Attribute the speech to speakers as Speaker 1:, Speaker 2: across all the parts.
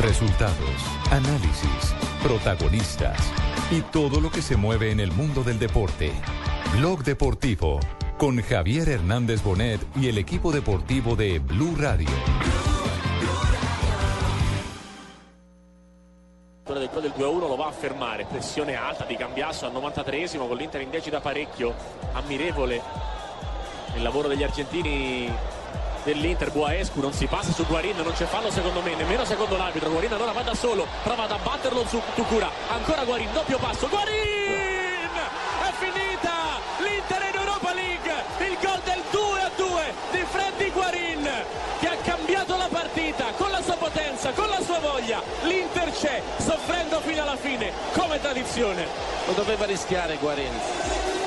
Speaker 1: Resultados, análisis, protagonistas y todo lo que se mueve en el mundo del deporte. Blog Deportivo con Javier Hernández Bonet y el equipo deportivo de Blue Radio.
Speaker 2: Quello del gol del 2-1 lo va a fermare, pressione alta di Cambiasso al 93esimo con l'Inter in 10 da parecchio, ammirevole il lavoro degli argentini dell'Inter, Guaescu non si passa su Guarin, non c'è fallo secondo me, nemmeno secondo l'arbitro, Guarin allora va da solo, prova ad abbatterlo su Tucura, ancora Guarin, doppio passo, Guarin! È finita! L'Inter è in Europa League, il gol del 2-2 di Freddy Guarin che ha cambiato la partita con la sua potenza, con la sua voglia, l'Inter c'è, soffrendo fino alla fine, come tradizione.
Speaker 3: Lo doveva rischiare Guarin.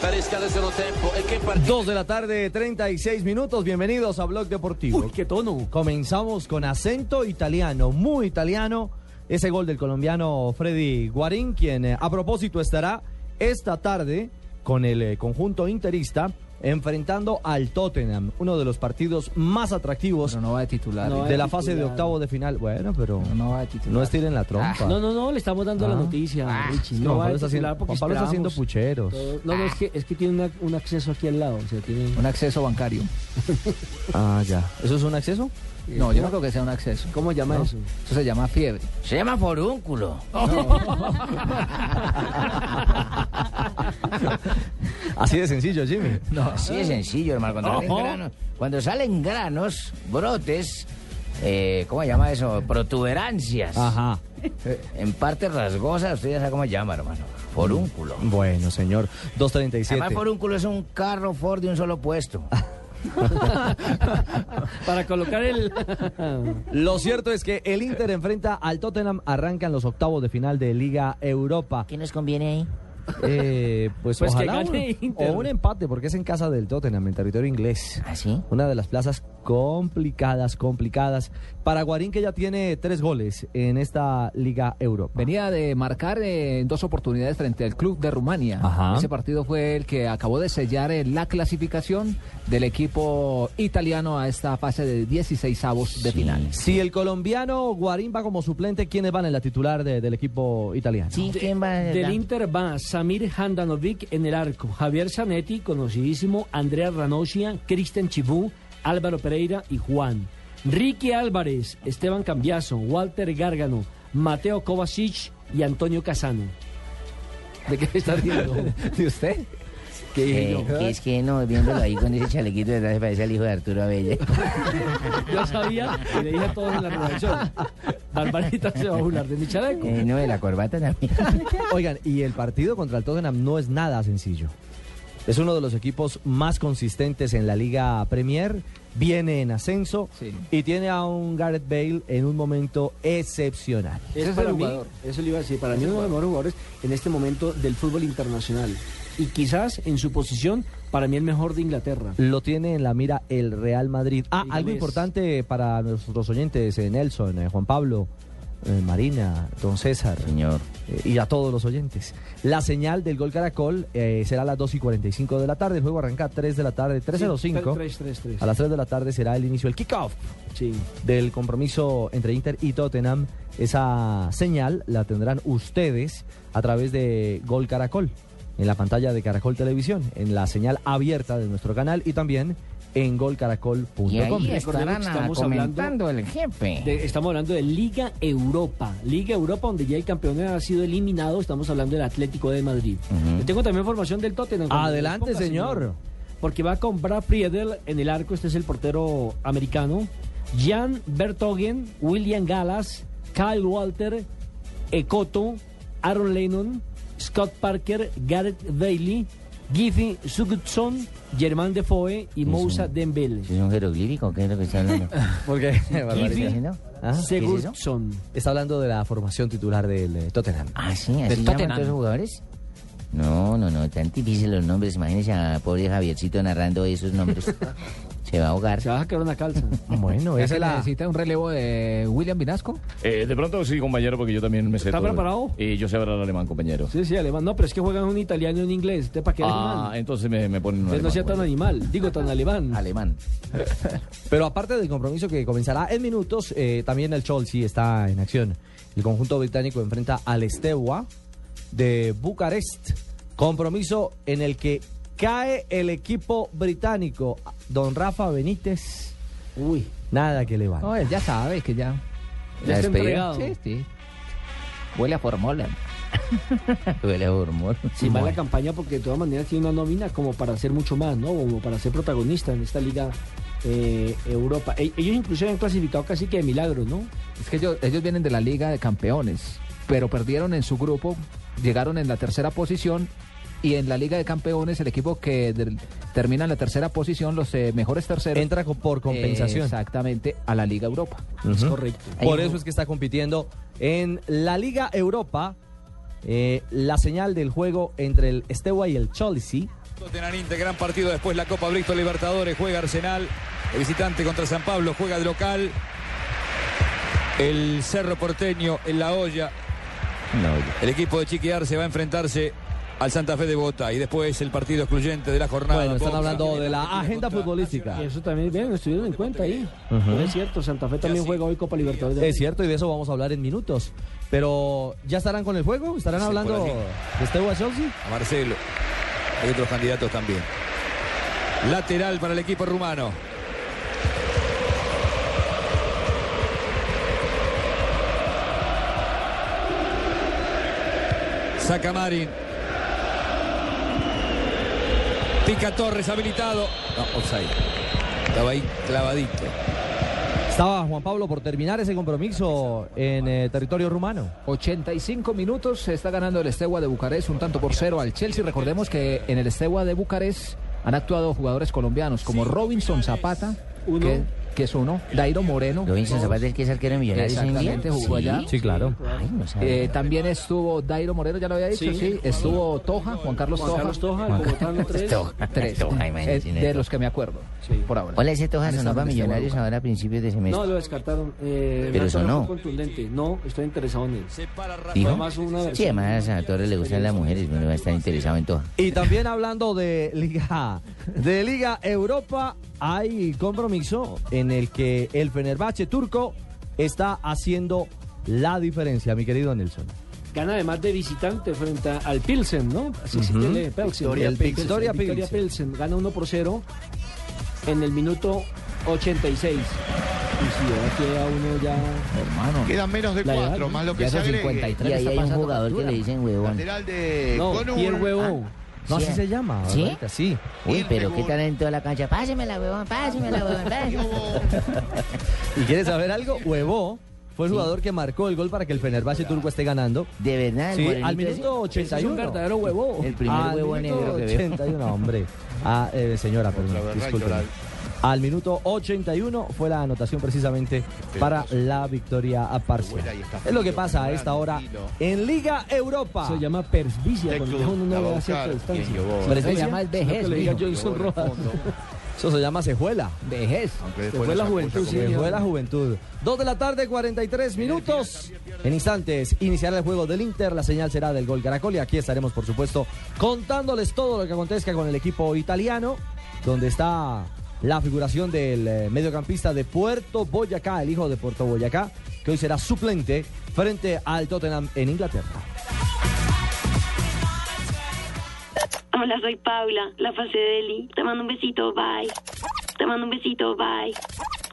Speaker 3: Per rischiare il secondo tempo e che partita.
Speaker 4: Dos de la tarde, 36 minutos. Bienvenidos a Blog Deportivo.
Speaker 5: Uy, qué tono.
Speaker 4: Comenzamos con acento italiano, muy italiano. Ese gol del colombiano Freddy Guarín, quien eh, a propósito estará esta tarde con el eh, conjunto interista enfrentando al Tottenham, uno de los partidos más atractivos
Speaker 6: Pero no va de titular.
Speaker 5: No va
Speaker 4: de
Speaker 5: de
Speaker 4: la fase de
Speaker 5: titular.
Speaker 4: octavo de final. Bueno, pero
Speaker 6: No, no va de titular. Ah.
Speaker 4: no estiren la trompa.
Speaker 5: No, no, no, le estamos dando la
Speaker 4: Ah.
Speaker 5: noticia. Richie.
Speaker 4: Juan
Speaker 5: No, va a
Speaker 4: Pablo está haciendo-
Speaker 5: titular porque
Speaker 4: Juan Pablo está haciendo
Speaker 5: esperamos
Speaker 4: pucheros.
Speaker 5: todo- No, no, es que, es que tiene una- un acceso aquí al lado. o sea, tiene-
Speaker 6: Un acceso bancario.
Speaker 4: Ah, ya. ¿Eso es un acceso?
Speaker 6: No, yo no creo que sea un acceso.
Speaker 5: ¿Cómo llama
Speaker 6: No,
Speaker 5: eso?
Speaker 6: Eso se llama fiebre.
Speaker 3: Se llama Forúnculo.
Speaker 4: Oh. Así de sencillo, Jimmy.
Speaker 3: Así de sencillo, hermano. Cuando, salen, granos, cuando salen granos, brotes, eh, ¿cómo se llama eso? Protuberancias. Eh,
Speaker 4: Ajá.
Speaker 3: En partes rasgosas, usted ya sabe cómo se llama, hermano. Forúnculo.
Speaker 4: Bueno, señor.
Speaker 3: Además,
Speaker 4: 237.
Speaker 3: forúnculo es un carro Ford de un solo puesto.
Speaker 4: Ah.
Speaker 5: Para colocar el.
Speaker 4: Lo cierto es que el Inter enfrenta al Tottenham, arrancan los octavos de final de Liga Europa.
Speaker 3: ¿Qué nos conviene ahí?
Speaker 4: Eh, pues
Speaker 5: Pues que
Speaker 4: ojalá
Speaker 5: gane
Speaker 4: un-
Speaker 5: Inter.
Speaker 4: o un empate, porque es en casa del Tottenham, en territorio inglés.
Speaker 3: ¿Ah, sí?
Speaker 4: Una de las plazas complicadas, complicadas. Para Guarín, que ya tiene tres goles en esta Liga Europa.
Speaker 6: Venía de marcar eh, en dos oportunidades frente al club de Rumania.
Speaker 4: Ajá.
Speaker 6: Ese partido fue el que acabó de sellar eh, la clasificación del equipo italiano a esta fase de 16 avos de final.
Speaker 4: Si el colombiano Guarín va como suplente, ¿quiénes van en la titular de- del equipo italiano?
Speaker 3: Sí, ¿quién va?
Speaker 5: Del Inter va Samir Handanovic en el arco, Javier Zanetti, conocidísimo, Andrea Ranocchia, Cristian Chibú, Álvaro Pereira y Juan. Ricky Álvarez, Esteban Cambiaso, Walter Gárgano, Mateo Kovacic y Antonio Casano. ¿De qué está riendo?
Speaker 6: ¿Y usted?
Speaker 3: Eh, que es que no, viéndolo ahí con ese chalequito detrás se parece al hijo de Arturo Abella.
Speaker 5: Yo sabía y le dije a todos en la redacción. Barbarita se va a burlar de mi chaleco.
Speaker 3: Eh, no, de la corbata también.
Speaker 4: Oigan, y el partido contra el Tottenham no es nada sencillo. Es uno de los equipos más consistentes en la Liga Premier, viene en ascenso
Speaker 6: Sí.
Speaker 4: y tiene a un Gareth Bale en un momento excepcional.
Speaker 6: Ese es
Speaker 5: para
Speaker 6: el
Speaker 5: mí,
Speaker 6: jugador.
Speaker 5: eso le iba a decir, para mí es uno de los mejores jugadores en este momento del fútbol internacional. Y quizás en su posición, para mí el mejor de Inglaterra.
Speaker 4: Lo tiene en la mira el Real Madrid. Ah,
Speaker 5: Dígame
Speaker 4: algo
Speaker 5: eso.
Speaker 4: importante para nuestros oyentes, eh, Nelson, eh, Juan Pablo, eh, Marina, Don César.
Speaker 3: Señor.
Speaker 4: eh, y a todos los oyentes. La señal del gol Caracol eh, será a las 2 y 45 de la tarde. El juego arranca a 3 de la tarde, 3.05.
Speaker 5: Tres, tres, tres.
Speaker 4: A las 3 de la tarde será el inicio, el kickoff
Speaker 5: Sí.
Speaker 4: del compromiso entre Inter y Tottenham. Esa señal la tendrán ustedes a través de Gol Caracol, en la pantalla de Caracol Televisión, en la señal abierta de nuestro canal y también en
Speaker 3: Y
Speaker 4: golcaracol.com.
Speaker 3: ahí
Speaker 5: Recordemos que
Speaker 3: estarán ah,
Speaker 5: estamos hablando
Speaker 3: comentando el jefe.
Speaker 5: De- estamos hablando de Liga Europa. Liga Europa, donde ya el campeón ha sido eliminado. Estamos hablando del Atlético de Madrid.
Speaker 3: Ujú.
Speaker 5: Le tengo también formación del Tottenham. cuando
Speaker 4: Adelante,
Speaker 5: les ponga,
Speaker 4: señor.
Speaker 5: Porque va con Brad Friedel en el arco. Este es el portero americano. Jan Bertogen, William Gallas, Kyle Walter, Ekoto, Aaron Lennon, Scott Parker, Gareth Bailey, Giffy Sigurdsson, Germán Defoe y
Speaker 3: un-
Speaker 5: Moussa Dembele.
Speaker 3: ¿Es un jeroglífico? ¿Qué es lo que está hablando?
Speaker 4: Porque,
Speaker 3: ¿Qué está diciendo?
Speaker 4: Ah, ¿qué es eso?
Speaker 5: Sigurdsson.
Speaker 4: Está hablando de la formación titular del eh, Tottenham.
Speaker 7: Ah, sí, así llaman todos los jugadores. No, no, no, tan difícil los nombres. Imagínense a pobre Javiercito narrando esos nombres. Se va a ahogar.
Speaker 5: Se va a quedar una calza.
Speaker 4: Bueno,
Speaker 6: ¿Ya
Speaker 4: esa
Speaker 6: se
Speaker 4: es la...
Speaker 6: necesita un relevo de William Vinasco?
Speaker 8: Eh, de pronto sí, compañero, porque yo también me sé.
Speaker 5: ¿Está
Speaker 8: todo.
Speaker 5: preparado?
Speaker 8: Y yo sé hablar alemán, compañero.
Speaker 5: Sí, sí, alemán. No, pero es que juegan un italiano y un inglés. ¿Te para qué
Speaker 8: Ah,
Speaker 5: animal?
Speaker 8: entonces me, me ponen un
Speaker 5: Usted no
Speaker 8: alemán,
Speaker 5: sea tan
Speaker 8: bueno.
Speaker 5: animal. Digo, tan alemán.
Speaker 6: Alemán.
Speaker 4: Pero aparte del compromiso que comenzará en minutos, eh, también el Chelsea está en acción. El conjunto británico enfrenta al Estewa de Bucarest. Compromiso en el que cae el equipo británico. Don Rafa Benítez,
Speaker 5: Uy.
Speaker 4: nada que le
Speaker 6: No,
Speaker 4: va.
Speaker 6: él ya sabe que ya.
Speaker 5: Ya está
Speaker 6: despedida.
Speaker 5: entregado.
Speaker 6: Sí, sí. Huele a formola.
Speaker 7: Huele a hormón.
Speaker 5: Sí, va la campaña porque de todas maneras tiene una nómina como para ser mucho más, ¿no? Como para ser protagonista en esta Liga eh, Europa. E- ellos incluso han clasificado casi que de milagro, ¿no?
Speaker 6: Es que ellos, ellos vienen de la Liga de Campeones, pero perdieron en su grupo, llegaron en la tercera posición y en la Liga de Campeones el equipo que del- termina en la tercera posición, los eh, mejores terceros, eh,
Speaker 4: Entra co- por compensación.
Speaker 6: exactamente a la Liga Europa.
Speaker 5: Es correcto.
Speaker 4: Por eso es que está compitiendo en la Liga Europa. eh, la señal del juego entre el Estewa y el Chelsea.
Speaker 9: Tottenham Inter, gran partido. Después la Copa Bristol Libertadores, juega Arsenal. El visitante contra San Pablo, juega de local. El Cerro Porteño en la olla. El equipo de Chiquiar se va a enfrentarse al Santa Fe de Bota. Y después el partido excluyente de la jornada.
Speaker 4: Bueno, están
Speaker 9: Boca.
Speaker 4: hablando de la agenda futbolística.
Speaker 5: Y eso también, vean, estuvieron en cuenta ahí. Pero Es cierto, Santa Fe también juega hoy Copa Libertadores.
Speaker 4: Es cierto, y de eso vamos a hablar en minutos. Pero, ¿ya estarán con el juego? ¿Estarán
Speaker 9: Sí,
Speaker 4: hablando
Speaker 9: por
Speaker 4: de
Speaker 9: aquí.
Speaker 4: Esteban Chelsea?
Speaker 9: A Marcelo. Hay otros candidatos también. Lateral para el equipo rumano. Saca Marin. Pica Torres habilitado. No, offside. Estaba ahí clavadito.
Speaker 4: Estaba Juan Pablo por terminar ese compromiso en eh, territorio rumano.
Speaker 6: 85 minutos, se está ganando el Estegua de Bucarest, un tanto por cero al Chelsea. Recordemos que en el Estegua de Bucarest han actuado jugadores colombianos como Robinson Zapata,
Speaker 5: Uno.
Speaker 6: que, que es uno, Dairo Moreno.
Speaker 7: Robinson Zapata, el que es arquero millonario en India.
Speaker 6: Exactamente, jugó allá.
Speaker 4: Sí, claro.
Speaker 7: Ay, no sabía.
Speaker 6: Eh, también estuvo Dairo Moreno, ya lo había dicho, sí.
Speaker 5: Sí.
Speaker 6: Estuvo Toja, Juan Carlos
Speaker 5: Juan
Speaker 6: Toja.
Speaker 5: Carlos Toja, el Bogotá, tres.
Speaker 7: Toja,
Speaker 6: Tres.
Speaker 7: Toja,
Speaker 6: eh,
Speaker 7: imagínese,
Speaker 6: de
Speaker 7: Toja.
Speaker 6: los que me acuerdo.
Speaker 5: Sí.
Speaker 6: Por ahora.
Speaker 7: Hola, ese Toja
Speaker 6: Han
Speaker 7: sonó
Speaker 6: estado
Speaker 7: para
Speaker 6: en este
Speaker 7: millonarios
Speaker 6: Boca.
Speaker 7: ahora a principios de
Speaker 5: No,
Speaker 7: semestre.
Speaker 5: lo descartaron. Eh,
Speaker 7: Pero
Speaker 5: Nacho no
Speaker 7: sonó.
Speaker 5: fue contundente. No, estoy interesado en él.
Speaker 7: ¿Dijo?
Speaker 5: Además, una versión-
Speaker 7: Sí, además a Torres le gustan las mujeres, bueno, va a estar interesado en Toja.
Speaker 4: Y también hablando de Liga, de Liga Europa, hay compromiso en el que el Fenerbahce turco está haciendo la diferencia, mi querido Nelson.
Speaker 5: Gana además de visitante frente a- al Pilsen, ¿no? Así se lee, Pilsen.
Speaker 4: Victoria
Speaker 5: El
Speaker 4: Pilsen.
Speaker 5: Victoria Pilsen. Gana 1 por 0 en el minuto 86. Y si ahora queda uno ya...
Speaker 6: Hermano.
Speaker 3: Quedan menos de
Speaker 5: La edad,
Speaker 3: cuatro, más lo
Speaker 6: ya
Speaker 3: que se
Speaker 6: son
Speaker 3: agregue.
Speaker 6: 53.
Speaker 7: Y ahí hay un jugador que le dicen huevón.
Speaker 3: Lateral de eh,
Speaker 5: No,
Speaker 3: Conur.
Speaker 5: y el
Speaker 3: ah,
Speaker 5: huevón.
Speaker 4: No,
Speaker 7: Sí.
Speaker 4: así se llama.
Speaker 7: ¿Sí?
Speaker 4: Barbarita, Sí.
Speaker 7: Uy, pero qué tal en toda la cancha. Pásemela, huevón, pásemela, huevón, pásemela.
Speaker 4: ¿Y quieres saber algo? Huevo fue el jugador que marcó el gol para que el Fenerbahce turco esté ganando.
Speaker 7: De verdad, el
Speaker 4: Sí,
Speaker 7: morenito
Speaker 4: al
Speaker 7: ese-
Speaker 5: Ese
Speaker 4: minuto
Speaker 5: es un
Speaker 4: 81.
Speaker 5: verdadero huevo.
Speaker 7: El primer
Speaker 4: Al
Speaker 7: huevo
Speaker 4: minuto
Speaker 7: negro que veo.
Speaker 4: 81, hombre. Ah, eh, señora, perdón,
Speaker 3: verdad,
Speaker 4: discúlpeme.
Speaker 3: llorar.
Speaker 4: Al minuto 81 fue la anotación precisamente para la victoria a
Speaker 3: Huela
Speaker 4: parcial.
Speaker 3: y está
Speaker 4: Es lo que
Speaker 3: frío,
Speaker 4: pasa a
Speaker 3: Ferran,
Speaker 4: esta hora
Speaker 3: tranquilo.
Speaker 4: en Liga Europa.
Speaker 5: Se llama persvicia,
Speaker 3: Este
Speaker 5: cuando
Speaker 3: club
Speaker 5: uno
Speaker 3: la va
Speaker 5: no
Speaker 3: a
Speaker 5: ve a cierta
Speaker 3: buscar,
Speaker 5: distancia.
Speaker 3: quien llevó-
Speaker 5: Persvicia,
Speaker 6: Se llama el
Speaker 5: lo que
Speaker 6: vejez,
Speaker 5: le diga
Speaker 6: mijo.
Speaker 5: Johnson Rojas.
Speaker 4: Eso se llama cejuela.
Speaker 6: Vejez.
Speaker 3: Aunque
Speaker 5: Se fue
Speaker 3: no
Speaker 5: la
Speaker 3: sacó,
Speaker 5: juventud,
Speaker 3: sacó.
Speaker 5: sí.
Speaker 4: Fue la juventud. Dos de la tarde, 43 minutos. En instantes iniciará el juego del Inter. La señal será del gol Caracol. Y aquí estaremos, por supuesto, contándoles todo lo que acontezca con el equipo italiano, donde está la figuración del eh, mediocampista de Puerto Boyacá, el hijo de Puerto Boyacá, que hoy será suplente frente al Tottenham en Inglaterra.
Speaker 10: Hola, soy Paula, la fase de Eli. Te mando un besito, bye. Te mando un besito, bye.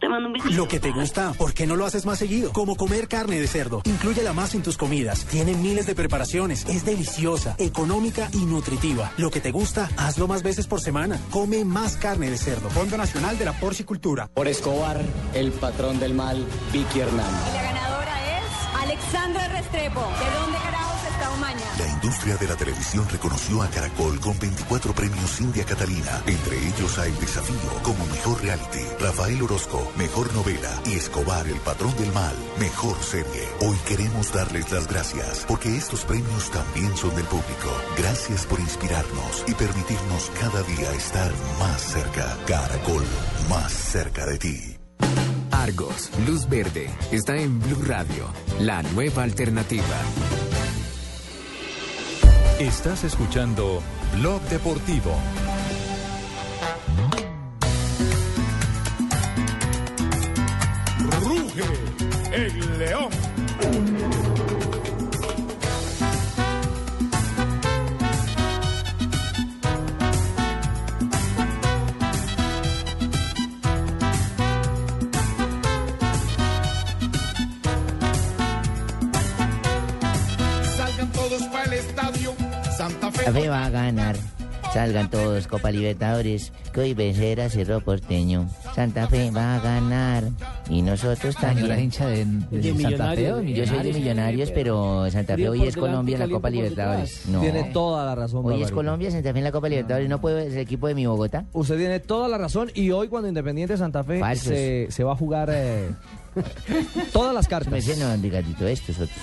Speaker 10: Te mando un besito.
Speaker 9: Lo que te gusta, ¿por qué no lo haces más seguido? Como comer carne de cerdo. Inclúyela más en tus comidas. Tiene miles de preparaciones. Es deliciosa, económica y nutritiva. Lo que te gusta, hazlo más veces por semana. Come más carne de cerdo. Fondo Nacional de la Porcicultura. Por Escobar, el patrón del mal, Vicky Hernández.
Speaker 11: La ganadora es Alexandra Restrepo. ¿De dónde carajos es
Speaker 10: esta humana.
Speaker 12: La industria de la televisión reconoció a Caracol con 24 premios India Catalina, entre ellos a El Desafío como Mejor Reality, Rafael Orozco, Mejor Novela y Escobar, El Patrón del Mal, Mejor Serie. Hoy queremos darles las gracias porque estos premios también son del público. Gracias por inspirarnos y permitirnos cada día estar más cerca. Caracol, más cerca de ti.
Speaker 1: Argos, Luz Verde, está en Blue Radio, la nueva alternativa.
Speaker 13: Estás escuchando Blog Deportivo.
Speaker 14: Ruge el león.
Speaker 2: Salgan todos para el estadio. Santa Fe.
Speaker 8: Santa Fe va a ganar. Salgan todos, Copa Libertadores, que hoy vencerá Cerro Porteño. Santa Fe va a ganar. Y nosotros también.
Speaker 6: Ah, ¿no eres hincha de- de De Santa Millonarios, Fe o de
Speaker 8: Yo soy de
Speaker 6: Millonarios?
Speaker 8: Millonarios, pero Santa Fe
Speaker 6: Lío
Speaker 8: hoy
Speaker 6: por
Speaker 8: es
Speaker 6: delante,
Speaker 8: Colombia en la
Speaker 6: caliente
Speaker 8: Copa
Speaker 6: por
Speaker 8: Libertadores.
Speaker 6: detrás.
Speaker 8: No.
Speaker 4: Tiene toda la razón.
Speaker 8: Hoy es
Speaker 4: Barbarita.
Speaker 8: Colombia, Santa Fe en la Copa Libertadores. No puede ser el equipo de mi Bogotá.
Speaker 4: Usted tiene toda la razón y hoy cuando Independiente Santa Fe
Speaker 8: Falsos.
Speaker 4: se, se va a jugar eh, todas las cartas.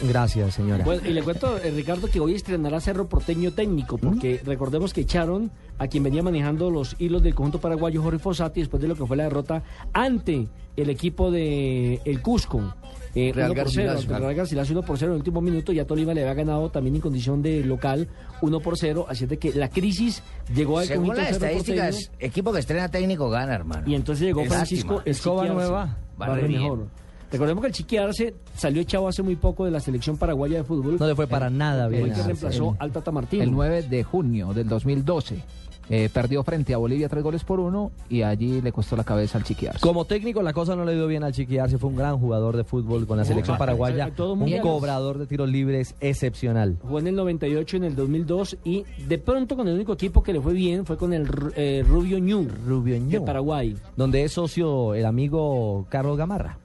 Speaker 4: Gracias, señora.
Speaker 5: Bueno, y le cuento, eh, Ricardo, que hoy estrenará Cerro Porteño técnico,
Speaker 8: ¿Mm?
Speaker 5: porque recordemos que echaron a quien venía manejando los hilos del conjunto paraguayo Jorge Fossati después de lo que fue la derrota ante el equipo de el Cusco. Eh,
Speaker 15: Real
Speaker 5: uno por cero,
Speaker 15: Garcilaso.
Speaker 5: ante Real Garcilaso 1 por 0 en el último minuto, ya Tolima le había ganado también en condición de local 1 por 0, así es de que la crisis llegó al
Speaker 8: Según
Speaker 5: conjunto
Speaker 8: las
Speaker 5: de Cerro
Speaker 8: estadísticas,
Speaker 5: Porteño.
Speaker 8: equipo que estrena técnico gana, hermano.
Speaker 5: Y entonces llegó
Speaker 8: Es
Speaker 5: Francisco
Speaker 8: lástima.
Speaker 5: Escoba Nueva,
Speaker 8: Barre
Speaker 5: barre
Speaker 8: bien.
Speaker 5: mejor. Recordemos que el Chiqui Arce salió echado hace muy poco de la selección paraguaya de fútbol.
Speaker 4: No le fue para nada
Speaker 5: Fue
Speaker 6: bien
Speaker 5: el que
Speaker 6: Arce.
Speaker 5: reemplazó al Tata Martino.
Speaker 6: El 9 de junio del 2012. eh, perdió frente a Bolivia tres goles por uno y allí le costó la cabeza al chiquiarse.
Speaker 4: Como técnico la cosa no le dio bien al Chiquiarse, fue un gran jugador de fútbol con la selección
Speaker 5: Ah,
Speaker 4: paraguaya,
Speaker 5: a todo
Speaker 4: un
Speaker 5: mundial.
Speaker 4: cobrador de tiros libres excepcional.
Speaker 5: Jugó en el 98, en el 2002 y de pronto con el único equipo que le fue bien fue con el Ru- eh, Rubio Ñu.
Speaker 4: Rubio
Speaker 5: De Paraguay.
Speaker 4: Donde es socio el amigo Carlos Gamarra.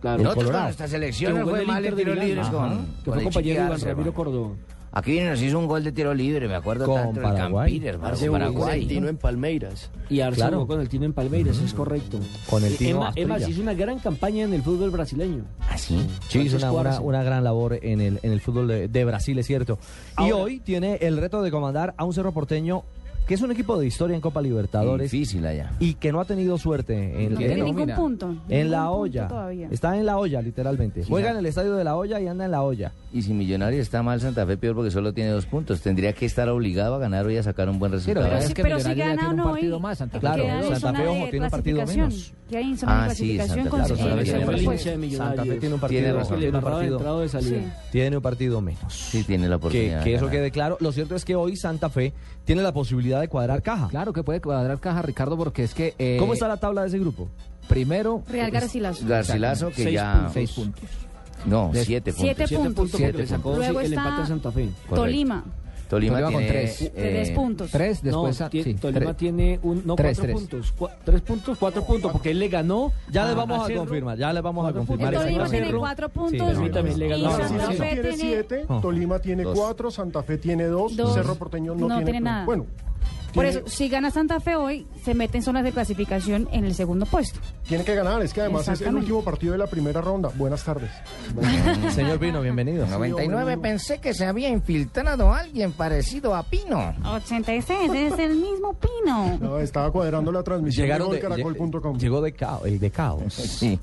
Speaker 5: Claro.
Speaker 4: El
Speaker 8: Nosotros
Speaker 4: Colorado.
Speaker 8: con nuestra selección
Speaker 5: Que
Speaker 8: nos
Speaker 5: jugó
Speaker 8: fue
Speaker 5: en el
Speaker 8: mal en
Speaker 5: Inter de
Speaker 8: tiros
Speaker 5: Milán.
Speaker 8: libres
Speaker 5: Ajá.
Speaker 8: con,
Speaker 5: Que
Speaker 8: con
Speaker 5: fue
Speaker 8: el
Speaker 5: compañero
Speaker 8: Chiqui
Speaker 5: Iván
Speaker 8: Arce,
Speaker 5: Ramiro
Speaker 8: hermano.
Speaker 5: Córdoba.
Speaker 8: Aquí viene nos hizo un gol de tiro libre, me acuerdo
Speaker 5: Con
Speaker 8: tanto del
Speaker 5: Paraguay.
Speaker 8: Campín, hermano,
Speaker 5: Hace un
Speaker 8: Paraguay.
Speaker 5: Argentino en
Speaker 15: Palmeiras.
Speaker 5: Y Arce
Speaker 8: Claro.
Speaker 5: jugó con el Tino en Palmeiras, es correcto.
Speaker 4: Con el
Speaker 5: Y
Speaker 4: Tino
Speaker 5: Emma-
Speaker 4: Asprilla.
Speaker 5: Emma hizo una gran campaña en el fútbol brasileño.
Speaker 8: Así.
Speaker 4: Sí, hizo una, una- una gran labor en el, en el fútbol de, de Brasil, es cierto. y
Speaker 5: Ahora-
Speaker 4: hoy tiene el reto de comandar a un Cerro Porteño, que es un equipo de historia en Copa Libertadores.
Speaker 8: Difícil allá.
Speaker 4: Y que no ha tenido suerte en,
Speaker 16: No
Speaker 4: en-
Speaker 16: tiene ningún punto.
Speaker 4: en
Speaker 16: ningún
Speaker 4: la
Speaker 16: punto
Speaker 4: olla.
Speaker 16: todavía.
Speaker 4: Está en la olla, literalmente.
Speaker 8: Sí,
Speaker 4: Juega
Speaker 8: ya.
Speaker 4: en el estadio de la olla y anda en la olla.
Speaker 8: Y si Millonario está mal, Santa Fe peor porque solo tiene dos puntos. Tendría que estar obligado a ganar hoy a sacar un buen resultado.
Speaker 6: Pero si- pero si gana
Speaker 16: Gana
Speaker 6: tiene un
Speaker 16: uno
Speaker 6: partido
Speaker 16: hoy,
Speaker 6: más, Santa Fe.
Speaker 16: queda
Speaker 8: Claro,
Speaker 16: en
Speaker 8: Santa
Speaker 16: zona
Speaker 8: Fe,
Speaker 16: de
Speaker 8: ojo, tiene un partido
Speaker 16: clasificación.
Speaker 8: menos.
Speaker 16: Queda en zona de
Speaker 8: Ah, sí, Pues,
Speaker 16: clasificación
Speaker 8: Santa
Speaker 16: con
Speaker 8: Fe.
Speaker 16: su
Speaker 8: Claro,
Speaker 16: primer
Speaker 8: Santa Fe.
Speaker 16: puesto.
Speaker 8: Hincha de
Speaker 4: Santa Fe
Speaker 8: Millonarios.
Speaker 4: tiene un
Speaker 8: Tiene
Speaker 4: partido menos.
Speaker 8: razón.
Speaker 4: Tiene un
Speaker 8: Le barraba de
Speaker 4: partido,
Speaker 8: entrada de salida. Sí.
Speaker 4: Tiene un partido menos.
Speaker 8: Sí, tiene la
Speaker 4: Que,
Speaker 8: oportunidad.
Speaker 4: que
Speaker 8: de
Speaker 4: eso
Speaker 8: ganar.
Speaker 4: quede claro. Lo cierto es que hoy Santa Fe tiene la posibilidad de cuadrar caja.
Speaker 6: Claro que puede cuadrar caja, Ricardo, porque es que... eh,
Speaker 4: ¿Cómo está la tabla de ese grupo?
Speaker 6: Primero...
Speaker 16: Real Garcilaso.
Speaker 8: Garcilaso que
Speaker 6: Seis
Speaker 8: ya...
Speaker 6: puntos. Seis puntos.
Speaker 8: No,
Speaker 6: Des-
Speaker 8: siete puntos.
Speaker 16: Siete puntos.
Speaker 8: Siete
Speaker 16: porque
Speaker 8: puntos.
Speaker 16: Luego está
Speaker 5: Fe.
Speaker 16: Tolima.
Speaker 8: Tolima,
Speaker 6: Tolima con
Speaker 8: tiene,
Speaker 6: tres.
Speaker 8: eh,
Speaker 16: Tres puntos. Tres, después
Speaker 5: No,
Speaker 16: a-
Speaker 5: tie-
Speaker 16: sí,
Speaker 5: Tolima
Speaker 16: tres.
Speaker 5: tiene un, no,
Speaker 6: Tres,
Speaker 5: cuatro
Speaker 6: tres.
Speaker 5: puntos. cua- tres puntos, cuatro puntos, porque él le ganó.
Speaker 4: Ya les
Speaker 5: a-
Speaker 4: vamos a
Speaker 5: Cerro.
Speaker 4: confirmar, ya les vamos a
Speaker 5: Cuatro
Speaker 4: confirmar.
Speaker 5: puntos.
Speaker 16: Tolima
Speaker 4: exactamente.
Speaker 16: tiene cuatro puntos.
Speaker 4: Sí, Oh.
Speaker 5: Permítame, le ganó.
Speaker 16: Y
Speaker 5: No,
Speaker 16: Santa
Speaker 5: sí, sí.
Speaker 16: Fe
Speaker 17: tiene
Speaker 16: tiene...
Speaker 17: siete, Tolima tiene
Speaker 16: Dos.
Speaker 17: cuatro, Santa Fe tiene dos,
Speaker 16: Dos.
Speaker 17: Cerro Porteño no,
Speaker 16: No tiene nada.
Speaker 17: Bueno,
Speaker 16: Por
Speaker 17: tiene-
Speaker 16: eso, si gana Santa Fe hoy, se mete en zonas de clasificación en el segundo puesto.
Speaker 17: tiene que ganar, es que además es el
Speaker 16: Exactamente.
Speaker 17: último partido de la primera ronda. Buenas tardes.
Speaker 4: Mm, Señor Pino, bienvenido.
Speaker 8: 99 pensé que se había infiltrado alguien parecido a Pino.
Speaker 16: 86, es el mismo Pino.
Speaker 17: No, estaba cuadrando la transmisión
Speaker 4: Llegaron
Speaker 17: de
Speaker 4: de, lle- llegó de caos, el de caos.
Speaker 8: Sí.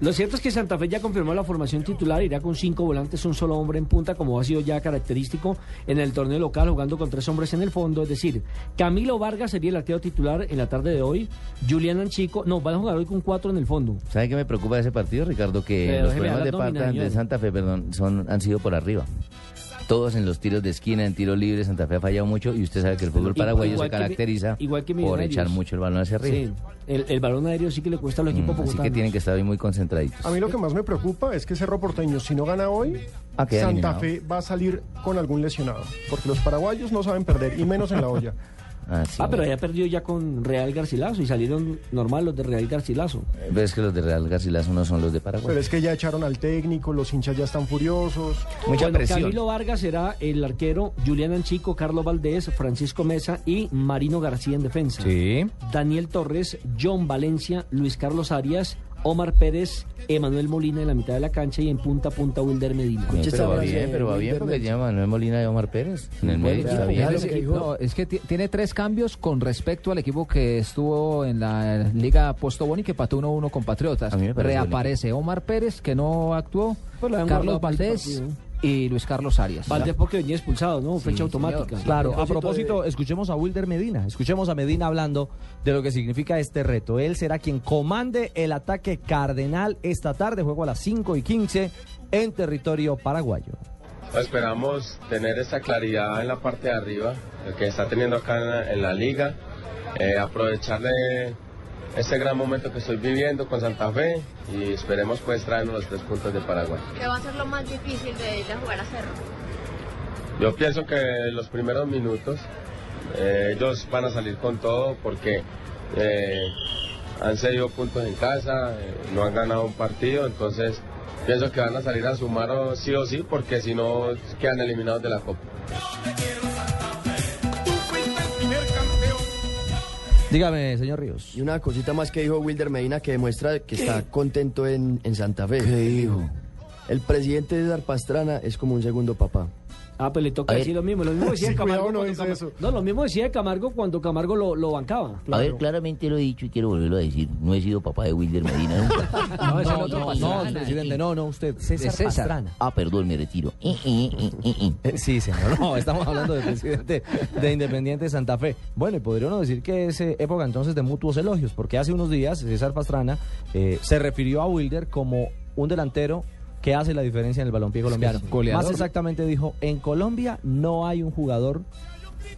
Speaker 5: Lo cierto es que Santa Fe ya confirmó la formación titular, irá con cinco volantes, un solo hombre en punta, como ha sido ya característico en el torneo local, jugando con tres hombres en el fondo. Es decir, Camilo Vargas sería el arquero titular en la tarde de hoy, Julián Anchico, no, van a jugar hoy con cuatro en el fondo.
Speaker 8: ¿Sabe qué me preocupa de ese partido, Ricardo? Que
Speaker 5: Pero
Speaker 8: los
Speaker 5: déjeme
Speaker 8: problemas de,
Speaker 5: hablar, don
Speaker 8: Parta- de
Speaker 5: Minaniol.
Speaker 8: Santa Fe perdón, son, han sido por arriba. Todos en los tiros de esquina, en tiro libre, Santa Fe ha fallado mucho y usted sabe que el fútbol
Speaker 5: Igual-
Speaker 8: paraguayo
Speaker 5: igual
Speaker 8: se
Speaker 5: que mi-
Speaker 8: caracteriza
Speaker 5: igual que
Speaker 8: por
Speaker 5: Millonarios.
Speaker 8: echar mucho el balón hacia arriba.
Speaker 5: Sí, el, el balón aéreo sí que le cuesta a los equipos
Speaker 8: Mm, así que
Speaker 5: bogotanos.
Speaker 8: tienen que estar hoy muy concentraditos.
Speaker 17: A mí lo que más me preocupa es que Cerro Porteño, si no gana hoy,
Speaker 8: Ah, queda
Speaker 17: Santa
Speaker 8: eliminado.
Speaker 17: Fe va a salir con algún lesionado. Porque los paraguayos no saben perder, y menos en la olla.
Speaker 5: Ah,
Speaker 8: Eh,
Speaker 5: pero había perdido ya con Real Garcilaso y salieron normal los de Real Garcilaso.
Speaker 8: Pero es que los de Real Garcilaso no son los de Paraguay.
Speaker 17: Pero es que ya echaron al técnico, los hinchas ya están furiosos.
Speaker 5: bueno, Camilo Vargas será el arquero, Julián Anchico, Carlos Valdés, Francisco Mesa y Marino García en defensa.
Speaker 6: Sí.
Speaker 5: Daniel Torres, John Valencia, Luis Carlos Arias, Omar Pérez, Emanuel Molina en la mitad de la cancha y en punta a punta Wilder Medina.
Speaker 8: No, Eh, pero va bien, pero va bien porque lleva Manuel Molina y Omar Pérez en el medio. está bien.
Speaker 6: Es que- no, es que ti- tiene tres cambios con respecto al equipo que estuvo en la Liga Postobón y que pató 1-1 con Patriotas.
Speaker 8: me parece
Speaker 6: Reaparece Omar Pérez, que no actuó,
Speaker 5: Pues la han
Speaker 6: Carlos
Speaker 5: guardado para
Speaker 6: Valdés
Speaker 5: este partido.
Speaker 6: y Luis Carlos Arias.
Speaker 5: Valdés porque venía expulsado, ¿no? Fecha automática.
Speaker 4: Claro, a propósito, escuchemos a Wilder Medina, escuchemos a Medina hablando de lo que significa este reto. Él será quien comande el ataque cardenal esta tarde, juego a las 5 y 15 en territorio paraguayo.
Speaker 18: Pues Esperamos tener esa claridad en la parte de arriba el que está teniendo acá en la, en la liga, eh, aprovechar de ese gran momento que estoy viviendo con Santa Fe y esperemos pues traernos los tres puntos de Paraguay.
Speaker 10: ¿Qué va a ser lo más difícil de ir a jugar a Cerro?
Speaker 18: Yo pienso que los primeros minutos eh, ellos van a salir con todo porque eh, han cedido puntos en casa, eh, no han ganado un partido, entonces pienso que van a salir a sumar o- sí o sí porque si no quedan eliminados de la Copa.
Speaker 4: Dígame, señor Ríos.
Speaker 15: Y una cosita más que dijo Wilder Medina que demuestra que está contento en, en Santa Fe. ¿Qué dijo? El presidente César Pastrana es como un segundo papá.
Speaker 5: Ah, pues le toca decir lo mismo. Lo mismo decía
Speaker 15: Sí,
Speaker 5: Camargo.
Speaker 15: cuidado, no
Speaker 5: cuando
Speaker 15: dice
Speaker 5: Camar-
Speaker 15: eso.
Speaker 5: no, lo mismo decía Camargo cuando Camargo lo, lo bancaba.
Speaker 8: A ver, claramente lo he dicho y quiero volverlo a decir. No he sido papá de Wilder Medina nunca.
Speaker 4: No,
Speaker 8: es el otro Pastrana.
Speaker 4: presidente, no, no, usted, César, Pastrana.
Speaker 8: Ah, perdón, me retiro. Eh, eh, eh, eh, eh.
Speaker 4: Sí, señor. No, estamos hablando del presidente de Independiente Santa Fe. Bueno, y podría uno decir que es eh, época entonces de mutuos elogios, porque hace unos días César Pastrana eh, se refirió a Wilder como un delantero que hace la diferencia en el balompié colombiano.
Speaker 6: goleador.
Speaker 4: Más exactamente dijo, en Colombia no hay un jugador,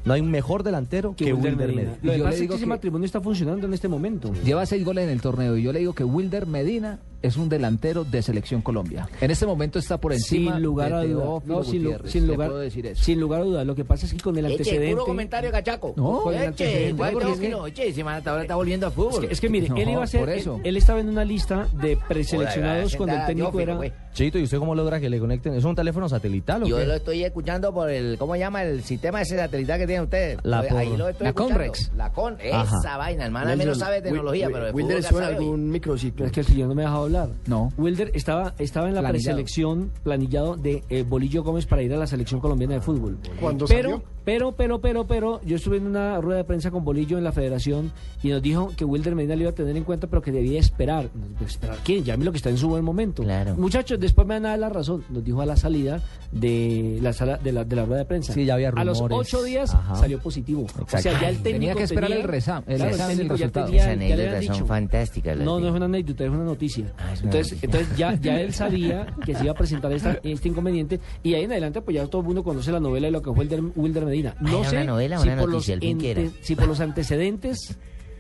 Speaker 4: no hay un mejor delantero que, Wilder Medina.
Speaker 5: Lo
Speaker 6: Y yo
Speaker 5: demás
Speaker 6: le
Speaker 5: es que
Speaker 6: digo
Speaker 5: ese
Speaker 6: que-
Speaker 5: matrimonio está funcionando en este momento.
Speaker 6: Lleva seis goles en el torneo y yo le digo que Wilder Medina es un delantero de selección Colombia. En este momento está por encima
Speaker 5: sin lugar
Speaker 6: de
Speaker 5: a duda.
Speaker 6: Teófilo
Speaker 5: No, sin, lu-
Speaker 6: Gutiérrez,
Speaker 5: sin
Speaker 6: le
Speaker 5: lugar,
Speaker 6: puedo decir eso.
Speaker 5: sin lugar a duda. Lo que pasa es que con el antecedente.
Speaker 19: cachaco.
Speaker 5: No, Eche, igual tengo que no,
Speaker 19: está volviendo a
Speaker 5: Es que, es que mire, él iba a ser.
Speaker 19: Por eso.
Speaker 5: Él, él estaba en una lista de preseleccionados cuando el técnico era.
Speaker 4: Chito, ¿y usted cómo logra que le conecten? ¿Es un teléfono satelital o
Speaker 19: Yo
Speaker 4: qué?
Speaker 19: lo estoy escuchando por el, ¿cómo llama? El sistema ese satelital que tienen ustedes.
Speaker 4: La
Speaker 19: Lo- Ahí
Speaker 4: por-
Speaker 19: lo estoy
Speaker 4: la
Speaker 19: escuchando.
Speaker 4: Conrex.
Speaker 19: La con, esa
Speaker 4: Ajá.
Speaker 19: vaina, el man al menos
Speaker 4: Nelson,
Speaker 19: sabe de
Speaker 4: Wil-
Speaker 19: tecnología,
Speaker 4: Wil-
Speaker 19: pero de
Speaker 4: Wilder
Speaker 19: fútbol
Speaker 4: suena
Speaker 19: sabe hoy.
Speaker 5: Pero es que el señor no me dejaba hablar.
Speaker 6: No.
Speaker 5: Wilder estaba, estaba en la
Speaker 6: Planillado.
Speaker 5: preselección planillado de eh, Bolillo Gómez para ir a la selección colombiana de fútbol.
Speaker 17: ¿Cuándo
Speaker 5: pero,
Speaker 17: salió?
Speaker 5: pero, pero, pero, pero, yo estuve en una rueda de prensa con Bolillo en la federación y nos dijo que Wilder Medina lo iba a tener en cuenta, pero que debía esperar. pues, ¿Esperar quién? Ya a mí lo que está en su buen momento. Muchachos, después me van a dar la razón. Nos dijo a la salida de la sala de la, de la rueda de prensa.
Speaker 4: Sí, ya había
Speaker 5: A los
Speaker 4: rumores.
Speaker 5: ocho días
Speaker 4: Ajá.
Speaker 5: salió positivo. O sea, ya el técnico
Speaker 6: Tenía que esperar
Speaker 5: tenía-
Speaker 6: el resam- el
Speaker 5: Claro,
Speaker 6: examen del
Speaker 5: técnico ya
Speaker 6: resultado.
Speaker 5: tenía-
Speaker 6: Esas
Speaker 5: ya le
Speaker 8: anécdotas
Speaker 5: habían
Speaker 8: son
Speaker 5: dicho.
Speaker 8: fantásticas, las
Speaker 5: No,
Speaker 8: de-
Speaker 5: no es una anécdota, es una noticia.
Speaker 8: es una
Speaker 5: entonces,
Speaker 8: noticia.
Speaker 5: entonces ya, ya él sabía que se iba a presentar esta- este inconveniente y ahí en adelante pues ya todo el mundo conoce la novela de lo que fue el de- Wilder Medina.
Speaker 8: Ah,
Speaker 5: No
Speaker 8: ¿era
Speaker 5: sé
Speaker 8: una novela o
Speaker 5: si,
Speaker 8: una
Speaker 5: por
Speaker 8: noticia?
Speaker 5: los
Speaker 8: El fin que era.
Speaker 5: ante- si por los antecedentes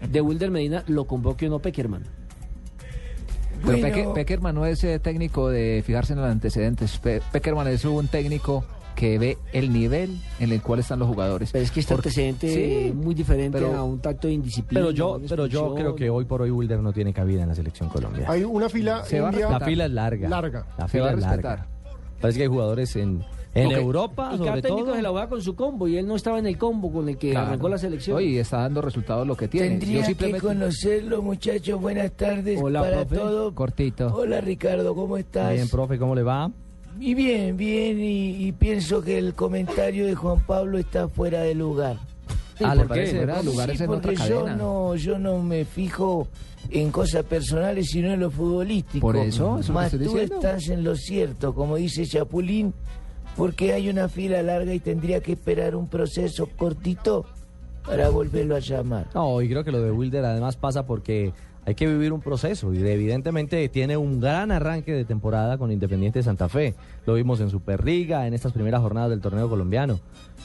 Speaker 5: de Wilder Medina lo convoque o no Peckerman.
Speaker 6: Pero
Speaker 5: Bueno.
Speaker 6: Pecke- Peckerman no es eh, técnico de fijarse en los antecedentes. Pe- Peckerman es un técnico que ve el nivel en el cual están los jugadores. Pero
Speaker 5: es que este antecedente es muy diferente a un tacto de indisciplina.
Speaker 4: Pero yo,
Speaker 5: una
Speaker 4: pero yo
Speaker 5: expulsión.
Speaker 4: creo que hoy por hoy Wilder no tiene cabida en la selección Colombia.
Speaker 17: Hay una fila
Speaker 4: Se va a
Speaker 17: india-
Speaker 4: respetar. La fila es larga.
Speaker 17: Larga.
Speaker 4: La
Speaker 17: Se
Speaker 4: fila
Speaker 17: va a
Speaker 4: es larga.
Speaker 17: respetar.
Speaker 4: Parece que hay jugadores en, en
Speaker 6: Ok.
Speaker 4: Europa,
Speaker 5: y cada
Speaker 4: sobre
Speaker 5: técnico
Speaker 4: todo.
Speaker 5: se la va con su combo y él no estaba en el combo con el que
Speaker 6: Claro.
Speaker 5: arrancó la selección.
Speaker 6: Oye, y está dando resultados lo que tiene.
Speaker 5: Tendría que
Speaker 6: conocerlo, muchachos. Buenas tardes
Speaker 5: Hola, para profe.
Speaker 6: todos. Cortito.
Speaker 3: Hola Ricardo, ¿cómo estás?
Speaker 4: Bien, profe, ¿cómo le va?
Speaker 3: Y bien, bien, y, y pienso que el comentario de Juan Pablo está fuera de lugar.
Speaker 6: Ah, ¿le parece? Fuera de lugar
Speaker 3: Sí,
Speaker 6: es en
Speaker 3: porque
Speaker 6: otra
Speaker 3: yo
Speaker 6: cadena.
Speaker 3: no, yo no me fijo en cosas personales, sino en lo futbolístico.
Speaker 6: Por eso, eso que
Speaker 3: Más tú
Speaker 6: estoy diciendo.
Speaker 3: estás en lo cierto, como dice Chapulín, porque hay una fila larga y tendría que esperar un proceso cortito para volverlo a llamar.
Speaker 4: No, y creo que lo de Wilder además pasa porque hay que vivir un proceso y evidentemente tiene un gran arranque de temporada con Independiente Santa Fe. Lo vimos en Superliga, en estas primeras jornadas del torneo colombiano.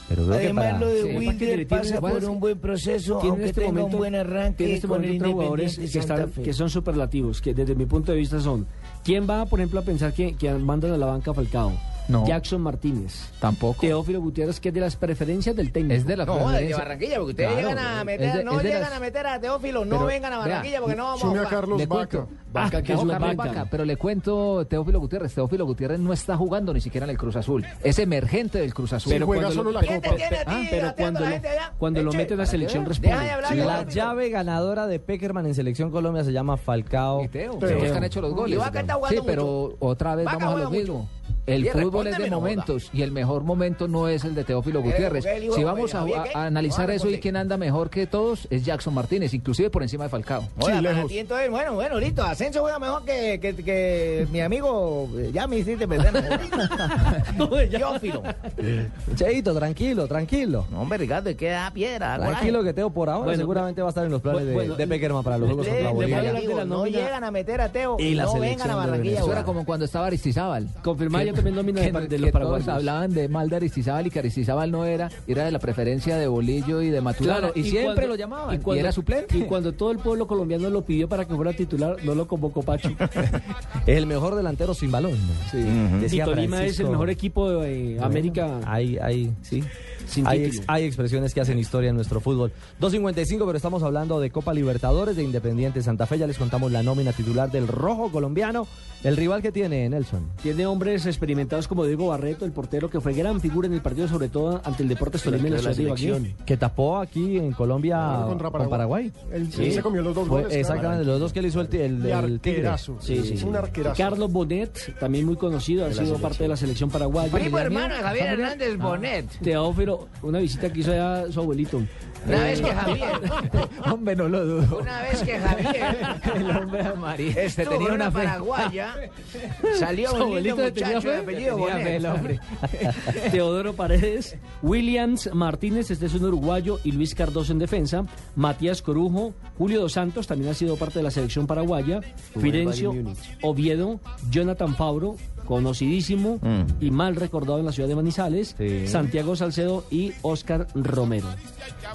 Speaker 4: Pero creo que
Speaker 3: Además,
Speaker 4: para...
Speaker 3: lo de
Speaker 4: Sí.
Speaker 3: Wilder pasa por un buen proceso,
Speaker 5: Tiene en
Speaker 3: aunque
Speaker 5: este
Speaker 3: tenga
Speaker 5: momento-
Speaker 3: un buen arranque
Speaker 5: tiene en este
Speaker 3: con
Speaker 5: momento
Speaker 3: Independiente
Speaker 5: jugadores que,
Speaker 3: Santa
Speaker 5: están,
Speaker 3: Fe.
Speaker 5: que son superlativos, que desde mi punto de vista son, ¿quién va, por ejemplo, a pensar que, que mandan a la banca a Falcao?
Speaker 6: No.
Speaker 5: Jackson Martínez.
Speaker 6: Tampoco.
Speaker 5: Teófilo Gutiérrez, que es de las preferencias del técnico.
Speaker 6: Es de las
Speaker 3: No, de
Speaker 6: preferencias.
Speaker 3: Barranquilla, porque ustedes
Speaker 6: Claro,
Speaker 3: llegan a
Speaker 6: es
Speaker 3: meter,
Speaker 6: de-
Speaker 3: no
Speaker 6: es de
Speaker 3: llegan
Speaker 6: las-
Speaker 3: a meter a Teófilo, no
Speaker 6: Pero,
Speaker 3: vengan a
Speaker 6: vea,
Speaker 3: Barranquilla porque no vamos
Speaker 17: sume a
Speaker 3: jugar.
Speaker 17: Carlos
Speaker 6: Le cuento. Ah,
Speaker 17: Vaca.
Speaker 3: Ah,
Speaker 6: Vaca,
Speaker 5: que es
Speaker 6: ojo,
Speaker 5: una
Speaker 6: Carlos
Speaker 5: vaca.
Speaker 6: Vaca, Pero le cuento Teófilo Gutiérrez. Teófilo Gutiérrez no está jugando ni siquiera en el Cruz Azul. Es emergente del Cruz Azul.
Speaker 17: Pero
Speaker 6: Juega
Speaker 17: cuando
Speaker 6: solo la
Speaker 17: lo- ¿Quién
Speaker 6: Copa.
Speaker 3: te tiene a ti
Speaker 6: Ah,
Speaker 5: Pero
Speaker 3: Gateando
Speaker 5: cuando
Speaker 3: la
Speaker 5: lo,
Speaker 3: gente allá.
Speaker 5: cuando lo
Speaker 3: Eche,
Speaker 5: mete la
Speaker 3: para que
Speaker 5: selección
Speaker 3: vean.
Speaker 5: responde.
Speaker 3: Deja de hablar,
Speaker 5: Sí.
Speaker 3: yo
Speaker 4: La
Speaker 3: árbitro.
Speaker 4: llave ganadora de Peckerman en Selección Colombia se llama Falcao.
Speaker 6: Y Teo,
Speaker 17: Teo.
Speaker 6: son los que han hecho los
Speaker 3: Y
Speaker 6: goles.
Speaker 3: Vaca está
Speaker 6: Sí,
Speaker 3: jugando
Speaker 6: pero
Speaker 3: mucho.
Speaker 6: otra vez
Speaker 3: Vaca
Speaker 6: pues, vamos a lo
Speaker 3: juega mucho.
Speaker 6: mismo. El
Speaker 3: Y
Speaker 6: fútbol es de
Speaker 3: respóndeme, no joda.
Speaker 6: momentos y el mejor momento no es el de Teófilo
Speaker 3: Eh, Porque
Speaker 6: Gutiérrez.
Speaker 3: él iba
Speaker 6: Si
Speaker 3: a-
Speaker 6: vamos a,
Speaker 3: ¿Javier qué?
Speaker 6: a- a analizar
Speaker 3: No,
Speaker 6: eso y
Speaker 3: responde.
Speaker 6: quién anda mejor que todos es Jackson Martínez, inclusive por encima de Falcao.
Speaker 17: Sí,
Speaker 3: Hola, para
Speaker 17: lejos.
Speaker 3: ti, entonces, bueno, bueno, listo. Asensio juega mejor que, que, que mi amigo. eh, Ya me hiciste perder. ¿no? Teófilo.
Speaker 4: Cheito, tranquilo, tranquilo.
Speaker 3: No, hombre, Ricardo, es que da piedra. da
Speaker 4: Tranquilo
Speaker 3: coraje.
Speaker 4: que Teo por ahora
Speaker 5: Bueno,
Speaker 4: seguramente va a estar en los planes de-
Speaker 5: bueno,
Speaker 4: de, Peckerman para los Juegos
Speaker 3: Le-
Speaker 4: contra
Speaker 3: le
Speaker 4: Bolivia.
Speaker 3: voy a
Speaker 5: hablar de la
Speaker 3: decir, no
Speaker 5: nómina.
Speaker 3: llegan a meter a Teo
Speaker 4: Y
Speaker 3: y
Speaker 4: la
Speaker 3: no vengan
Speaker 4: selección
Speaker 3: a
Speaker 4: de
Speaker 3: Barranquilla.
Speaker 4: Venezuela.
Speaker 3: a
Speaker 6: Eso era
Speaker 3: jugar.
Speaker 6: como cuando estaba Aristizábal.
Speaker 5: Confirmada ya también nómina
Speaker 6: que
Speaker 5: de,
Speaker 6: no-
Speaker 5: de
Speaker 6: que
Speaker 5: los
Speaker 6: todos
Speaker 5: paraguayos.
Speaker 6: hablaban de mal de Aristizábal y que Aristizábal no era, era de la preferencia de Bolillo y de Maturana. y, siempre
Speaker 5: cuando-
Speaker 6: lo llamaban. Y,
Speaker 5: cuando-
Speaker 6: era suplente.
Speaker 5: Y cuando todo el pueblo colombiano lo pidió para que fuera titular, no lo convocó Pacho.
Speaker 4: Es el mejor delantero sin balón. Sí.
Speaker 5: y Tolima es el mejor equipo de eh, América.
Speaker 4: Hay, hay, sí.
Speaker 5: Sin
Speaker 4: hay,
Speaker 5: título.
Speaker 4: ex- hay expresiones que hacen historia en nuestro fútbol. 2.55, pero estamos hablando de Copa Libertadores de Independiente Santa Fe. Ya les contamos la nómina titular del rojo colombiano. El rival que tiene Nelson.
Speaker 5: Tiene hombres experimentados como Diego Barreto, el portero que fue gran figura en el partido, sobre todo ante el
Speaker 4: Pues
Speaker 5: Deportes Tolima en la
Speaker 8: Pero la
Speaker 5: ciudad de Ibagué.
Speaker 8: selección.
Speaker 4: Que tapó aquí en Colombia
Speaker 17: Claro,
Speaker 4: contra
Speaker 17: contra
Speaker 4: Paraguay.
Speaker 17: Paraguay. Él- él se comió los dos
Speaker 4: Fue
Speaker 17: goles, claro.
Speaker 4: Exactamente, los dos que le hizo el, ti- el,
Speaker 17: Y
Speaker 4: el Tigre.
Speaker 17: arquerazo. Es un arquerazo.
Speaker 5: Carlos Bonet, también muy conocido, ha sido parte de la selección paraguaya.
Speaker 3: Primo
Speaker 5: Mira,
Speaker 3: hermano de
Speaker 5: mira,
Speaker 3: Javier
Speaker 5: familia-
Speaker 3: Hernández Bonet.
Speaker 5: Teófilo, una visita que hizo allá su abuelito. Eh,
Speaker 3: Una vez que Javier.
Speaker 6: Hombre, no lo dudo.
Speaker 3: Una vez que Javier.
Speaker 6: El hombre amarillo.
Speaker 3: Estuvo en Este una paraguaya. Salió
Speaker 6: Su
Speaker 3: un lindo
Speaker 6: abuelito le tenía
Speaker 3: muchacho de
Speaker 6: fe,
Speaker 3: apellido
Speaker 6: tenía fe el
Speaker 3: Bonet.
Speaker 6: hombre.
Speaker 5: Teodoro Paredes, Williams Martínez, este es un uruguayo, y Luis Cardoso en defensa, Matías Corujo, Julio Dos Santos, también ha sido parte de la selección paraguaya, Firencio Oviedo, Jonathan Fauro, conocidísimo
Speaker 8: Mm.
Speaker 5: y mal recordado en la ciudad de Manizales, Santiago Salcedo y Oscar Romero.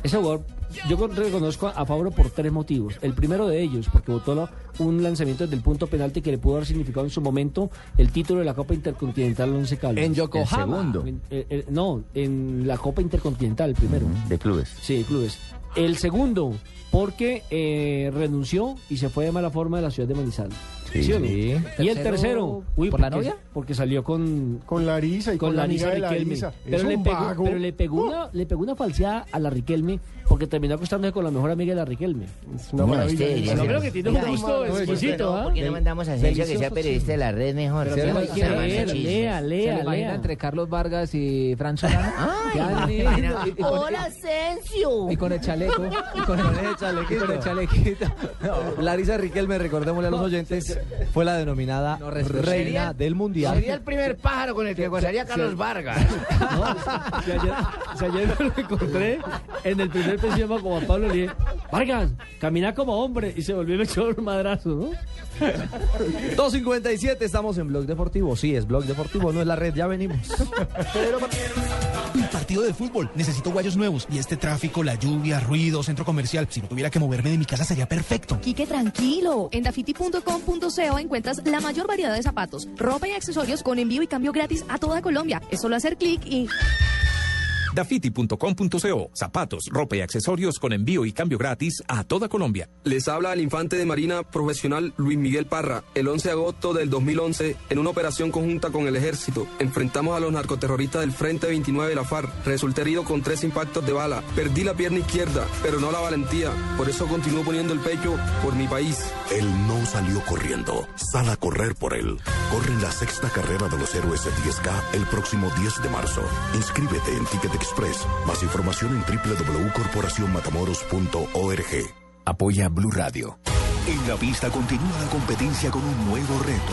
Speaker 5: Ese jugador, yo con- reconozco a Fabro por tres motivos. El primero de ellos, porque votó la- un lanzamiento desde el punto penalti que le pudo haber significado en su momento el título de la Copa Intercontinental Once Caldas.
Speaker 6: En Yokohama.
Speaker 5: El segundo. En- eh, eh, no, en la Copa Intercontinental primero.
Speaker 20: De clubes.
Speaker 5: Sí, de clubes. El segundo, porque eh, renunció y se fue de mala forma de la ciudad de Manizales.
Speaker 20: Sí.
Speaker 5: o no?
Speaker 4: Sí.
Speaker 5: Y el tercero, uy,
Speaker 6: ¿por la
Speaker 5: porque-
Speaker 6: novia?
Speaker 5: Porque salió con,
Speaker 17: Con la Arisa y con, la amiga de la
Speaker 5: Riquelme.
Speaker 17: Arisa. Es
Speaker 5: Pero le,
Speaker 17: un
Speaker 5: pegó,
Speaker 17: vago.
Speaker 5: pero le pegó una, le pegó una falseada a la Riquelme porque terminó acostándose con la mejor amiga de la Riquelme.
Speaker 17: Es una
Speaker 3: No,
Speaker 17: maravilla.
Speaker 3: este-
Speaker 17: Es
Speaker 3: no
Speaker 17: una
Speaker 3: creo
Speaker 5: que tiene un
Speaker 17: maravilla.
Speaker 5: gusto
Speaker 17: No, es-
Speaker 5: exquisito. ¿ah?
Speaker 9: ¿Por qué no mandamos a Sergio que sea
Speaker 4: Delicioso,
Speaker 9: periodista de la red mejor?
Speaker 6: Pero
Speaker 3: Sí,
Speaker 6: se
Speaker 3: no,
Speaker 6: lo
Speaker 3: no,
Speaker 6: quiere
Speaker 3: no, no,
Speaker 6: leer,
Speaker 3: no, no,
Speaker 5: lea,
Speaker 6: Se lo
Speaker 5: lea,
Speaker 6: imagina
Speaker 5: lea.
Speaker 6: entre Carlos Vargas y Fran Solano. Ya,
Speaker 3: Ay,
Speaker 6: ni- y- y con-
Speaker 9: Hola, Asensio.
Speaker 6: Y con el chaleco. Y con
Speaker 4: Con el chalequito.
Speaker 6: y con el chalequito.
Speaker 4: Larisa Riquelme, recordémosle a los oyentes, fue la denominada
Speaker 6: No, respeta.
Speaker 4: reina del mundial.
Speaker 3: Sería el primer pájaro con el que gozaría Carlos Vargas.
Speaker 5: ¿no? Si ayer, si ayer me lo encontré en el primer pensamiento como a Pablo, le dije, Vargas, camina como hombre. Y se volvió y me echó un madrazo, ¿no?
Speaker 4: 257, estamos en Blog Deportivo. Sí, es Blog Deportivo, no es la red, ya venimos.
Speaker 21: Un partido de fútbol. Necesito guayos nuevos. Y este tráfico, la lluvia, ruido, centro comercial. Si no tuviera que moverme de mi casa sería perfecto.
Speaker 22: Quique, tranquilo. En dafiti.com.co encuentras la mayor variedad de zapatos, ropa y accesorios con envío y cambio gratis a toda Colombia. Es solo hacer clic y...
Speaker 16: Dafiti.com.co. Zapatos, ropa y accesorios con envío y cambio gratis a toda Colombia.
Speaker 23: Les habla el infante de Marina profesional Luis Miguel Parra. El 11 de agosto del 2011, en una operación conjunta con el ejército, enfrentamos a los narcoterroristas del Frente 29 de la FARC. Resulté herido con tres impactos de bala. Perdí la pierna izquierda, pero no la valentía. Por eso continúo poniendo el pecho por mi país.
Speaker 24: Él no salió corriendo, sal a correr por él. Corre la sexta carrera de los héroes de 10K el próximo 10 de marzo. Inscríbete en Ticket Express. Más información en www.corporacionmatamoros.org. Apoya Blue Radio. En la pista continúa la competencia con un nuevo reto.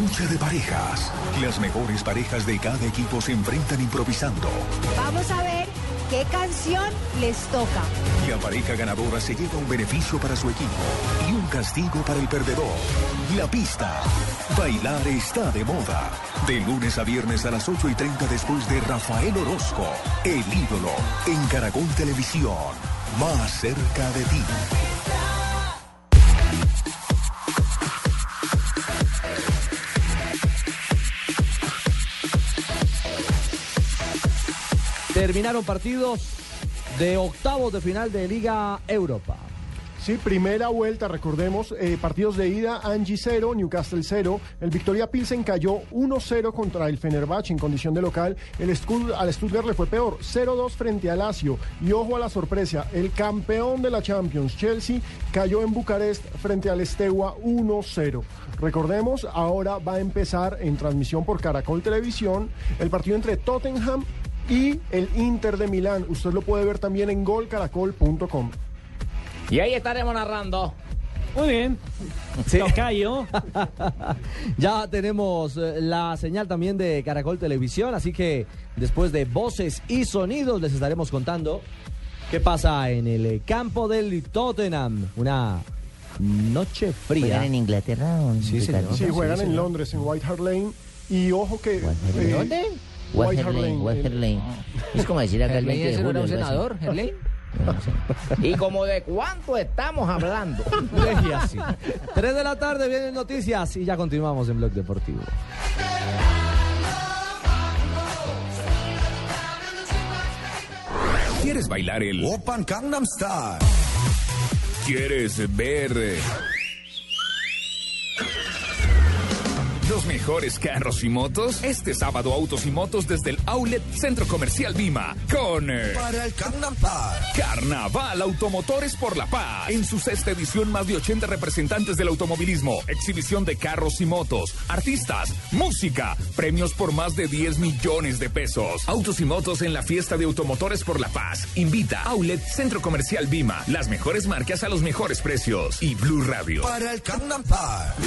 Speaker 24: Lucha de parejas. Las mejores parejas de cada equipo se enfrentan improvisando.
Speaker 25: Vamos a ver qué canción les toca.
Speaker 24: La pareja ganadora se lleva un beneficio para su equipo y un castigo para el perdedor. La pista. Bailar está de moda. De lunes a viernes a las 8 y 30 después de Rafael Orozco, el ídolo, en Caracol Televisión. Más cerca de ti.
Speaker 4: Terminaron partidos de octavos de final de Liga Europa.
Speaker 17: Sí, primera vuelta, recordemos, eh, partidos de ida, Angie 0, Newcastle 0, el Victoria Pilsen cayó 1-0 contra el Fenerbahce en condición de local, el Stud- al Stuttgart le fue peor, 0-2 frente al Lazio, y ojo a la sorpresa, el campeón de la Champions, Chelsea, cayó en Bucarest frente al Estewa 1-0. Recordemos, ahora va a empezar en transmisión por Caracol Televisión el partido entre Tottenham y el Inter de Milán, usted lo puede ver también en golcaracol.com.
Speaker 26: Y ahí estaremos narrando.
Speaker 5: Muy bien. Tocayo.
Speaker 4: Ya tenemos eh, la señal también de Caracol Televisión, así que después de voces y sonidos les estaremos contando qué pasa en el eh, campo del Tottenham. Una noche fría.
Speaker 7: ¿Juegan en Inglaterra o en
Speaker 4: Sí, señor.
Speaker 7: Ricardo?
Speaker 17: Sí, juegan en
Speaker 4: señor.
Speaker 17: Londres, en White Hart Lane. Y ojo que. eh,
Speaker 7: ¿Dónde?
Speaker 17: White
Speaker 7: Water
Speaker 17: Hart
Speaker 7: Lane,
Speaker 17: Lane.
Speaker 7: Water Lane.
Speaker 4: Ah.
Speaker 7: Es como decir acá el
Speaker 6: Herley,
Speaker 7: 20 de
Speaker 6: ese no era
Speaker 7: julio.
Speaker 6: un
Speaker 7: algo así.
Speaker 6: senador, Herley.
Speaker 26: ¿Y como de cuánto estamos hablando?
Speaker 4: Legia, sí. Tres de la tarde vienen noticias y ya continuamos en Blog Deportivo.
Speaker 1: ¿Quieres bailar el Open Gangnam Style? ¿Quieres ver eh, los mejores carros y motos? Este sábado Autos y Motos desde el Outlet Centro Comercial Dima con eh,
Speaker 24: Para el Gangnam Style.
Speaker 1: Carnaval Automotores por la Paz. En su sexta edición, más de 80 representantes del automovilismo, exhibición de carros y motos, artistas, música, premios por más de 10 millones de pesos. Autos y motos en la fiesta de Automotores por la Paz. Invita Outlet Centro Comercial Vima, las mejores marcas a los mejores precios y Blue Radio.
Speaker 24: Para el Gangnam Style.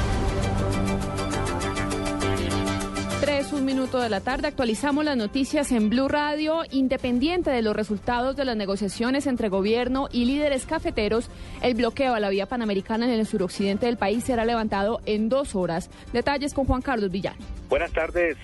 Speaker 27: Tres, un minuto de la tarde. Actualizamos las noticias en Blue Radio. Independiente de los resultados de las negociaciones entre gobierno y líderes cafeteros, el bloqueo a la vía panamericana en el suroccidente del país será levantado en dos horas. Detalles con Juan Carlos Villani.
Speaker 28: Buenas tardes.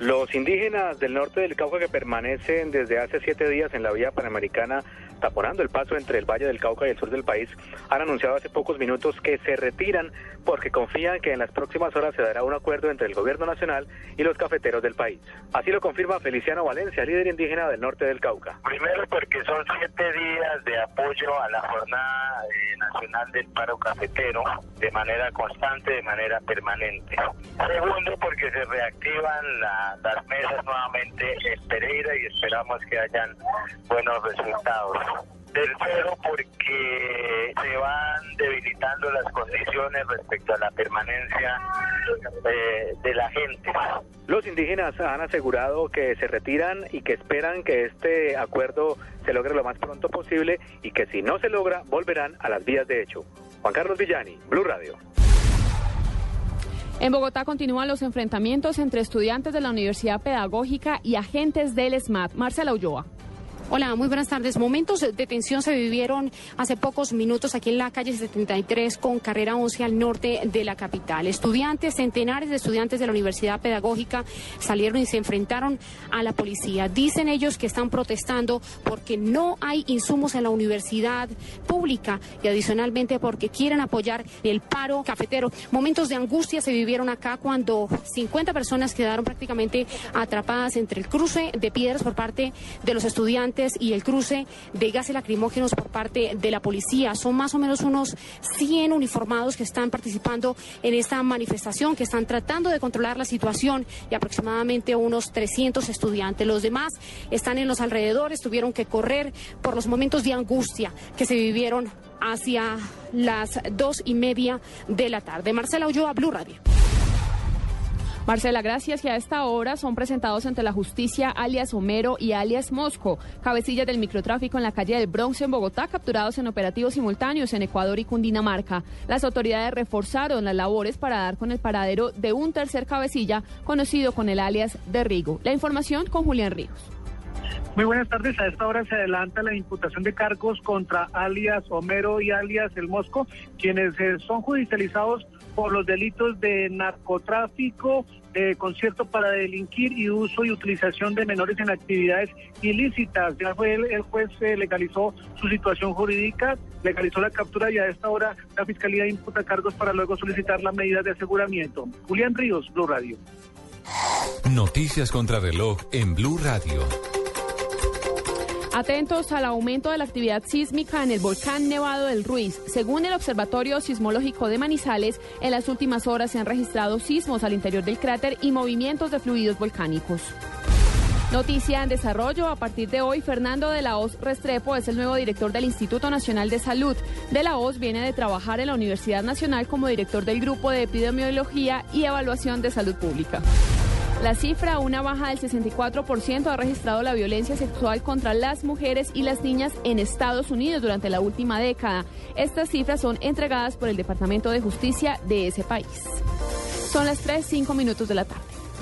Speaker 28: Los indígenas del norte del Cauca que permanecen desde hace siete días en la vía panamericana taponando el paso entre el Valle del Cauca y el sur del país han anunciado hace pocos minutos que se retiran porque confían que en las próximas horas se dará un acuerdo entre el gobierno nacional y los cafeteros del país. Así lo confirma Feliciano Valencia, líder indígena del norte del Cauca.
Speaker 29: Primero porque son siete días de apoyo a la jornada eh, nacional del paro cafetero de manera constante, de manera permanente. Segundo porque se reactivan la- las mesas nuevamente en Pereira y esperamos que hayan buenos resultados. Tercero porque se van debilitando las condiciones respecto a la permanencia eh, de la gente.
Speaker 28: Los indígenas han asegurado que se retiran y que esperan que este acuerdo se logre lo más pronto posible y que si no se logra volverán a las vías de hecho. Juan Carlos Villani, Blue Radio.
Speaker 27: En Bogotá continúan los enfrentamientos entre estudiantes de la Universidad Pedagógica y agentes del SMAT. Marcela Ulloa.
Speaker 30: Hola, muy buenas tardes. Momentos de tensión se vivieron hace pocos minutos aquí en la calle 73 con carrera 11 al norte de la capital. Estudiantes, centenares de estudiantes de la Universidad Pedagógica salieron y se enfrentaron a la policía. Dicen ellos que están protestando porque no hay insumos en la universidad pública y adicionalmente porque quieren apoyar el paro cafetero. Momentos de angustia se vivieron acá cuando 50 personas quedaron prácticamente atrapadas entre el cruce de piedras por parte de los estudiantes y el cruce de gases lacrimógenos por parte de la policía. Son más o menos unos 100 uniformados que están participando en esta manifestación, que están tratando de controlar la situación y aproximadamente unos 300 estudiantes. Los demás están en los alrededores, tuvieron que correr por los momentos de angustia que se vivieron hacia las dos y media de la tarde. Marcela Ulloa, Blue Radio.
Speaker 27: Marcela, gracias. Y a esta hora son presentados ante la justicia alias Homero y alias Mosco, cabecillas del microtráfico en la calle del Bronx en Bogotá, capturados en operativos simultáneos en Ecuador y Cundinamarca. Las autoridades reforzaron las labores para dar con el paradero de un tercer cabecilla conocido con el alias de Rigo. La información con Julián Ríos.
Speaker 25: Muy buenas tardes. A esta hora se adelanta la imputación de cargos contra alias Homero y alias El Mosco, quienes eh, son judicializados por los delitos de narcotráfico, de concierto para delinquir y uso y utilización de menores en actividades ilícitas. Ya fue el, el juez eh, legalizó su situación jurídica, legalizó la captura y a esta hora la fiscalía imputa cargos para luego solicitar las medidas de aseguramiento. Julián Ríos, Blue Radio.
Speaker 1: Noticias contra reloj en Blue Radio.
Speaker 27: Atentos al aumento de la actividad sísmica en el volcán Nevado del Ruiz. Según el Observatorio Sismológico de Manizales, en las últimas horas se han registrado sismos al interior del cráter y movimientos de fluidos volcánicos. Noticia en desarrollo. A partir de hoy, Fernando de la Hoz Restrepo es el nuevo director del Instituto Nacional de Salud. De la Hoz viene de trabajar en la Universidad Nacional como director del Grupo de Epidemiología y Evaluación de Salud Pública. La cifra, una baja del 64%, ha registrado la violencia sexual contra las mujeres y las niñas en Estados Unidos durante la última década. Estas cifras son entregadas por el Departamento de Justicia de ese país. Son las 3, 5 minutos de la tarde.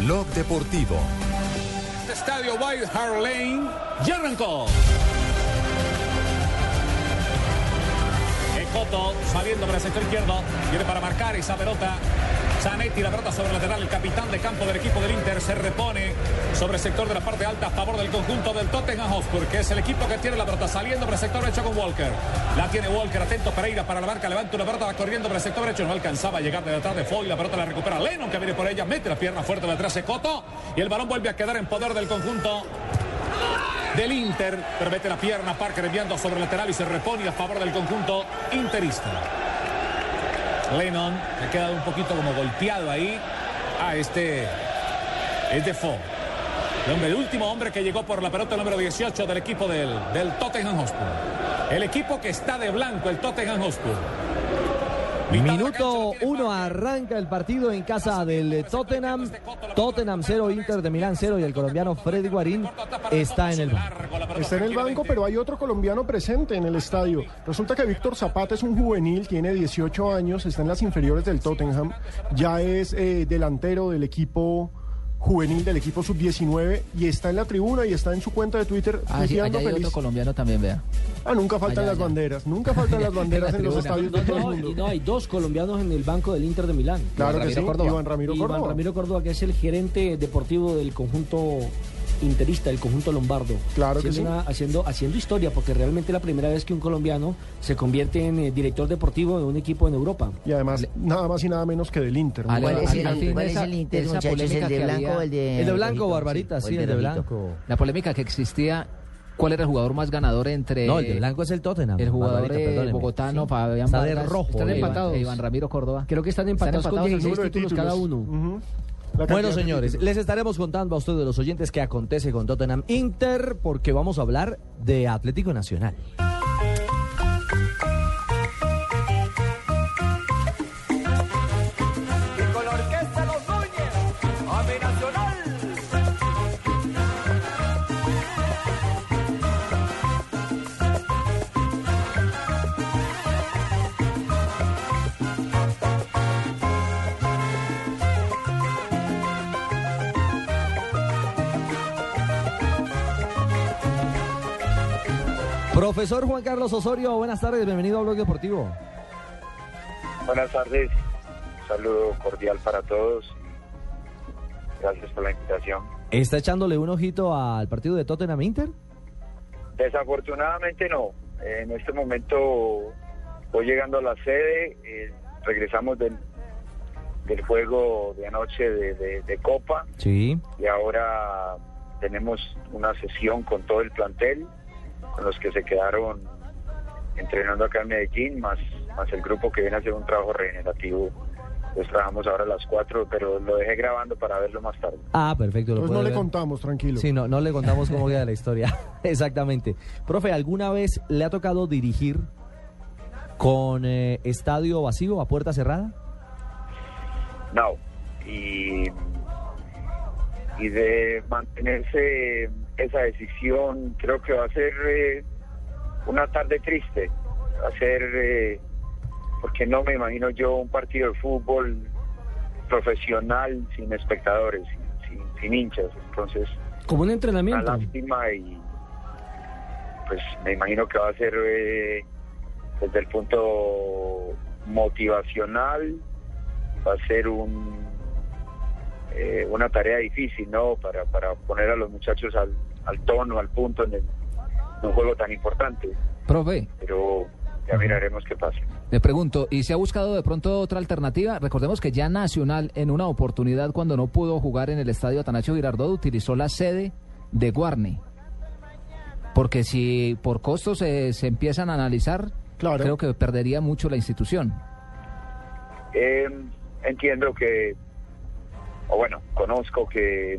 Speaker 1: Blog Deportivo.
Speaker 31: Estadio White Hart Lane ya arrancó. Escoto Eh, saliendo para el sector izquierdo. Viene para marcar esa pelota. Zanetti, la pelota sobre el lateral, el capitán de campo del equipo del Inter se repone sobre el sector de la parte alta a favor del conjunto del Tottenham Hotspur, que es el equipo que tiene la pelota saliendo para el sector derecho con Walker. La tiene Walker, atento Pereira para la marca, levanta una pelota, va corriendo para el sector derecho, no alcanzaba a llegar de atrás de Foy, la pelota la recupera Lennon, que viene por ella, mete la pierna fuerte detrás de Coto y el balón vuelve a quedar en poder del conjunto del Inter, pero mete la pierna Parker enviando sobre el lateral y se repone a favor del conjunto interista. Lennon ha quedado un poquito como golpeado ahí a ah, este es Defoe. El, hombre, el último hombre que llegó por la pelota número 18 del equipo del, del Tottenham Hotspur. El equipo que está de blanco, el Tottenham Hotspur.
Speaker 4: Minuto 1 arranca el partido en casa del Tottenham. Tottenham 0, Inter de Milán 0 y el colombiano Freddy Guarín está en el banco.
Speaker 17: Está en el banco, pero hay otro colombiano presente en el estadio. Resulta que Víctor Zapata es un juvenil, tiene 18 años, está en las inferiores del Tottenham, ya es eh, delantero del equipo juvenil del equipo sub-19 y está en la tribuna y está en su cuenta de Twitter.
Speaker 6: Ah, sí, allá
Speaker 17: tuiteando
Speaker 6: hay
Speaker 17: Pues feliz.
Speaker 6: otro colombiano también, vea.
Speaker 17: Ah, nunca faltan
Speaker 6: Allá,
Speaker 17: las
Speaker 6: allá.
Speaker 17: banderas, nunca faltan las banderas en, los
Speaker 5: No,
Speaker 17: estadios de todo el
Speaker 5: no,
Speaker 17: mundo.
Speaker 5: y no, hay dos colombianos en el banco del Inter de Milán.
Speaker 17: Claro que sí, Iván Ramiro
Speaker 5: Y Iván
Speaker 17: Córdoba.
Speaker 5: Ramiro Córdoba, que es el gerente deportivo del conjunto interista, del conjunto lombardo.
Speaker 17: Claro que
Speaker 5: haciendo
Speaker 17: sí.
Speaker 5: haciendo, haciendo historia, porque realmente es la primera vez que un colombiano se convierte en eh, director deportivo de un equipo en Europa.
Speaker 17: Y además, nada más y nada menos que del Inter.
Speaker 4: Ale-
Speaker 17: Bueno,
Speaker 4: Ale-
Speaker 17: al fin
Speaker 4: ¿Cuál es
Speaker 17: esa-
Speaker 4: el Inter,
Speaker 17: esa
Speaker 4: muchachos? ¿Es el
Speaker 17: polémica
Speaker 4: de
Speaker 17: que
Speaker 4: blanco
Speaker 17: había-
Speaker 4: o el de El de blanco, Rojito? Barbarita, Sí, o el sí, el de de Rojito. blanco.
Speaker 6: La polémica que existía, ¿cuál era el jugador más ganador entre...
Speaker 4: No, el de blanco es el Tottenham.
Speaker 6: El jugador
Speaker 4: Barbarita,
Speaker 6: eh,
Speaker 4: perdóneme.
Speaker 6: bogotano,
Speaker 4: Sí.
Speaker 6: Fabián
Speaker 4: Está de
Speaker 6: Vargas,
Speaker 4: rojo.
Speaker 6: Están
Speaker 4: Iván-
Speaker 6: empatados.
Speaker 4: Iván
Speaker 6: Ramiro Córdoba.
Speaker 5: Creo que están
Speaker 6: empatados con 16 títulos cada uno.
Speaker 4: Bueno, señores, les estaremos contando a ustedes, los oyentes, qué acontece con Tottenham Inter, porque vamos a hablar de Atlético Nacional.
Speaker 22: y con la orquesta Los Núñez, a mi nacional.
Speaker 4: Profesor Juan Carlos Osorio, buenas tardes, bienvenido a Blog Deportivo.
Speaker 31: Buenas tardes, un saludo cordial para todos. Gracias por la invitación.
Speaker 4: ¿Está echándole un ojito al partido de Tottenham Inter?
Speaker 31: Desafortunadamente no. En este momento voy llegando a la sede. eh, regresamos del, del juego de anoche de, de- de Copa
Speaker 4: Sí.
Speaker 31: y ahora tenemos una sesión con todo el plantel, con los que se quedaron entrenando acá en Medellín, más, más el grupo que viene a hacer un trabajo regenerativo
Speaker 29: Estábamos ahora a las 4, pero lo dejé grabando para verlo más tarde.
Speaker 4: Ah, perfecto.
Speaker 17: Entonces no
Speaker 4: puede
Speaker 17: le
Speaker 4: ver.
Speaker 17: contamos, tranquilo.
Speaker 4: Sí, no, no le contamos cómo queda la historia. Exactamente. Profe, ¿alguna vez le ha tocado dirigir con eh, estadio vacío a puerta cerrada?
Speaker 29: No. Y, y de mantenerse esa decisión, creo que va a ser eh, una tarde triste. Va a ser, eh, porque no me imagino yo un partido de fútbol profesional sin espectadores, sin, sin- sin hinchas. Entonces,
Speaker 5: Como un
Speaker 29: una
Speaker 5: entrenamiento.
Speaker 29: lástima y pues me imagino que va a ser eh, desde el punto motivacional va a ser un eh, una tarea difícil no para, para poner a los muchachos al, al tono al punto en, el- en un juego tan importante
Speaker 6: Profe,
Speaker 29: pero ya miraremos qué pasa
Speaker 6: le pregunto, ¿y se ha buscado de pronto otra alternativa? Recordemos que ya Nacional, en una oportunidad cuando no pudo jugar en el estadio Atanasio Girardot, utilizó la sede de Guarne. Porque si por costos eh, se empiezan a analizar, creo que perdería mucho la institución.
Speaker 29: Eh, entiendo que, o bueno, conozco que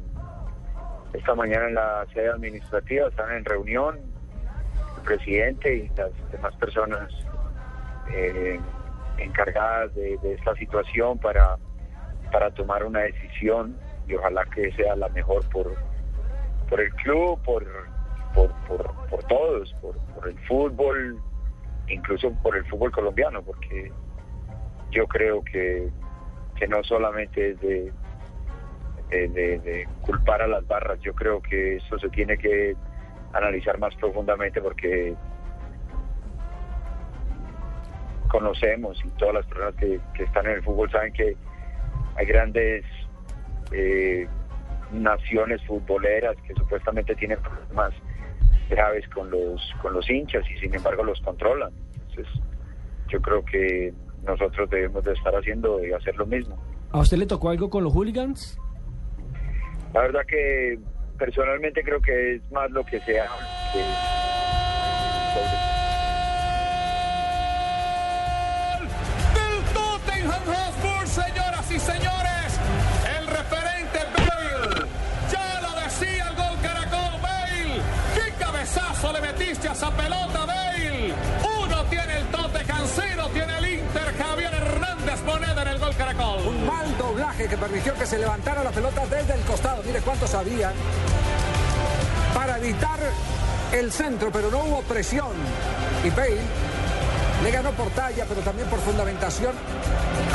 Speaker 29: esta mañana en la sede administrativa están en reunión el presidente y las demás personas eh, encargadas de, de esta situación para, para tomar una decisión y ojalá que sea la mejor por, por el club, por, por, por, por todos, por, por el fútbol, incluso por el fútbol colombiano, porque yo creo que, que no solamente es de, de- de- de culpar a las barras, yo creo que eso se tiene que analizar más profundamente porque conocemos y todas las personas que, que están en el fútbol saben que hay grandes eh, naciones futboleras que supuestamente tienen problemas graves con los con los hinchas y sin embargo los controlan. Entonces, yo creo que nosotros debemos de estar haciendo y hacer lo mismo.
Speaker 5: ¿A usted le tocó algo con los hooligans?
Speaker 29: La verdad que personalmente creo que es más lo que se habla que- sobre-
Speaker 31: del Tottenham Hotspur, señoras y señores. El referente Bale. Ya lo decía el gol Caracol Bale. ¡Qué cabezazo le metiste a esa pelota, Bale! Uno tiene el Tottenham, cero tiene el Inter. Javier Hernández Moneda en el gol Caracol.
Speaker 22: Un mal doblaje que permitió que se levantara la pelota desde el costado. Mire cuántos había. Para evitar el centro, pero no hubo presión. Y Bale le ganó por talla, pero también por fundamentación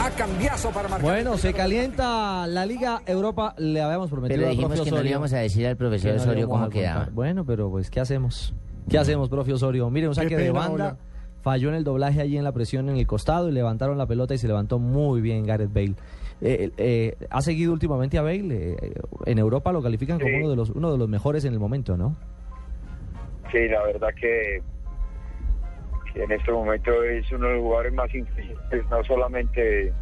Speaker 22: a cambiazo para marcar.
Speaker 4: Bueno, se calienta la Liga Europa. Le habíamos prometido
Speaker 7: Pero
Speaker 4: al
Speaker 7: dijimos
Speaker 4: profe
Speaker 7: que no le
Speaker 4: Osorio
Speaker 7: íbamos a decir al
Speaker 4: que
Speaker 7: profesor
Speaker 4: no le
Speaker 7: Osorio
Speaker 4: íbamos
Speaker 7: cómo
Speaker 4: a contar.
Speaker 7: quedaba.
Speaker 4: Bueno, pero pues, ¿qué hacemos? ¿Qué hacemos, profe Osorio? Mire, un
Speaker 7: Qué
Speaker 4: saque de
Speaker 7: pena,
Speaker 4: banda.
Speaker 7: hola.
Speaker 4: Falló en el doblaje allí en la presión en el costado y levantaron la pelota y se levantó muy bien Gareth Bale. Eh, eh, ha seguido últimamente a Bale. eh, en Europa lo califican como
Speaker 29: Sí.
Speaker 4: uno de los uno de los mejores en el momento, ¿no?
Speaker 29: Sí, la verdad que, que en este momento es uno de los jugadores más influyentes, no solamente de,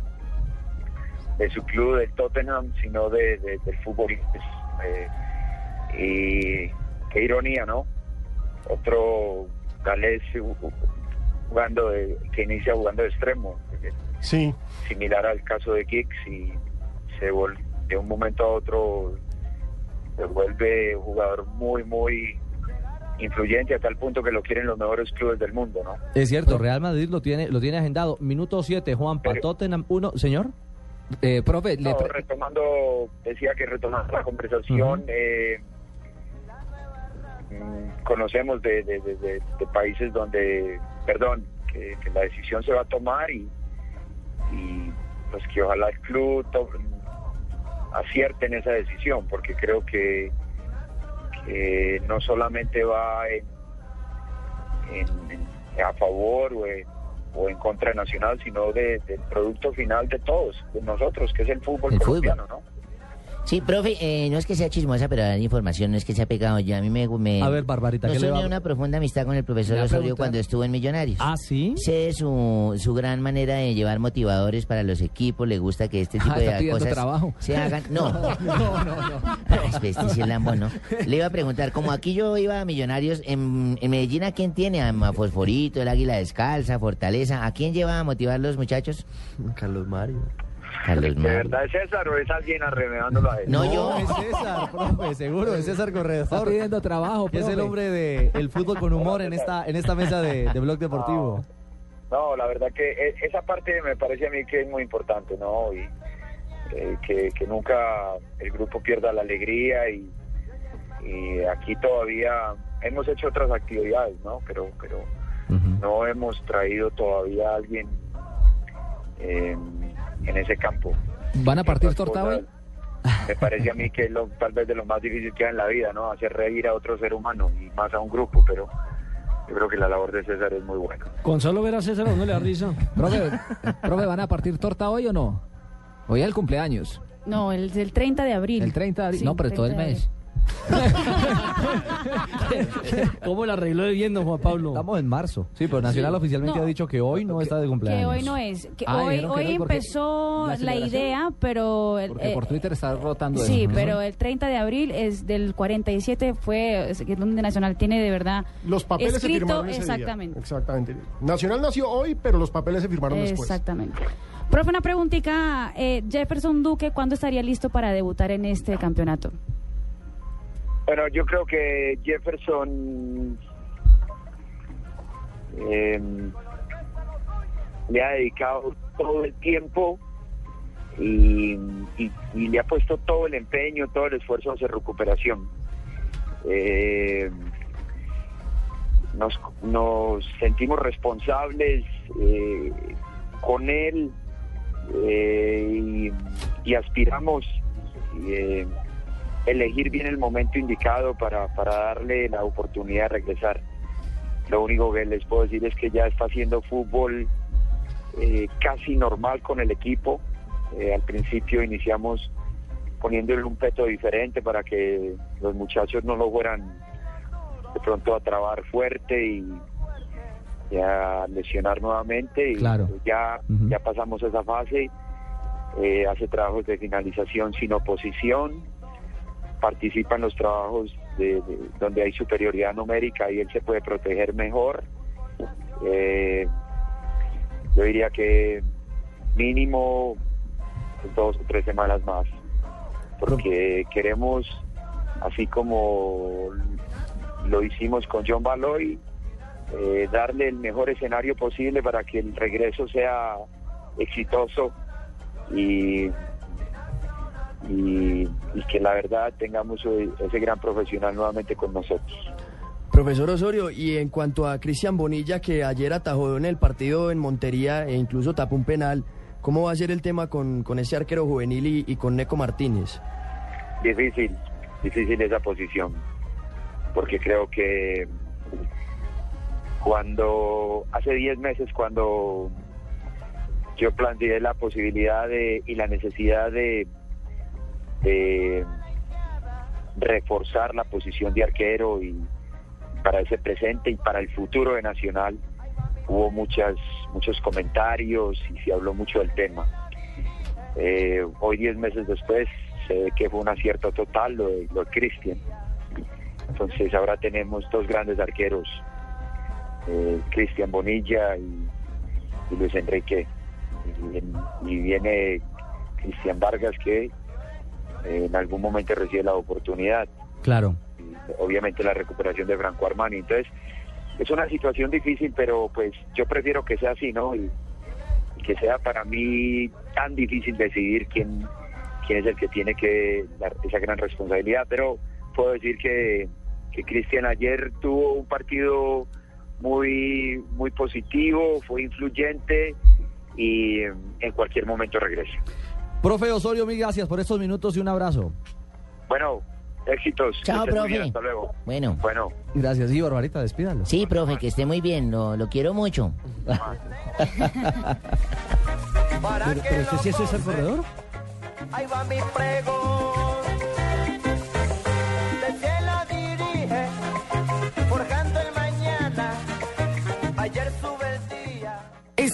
Speaker 29: de su club, del Tottenham, sino de, de- del fútbol. inglés. Eh, y qué ironía, ¿no? Otro galés ju- ju- jugando de- que inicia jugando de extremo, eh,
Speaker 17: Sí.
Speaker 29: similar al caso de Giggs y se vol- de un momento a otro se vuelve un jugador muy, muy influyente a tal punto que lo quieren los mejores clubes del mundo, ¿no?
Speaker 4: Es
Speaker 7: Pues
Speaker 4: cierto, Real Madrid lo tiene lo tiene agendado. Minuto 7, Juan Tottenham 1. Señor. Eh, Pues,
Speaker 6: profe,
Speaker 29: No, retomando, decía que retomando la conversación, eh, mm, conocemos de, de- de- de- de países donde, perdón, que, que la decisión se va a tomar y, y, pues que ojalá el club to- acierte en esa decisión, porque creo que, que no solamente va en- en- en- a favor o en o en contra de Nacional, sino de- del producto final de todos, de nosotros, que es el fútbol colombiano, ¿no?
Speaker 7: Sí, profe, eh, no es que sea chismosa, pero la información no es que sea pecado. Yo a mí me... me
Speaker 4: A ver, Barbarita, ¿qué
Speaker 7: Nos
Speaker 4: le va
Speaker 7: une
Speaker 4: a-
Speaker 7: una profunda amistad con el profesor
Speaker 4: ¿Le va a
Speaker 7: Osorio
Speaker 4: preguntar?
Speaker 7: cuando estuvo en Millonarios.
Speaker 4: Ah, ¿sí?
Speaker 7: Sé su, su gran manera de llevar motivadores para los equipos. Le gusta que este tipo
Speaker 6: Ah,
Speaker 7: de
Speaker 6: está pidiendo
Speaker 7: cosas
Speaker 6: trabajo.
Speaker 7: se hagan... No,
Speaker 6: no, no. no.
Speaker 7: Pues, pues, dice el Lambo, ¿no? Le iba a preguntar, como aquí yo iba a Millonarios, en, en Medellín, ¿a quién tiene? A, a Fosforito, el Águila Descalza, Fortaleza. ¿A quién lleva a motivar los muchachos?
Speaker 16: Carlos Mario.
Speaker 7: Carlos
Speaker 29: ¿De verdad es César o es alguien arremedándolo a él?
Speaker 4: No, es César, profe, seguro, es César
Speaker 6: Está
Speaker 4: Corredor.
Speaker 6: pidiendo trabajo,
Speaker 4: que es el
Speaker 6: profe.
Speaker 4: hombre del fútbol con humor en esta, en esta mesa de, de Blog Deportivo.
Speaker 29: No, la verdad que e- esa parte me parece a mí que es muy importante, ¿no? Y eh, que, que nunca el grupo pierda la alegría y, y aquí todavía hemos hecho otras actividades, ¿no? Pero, pero no hemos traído todavía a alguien eh, en ese campo.
Speaker 6: ¿Van a partir
Speaker 29: Esas
Speaker 6: torta
Speaker 29: cosas
Speaker 6: hoy?
Speaker 29: Me parece a mí que es lo, tal vez de lo más difícil que hay en la vida, ¿no? Hacer reír a otro ser humano y más a un grupo, pero yo creo que la labor de César es muy buena.
Speaker 5: Con solo ver a César, ¿a uno le da risa?
Speaker 6: Profe, profe, ¿van a partir torta hoy o no? Hoy es el cumpleaños.
Speaker 16: No, el del 30 de abril.
Speaker 6: El 30 de abril. no, pero todo el
Speaker 16: 30 de
Speaker 6: mes.
Speaker 5: ¿Cómo la arregló de bien, don Juan Pablo?
Speaker 4: Estamos en marzo. Sí, pero Nacional
Speaker 16: Sí.
Speaker 4: oficialmente
Speaker 16: No.
Speaker 4: ha dicho que hoy no está de cumpleaños.
Speaker 16: Que hoy no es. Que
Speaker 4: Ah,
Speaker 16: hoy
Speaker 4: dijeron que
Speaker 16: hoy
Speaker 4: no, porque
Speaker 16: empezó
Speaker 4: la
Speaker 16: la,
Speaker 4: celebración-
Speaker 16: idea, pero. el-
Speaker 6: Porque
Speaker 16: eh,
Speaker 6: por Twitter está rotando eso.
Speaker 17: pues
Speaker 16: Sí, pero el 30 de abril es del 47 fue es que es donde Nacional tiene de verdad
Speaker 17: Los papeles
Speaker 16: escrito
Speaker 17: se firmaron ese día.
Speaker 16: exactamente.
Speaker 17: Exactamente. Nacional nació hoy, pero los papeles se firmaron después.
Speaker 16: Exactamente. Profe, una preguntita, eh, Jefferson Duque, ¿cuándo estaría listo para debutar en este campeonato?
Speaker 29: Bueno, yo creo que Jefferson eh, le ha dedicado todo el tiempo y, y- y le ha puesto todo el empeño, todo el esfuerzo hacia recuperación. Eh, nos, nos sentimos responsables eh, con él eh, y, y aspiramos eh, elegir bien el momento indicado para, para darle la oportunidad de regresar. Lo único que les puedo decir es que ya está haciendo fútbol eh, casi normal con el equipo. Eh, al principio iniciamos poniéndole un peto diferente para que los muchachos no lo fueran de pronto a trabar fuerte y, y a lesionar nuevamente. Y pues
Speaker 4: Claro.
Speaker 29: ya, ya pasamos esa fase. Eh, hace trabajos de finalización sin oposición participa en los trabajos de, de- donde hay superioridad numérica y él se puede proteger mejor. Eh, yo diría que mínimo dos o tres semanas más, porque queremos, así como lo hicimos con John Baloy, eh, darle el mejor escenario posible para que el regreso sea exitoso y y, y que la verdad tengamos eh, ese gran profesional nuevamente con nosotros.
Speaker 21: Profesor Osorio, y en cuanto a Cristian Bonilla, que ayer atajó en el partido en Montería e incluso tapó un penal, ¿cómo va a ser el tema con, con ese arquero juvenil y, y con Neco Martínez?
Speaker 29: Difícil, difícil esa posición, porque creo que cuando, hace 10 meses cuando yo planteé la posibilidad de, y la necesidad de, de reforzar la posición de arquero y para ese presente y para el futuro de Nacional, hubo muchas, muchos comentarios y se habló mucho del tema. Eh, hoy, 10 meses después, se ve que fue un acierto total lo de, lo de Cristian. Entonces, ahora tenemos dos grandes arqueros, eh, Cristian Bonilla y, y Luis Enrique. Y, en- y viene Cristian Vargas, que eh, en algún momento recibe la oportunidad.
Speaker 4: Claro.
Speaker 29: Obviamente, la recuperación de Franco Armani. Entonces, es una situación difícil, pero pues yo prefiero que sea así, ¿no? Y, y que sea para mí tan difícil decidir quién, quién es el que tiene que dar esa gran responsabilidad, pero puedo decir que, que Cristian ayer tuvo un partido muy, muy positivo, fue influyente y eh, en cualquier momento regresa.
Speaker 4: Profe Osorio, mil gracias por estos minutos y un abrazo.
Speaker 29: Bueno, éxitos.
Speaker 7: Chao,
Speaker 29: Que estés muy bien,
Speaker 7: profe.
Speaker 29: Hasta luego.
Speaker 7: Bueno.
Speaker 29: Bueno.
Speaker 4: Gracias, y Barbarita, despídalo.
Speaker 7: Sí, profe, que esté muy bien, lo, lo quiero mucho.
Speaker 4: ¿Pero, pero usted sí es César Corredor?
Speaker 15: Ahí va mi pregón. Desde la dirige, forjando el mañana. Ayer sube el día.
Speaker 32: Es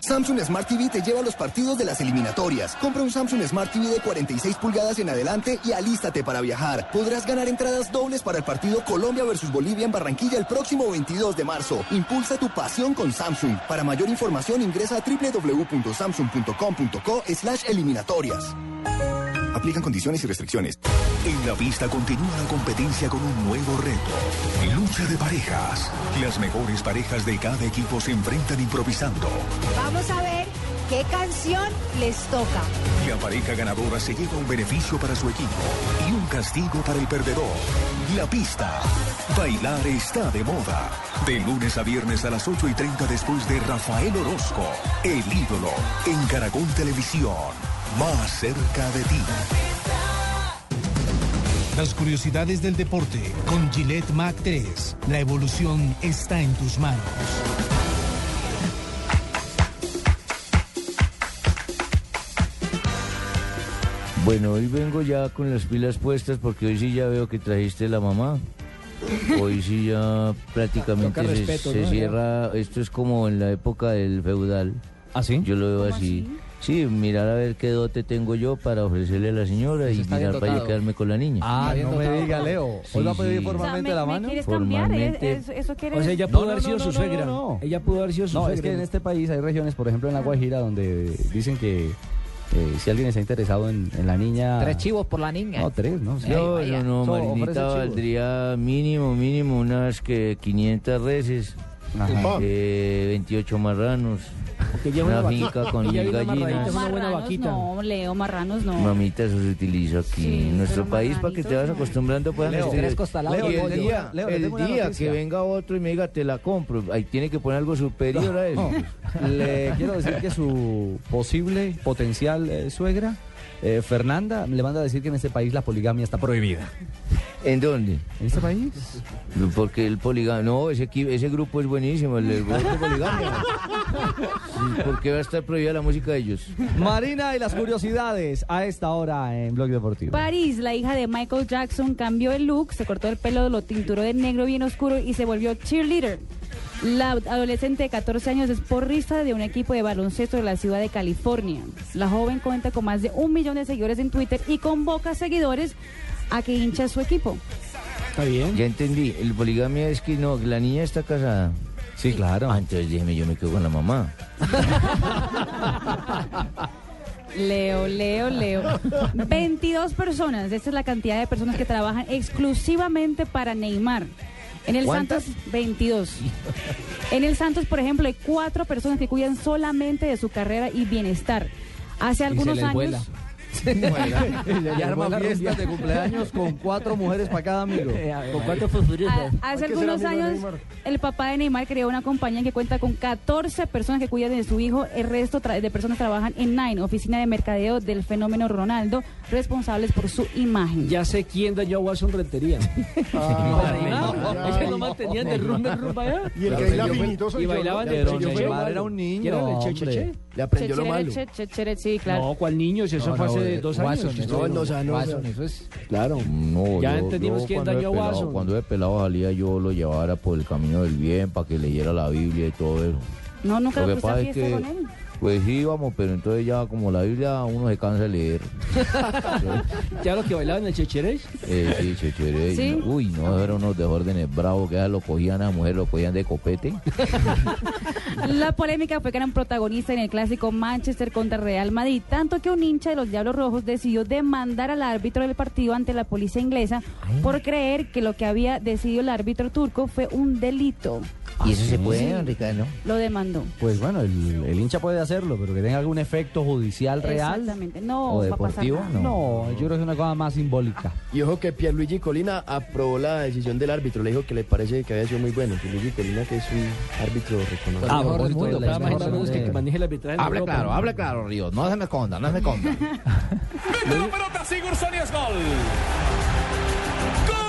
Speaker 33: Samsung Smart TV te lleva a los partidos de las eliminatorias. Compra un Samsung Smart TV de 46 pulgadas en adelante y alístate para viajar. Podrás ganar entradas dobles para el partido Colombia versus Bolivia en Barranquilla el próximo 22 de marzo. Impulsa tu pasión con Samsung. Para mayor información ingresa a www.samsung.com.co slash eliminatorias.
Speaker 24: Aplican condiciones y restricciones. En la pista continúa la competencia con un nuevo reto. Lucha de parejas. Las mejores parejas de cada equipo se enfrentan improvisando.
Speaker 32: Vamos a ver qué canción les toca.
Speaker 24: La pareja ganadora se lleva un beneficio para su equipo y un castigo para el perdedor. La pista. Bailar está de moda. De lunes a viernes a las 8 y 30 después de Rafael Orozco, el ídolo, en Caracol Televisión. Más cerca de ti.
Speaker 34: Las curiosidades del deporte con Gillette Mac 3. La evolución está en tus manos.
Speaker 8: Bueno, hoy vengo ya con las pilas puestas porque hoy sí ya veo que trajiste la mamá. Hoy sí ya prácticamente
Speaker 3: Toca
Speaker 8: se,
Speaker 3: respeto,
Speaker 8: se
Speaker 3: ¿no?
Speaker 8: cierra. Esto es como en la época del feudal. ¿Ah, sí? Yo lo veo así. Sí, mirar a ver qué dote tengo yo para ofrecerle a la señora y
Speaker 3: está
Speaker 8: mirar
Speaker 3: bien
Speaker 8: para yo
Speaker 3: dotado.
Speaker 8: quedarme con la niña.
Speaker 3: Ah, Está bien no me dotado. diga, Leo.
Speaker 8: Sí,
Speaker 3: ¿Hoy va a pedir
Speaker 8: sí.
Speaker 3: forma-
Speaker 8: Formalmente
Speaker 16: ¿me,
Speaker 8: la
Speaker 16: me
Speaker 8: mano?
Speaker 16: quieres cambiar? ¿Es-
Speaker 8: Formalmente.
Speaker 16: es- ¿Eso quiere
Speaker 5: O sea, ella
Speaker 16: No,
Speaker 5: pudo
Speaker 16: no,
Speaker 5: haber
Speaker 16: no,
Speaker 5: sido
Speaker 16: no,
Speaker 5: su
Speaker 16: no,
Speaker 5: suegra.
Speaker 16: no.
Speaker 5: Ella pudo haber sido su
Speaker 4: No,
Speaker 5: suegra.
Speaker 4: es que en este país hay regiones, por ejemplo en La Guajira, donde dicen que eh, si alguien está interesado en, en la niña...
Speaker 6: Tres chivos por la niña.
Speaker 4: No, tres, ¿no? Sí.
Speaker 8: No, no, no,
Speaker 4: So, ofrece
Speaker 8: Marinita
Speaker 4: chivos.
Speaker 8: valdría mínimo, mínimo unas que 500 reses,
Speaker 4: Ajá.
Speaker 8: eh, 28 marranos,
Speaker 5: lleva
Speaker 8: una
Speaker 5: una vaca-
Speaker 8: finca con
Speaker 5: ella
Speaker 8: mil
Speaker 5: lleva una
Speaker 8: gallinas.
Speaker 5: marranita, una buena
Speaker 16: Marranos
Speaker 5: vaquita.
Speaker 16: No, Leo, marranos no.
Speaker 8: Mamita, eso se utiliza aquí en nuestro país para que te vas acostumbrando. Puedan
Speaker 3: Leo,
Speaker 8: ustedes-
Speaker 3: tres costalados
Speaker 8: Y
Speaker 3: de
Speaker 8: el
Speaker 3: pollo.
Speaker 8: día,
Speaker 3: Leo, le
Speaker 8: el
Speaker 3: tengo una
Speaker 8: día
Speaker 3: noticia.
Speaker 8: que venga otro y me diga, te la compro, ahí tiene que poner algo superior a eso.
Speaker 4: Le quiero decir que
Speaker 8: es
Speaker 4: su posible, potencial eh, suegra, eh, Fernanda, le manda a decir que en este país la poligamia está prohibida.
Speaker 8: ¿En dónde?
Speaker 4: ¿En este país?
Speaker 8: Porque el poligamia, no, ese, equi- ese grupo es buenísimo, el, el grupo poligamia. Sí, ¿Por qué va a estar prohibida la música de ellos?
Speaker 3: Marina y las curiosidades a esta hora en Blog Deportivo.
Speaker 16: París, la hija de Michael Jackson, cambió el look, se cortó el pelo, lo tinturó de negro bien oscuro y se volvió cheerleader. La adolescente de 14 años es porrista de un equipo de baloncesto de la ciudad de California. La joven cuenta con más de un millón de seguidores en Twitter y convoca a seguidores a que hincha su equipo.
Speaker 8: Está bien. Ya entendí, el poligamia es que no, que la niña está casada. Sí, claro. Ah, entonces déjeme, yo me quedo con la mamá.
Speaker 16: Leo, Leo, Leo. 22 personas, esta es la cantidad de personas que trabajan exclusivamente para Neymar. En el
Speaker 6: ¿Cuántas?
Speaker 16: Santos, 22. En el Santos, por ejemplo, hay cuatro personas que cuidan solamente de su carrera y bienestar. Hace algunos
Speaker 3: les
Speaker 16: años...
Speaker 3: vuela. y arma fiestas de cumpleaños con cuatro mujeres para cada amigo.
Speaker 5: Con cuatro
Speaker 16: A- Hace
Speaker 3: Hay que ser
Speaker 16: algunos
Speaker 3: amigo de
Speaker 16: años,
Speaker 3: Neymar.
Speaker 16: el papá de Neymar creó una compañía que cuenta con 14 personas que cuidan de su hijo. El resto tra- de personas trabajan en Nine, oficina de mercadeo del fenómeno Ronaldo, responsables por su imagen.
Speaker 5: Ya sé quién dañó a Watson Rentería.
Speaker 16: no.
Speaker 5: Ellos no mantenían de rumbe rumba allá.
Speaker 10: Y el que
Speaker 5: Pero
Speaker 10: baila
Speaker 5: yo fui-
Speaker 10: finito soy
Speaker 5: Y
Speaker 10: yo, ¿no?
Speaker 5: bailaban
Speaker 10: Pero
Speaker 5: el che, che,
Speaker 10: Neymar
Speaker 5: che.
Speaker 10: era un niño,
Speaker 5: ¿Quién era el che, che,
Speaker 10: hombre.
Speaker 5: che?
Speaker 15: Le
Speaker 5: aprendió lo
Speaker 16: Chechere,
Speaker 5: malo.
Speaker 16: che- chechere, sí, claro.
Speaker 5: No, ¿cuál niño? Si eso
Speaker 15: No,
Speaker 5: fue
Speaker 15: no,
Speaker 5: hace
Speaker 15: eh,
Speaker 5: dos
Speaker 15: Watson,
Speaker 5: años.
Speaker 15: eso no, no, no,
Speaker 5: Watson,
Speaker 15: no.
Speaker 5: eso es.
Speaker 8: Claro. No,
Speaker 5: Ya
Speaker 8: yo-
Speaker 5: entendimos
Speaker 8: yo
Speaker 5: quién
Speaker 8: cuando
Speaker 5: dañó a
Speaker 8: de pelado-
Speaker 5: Watson.
Speaker 8: Cuando de pelado salía yo lo llevara por el camino del bien para que leyera la Biblia y todo eso.
Speaker 16: No, nunca
Speaker 8: Lo
Speaker 16: me
Speaker 8: que
Speaker 16: puse a
Speaker 8: pasa es
Speaker 16: fiesta
Speaker 8: que-
Speaker 16: con él.
Speaker 8: Pues sí íbamos, pero entonces ya como la Biblia uno se cansa de leer.
Speaker 5: ¿Ya los que bailaban el checherés?
Speaker 8: Eh, sí, chechere,
Speaker 5: ¿Sí?
Speaker 8: no, Uy, no, eran unos desórdenes bravos que ya lo cogían a la mujer, lo cogían de copete.
Speaker 16: La polémica fue que eran protagonistas en el clásico Manchester contra Real Madrid, tanto que un hincha de los Diablos Rojos decidió demandar al árbitro del partido ante la policía inglesa por creer que lo que había decidido el árbitro turco fue un delito.
Speaker 6: Y eso se puede,
Speaker 16: Sí.
Speaker 6: don Ricardo.
Speaker 16: Lo demandó.
Speaker 4: Pues bueno, el, el hincha puede hacerlo, pero que tenga algún efecto judicial real.
Speaker 16: Exactamente. No,
Speaker 4: ¿O
Speaker 16: va a pasar
Speaker 4: deportivo?
Speaker 16: nada.
Speaker 4: No. yo creo que es una cosa más simbólica.
Speaker 15: Y ojo que Pierluigi Colina aprobó la decisión del árbitro, le dijo que le parece que había sido muy bueno. Pierluigi Colina que es un árbitro reconocido.
Speaker 5: Ah, mejor del mundo. Nada más y nada menos que el que maneje el arbitraje. en
Speaker 15: Habla
Speaker 5: Europa.
Speaker 15: claro, habla
Speaker 6: Claro, Ríos, no se me esconda, no se me esconda.
Speaker 2: Mete la pelota Sigurdsson y es gol. ¡Gol!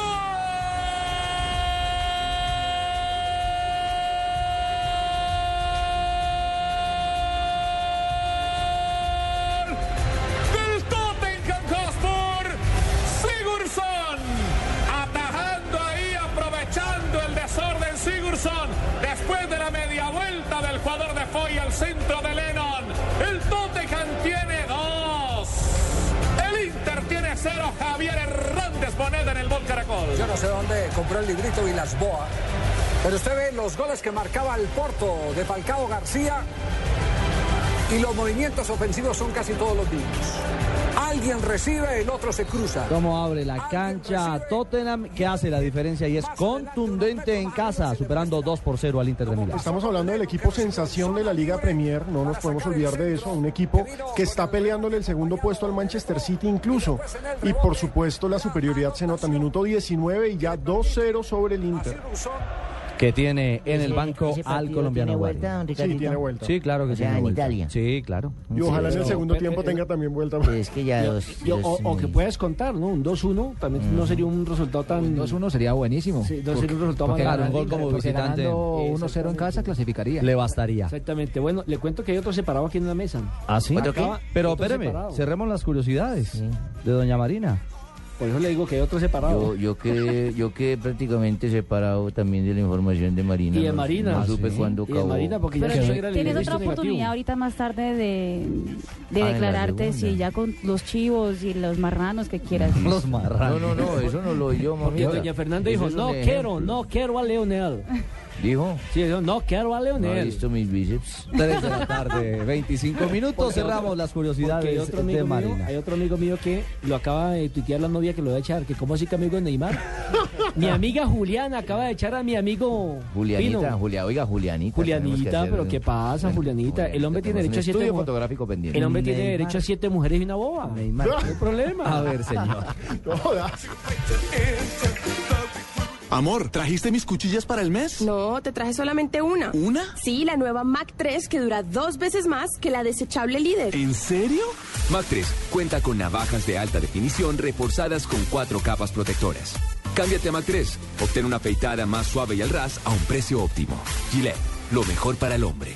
Speaker 31: Después de la media vuelta del jugador de Foy al centro de Lennon, el Tottenham tiene dos. El Inter tiene cero. Javier Hernández Moneda en el gol Caracol.
Speaker 22: Yo no sé dónde compró el librito Vilasboa. Pero usted ve los goles que marcaba el Porto de Falcao García y los movimientos ofensivos son casi todos los mismos. Alguien recibe, el otro se cruza.
Speaker 4: ¿Cómo abre la cancha a Tottenham? Que hace la diferencia y es contundente en casa, superando 2 por 0 al Inter de Milán.
Speaker 17: Estamos hablando del equipo sensación de la Liga Premier, no nos podemos olvidar de eso, un equipo que está peleándole el segundo puesto al Manchester City incluso. Y por supuesto la superioridad se nota, minuto 19 y ya 2-0 sobre el Inter.
Speaker 4: Que tiene en el
Speaker 17: Ese-
Speaker 4: banco
Speaker 17: ese
Speaker 4: al
Speaker 17: partido
Speaker 4: colombiano.
Speaker 17: tiene
Speaker 4: Guarín.
Speaker 17: vuelta, don Sí, Ricardito. tiene vuelta.
Speaker 4: Sí, claro que
Speaker 17: O sea,
Speaker 4: tiene
Speaker 17: en
Speaker 4: vuelta.
Speaker 17: Italia.
Speaker 4: Sí, claro.
Speaker 17: Y ojalá en el segundo tiempo tenga también vuelta. oh,
Speaker 8: Es que ya dos-
Speaker 5: Yo-
Speaker 8: dos-
Speaker 5: o, o que puedas contar, ¿no? Un 2-1 también no sería un resultado tan...
Speaker 6: 2-1 sería buenísimo.
Speaker 5: Sí, 2-1 sería un resultado más
Speaker 6: porque
Speaker 5: grande.
Speaker 6: ganar- porque ganando 1-0 en casa clasificaría.
Speaker 4: Le bastaría.
Speaker 5: Exactamente. Bueno, le cuento que hay otro separado aquí en la mesa.
Speaker 4: ¿Ah, sí?
Speaker 5: Otro acaba-
Speaker 4: Pero
Speaker 5: otro
Speaker 4: espéreme,
Speaker 5: separado.
Speaker 4: cerremos las curiosidades de Doña Marina.
Speaker 5: Por eso le digo que hay otro
Speaker 8: Yo,
Speaker 5: separado.
Speaker 8: yo quedé, yo quedé prácticamente separado también de la información de Marina.
Speaker 5: Y de
Speaker 8: no-
Speaker 5: Marina.
Speaker 8: No
Speaker 5: Ah,
Speaker 8: supe
Speaker 5: sí.
Speaker 8: cuándo
Speaker 5: Y de
Speaker 8: acabó.
Speaker 5: Marina, porque ya
Speaker 16: Pero
Speaker 5: se
Speaker 16: ti-
Speaker 5: alegra el
Speaker 16: tienes
Speaker 5: registro
Speaker 16: otra
Speaker 5: negativo.
Speaker 16: oportunidad ahorita más tarde de, de
Speaker 8: Ah, en la
Speaker 16: declararte
Speaker 8: segunda.
Speaker 16: si ya con los chivos y los marranos que quieras.
Speaker 8: Los marranos. No, no, no, eso no lo oyó, mami.
Speaker 5: Porque doña Fernanda dijo, no quiero, no quiero a Leonel.
Speaker 8: Dijo.
Speaker 5: Sí, dijo, no quiero a
Speaker 8: No ha
Speaker 5: Leonel.
Speaker 8: visto mis bíceps.
Speaker 4: 3 de la tarde, 25 minutos.
Speaker 5: Porque
Speaker 4: Cerramos
Speaker 5: otro-
Speaker 4: las
Speaker 5: porque
Speaker 4: curiosidades
Speaker 5: otro
Speaker 4: de
Speaker 5: amigo mío-
Speaker 4: Marina.
Speaker 5: hay otro amigo mío que lo acaba de tuitear la novia que lo va a echar, que como así que amigo de Neymar. mi amiga Juliana acaba de echar a mi amigo
Speaker 8: Julianita,
Speaker 5: Pino.
Speaker 8: Julia, oiga, Julianita. tenemos que
Speaker 5: Julianita,
Speaker 8: hacer
Speaker 5: pero
Speaker 8: un-
Speaker 5: ¿qué pasa, Julianita? El hombre tiene
Speaker 8: tenemos un
Speaker 5: derecho a siete
Speaker 8: estudio
Speaker 5: mu-
Speaker 8: fotográfico pendiente.
Speaker 5: El hombre tiene
Speaker 8: Neymar.
Speaker 5: derecho a siete mujeres y una boba. Neymar, ¿qué problema?
Speaker 4: A ver, señor.
Speaker 20: Amor, ¿trajiste mis cuchillas para el mes?
Speaker 10: No, te traje solamente una. ¿Una? Sí, la nueva Mac 3 que dura dos veces más que la desechable líder.
Speaker 9: ¿En serio? Mac 3 cuenta con navajas de alta definición reforzadas con cuatro capas protectoras. Cámbiate a Mac 3. Obtén una peitada más suave y al ras a un precio óptimo. Gillette, lo mejor para el hombre.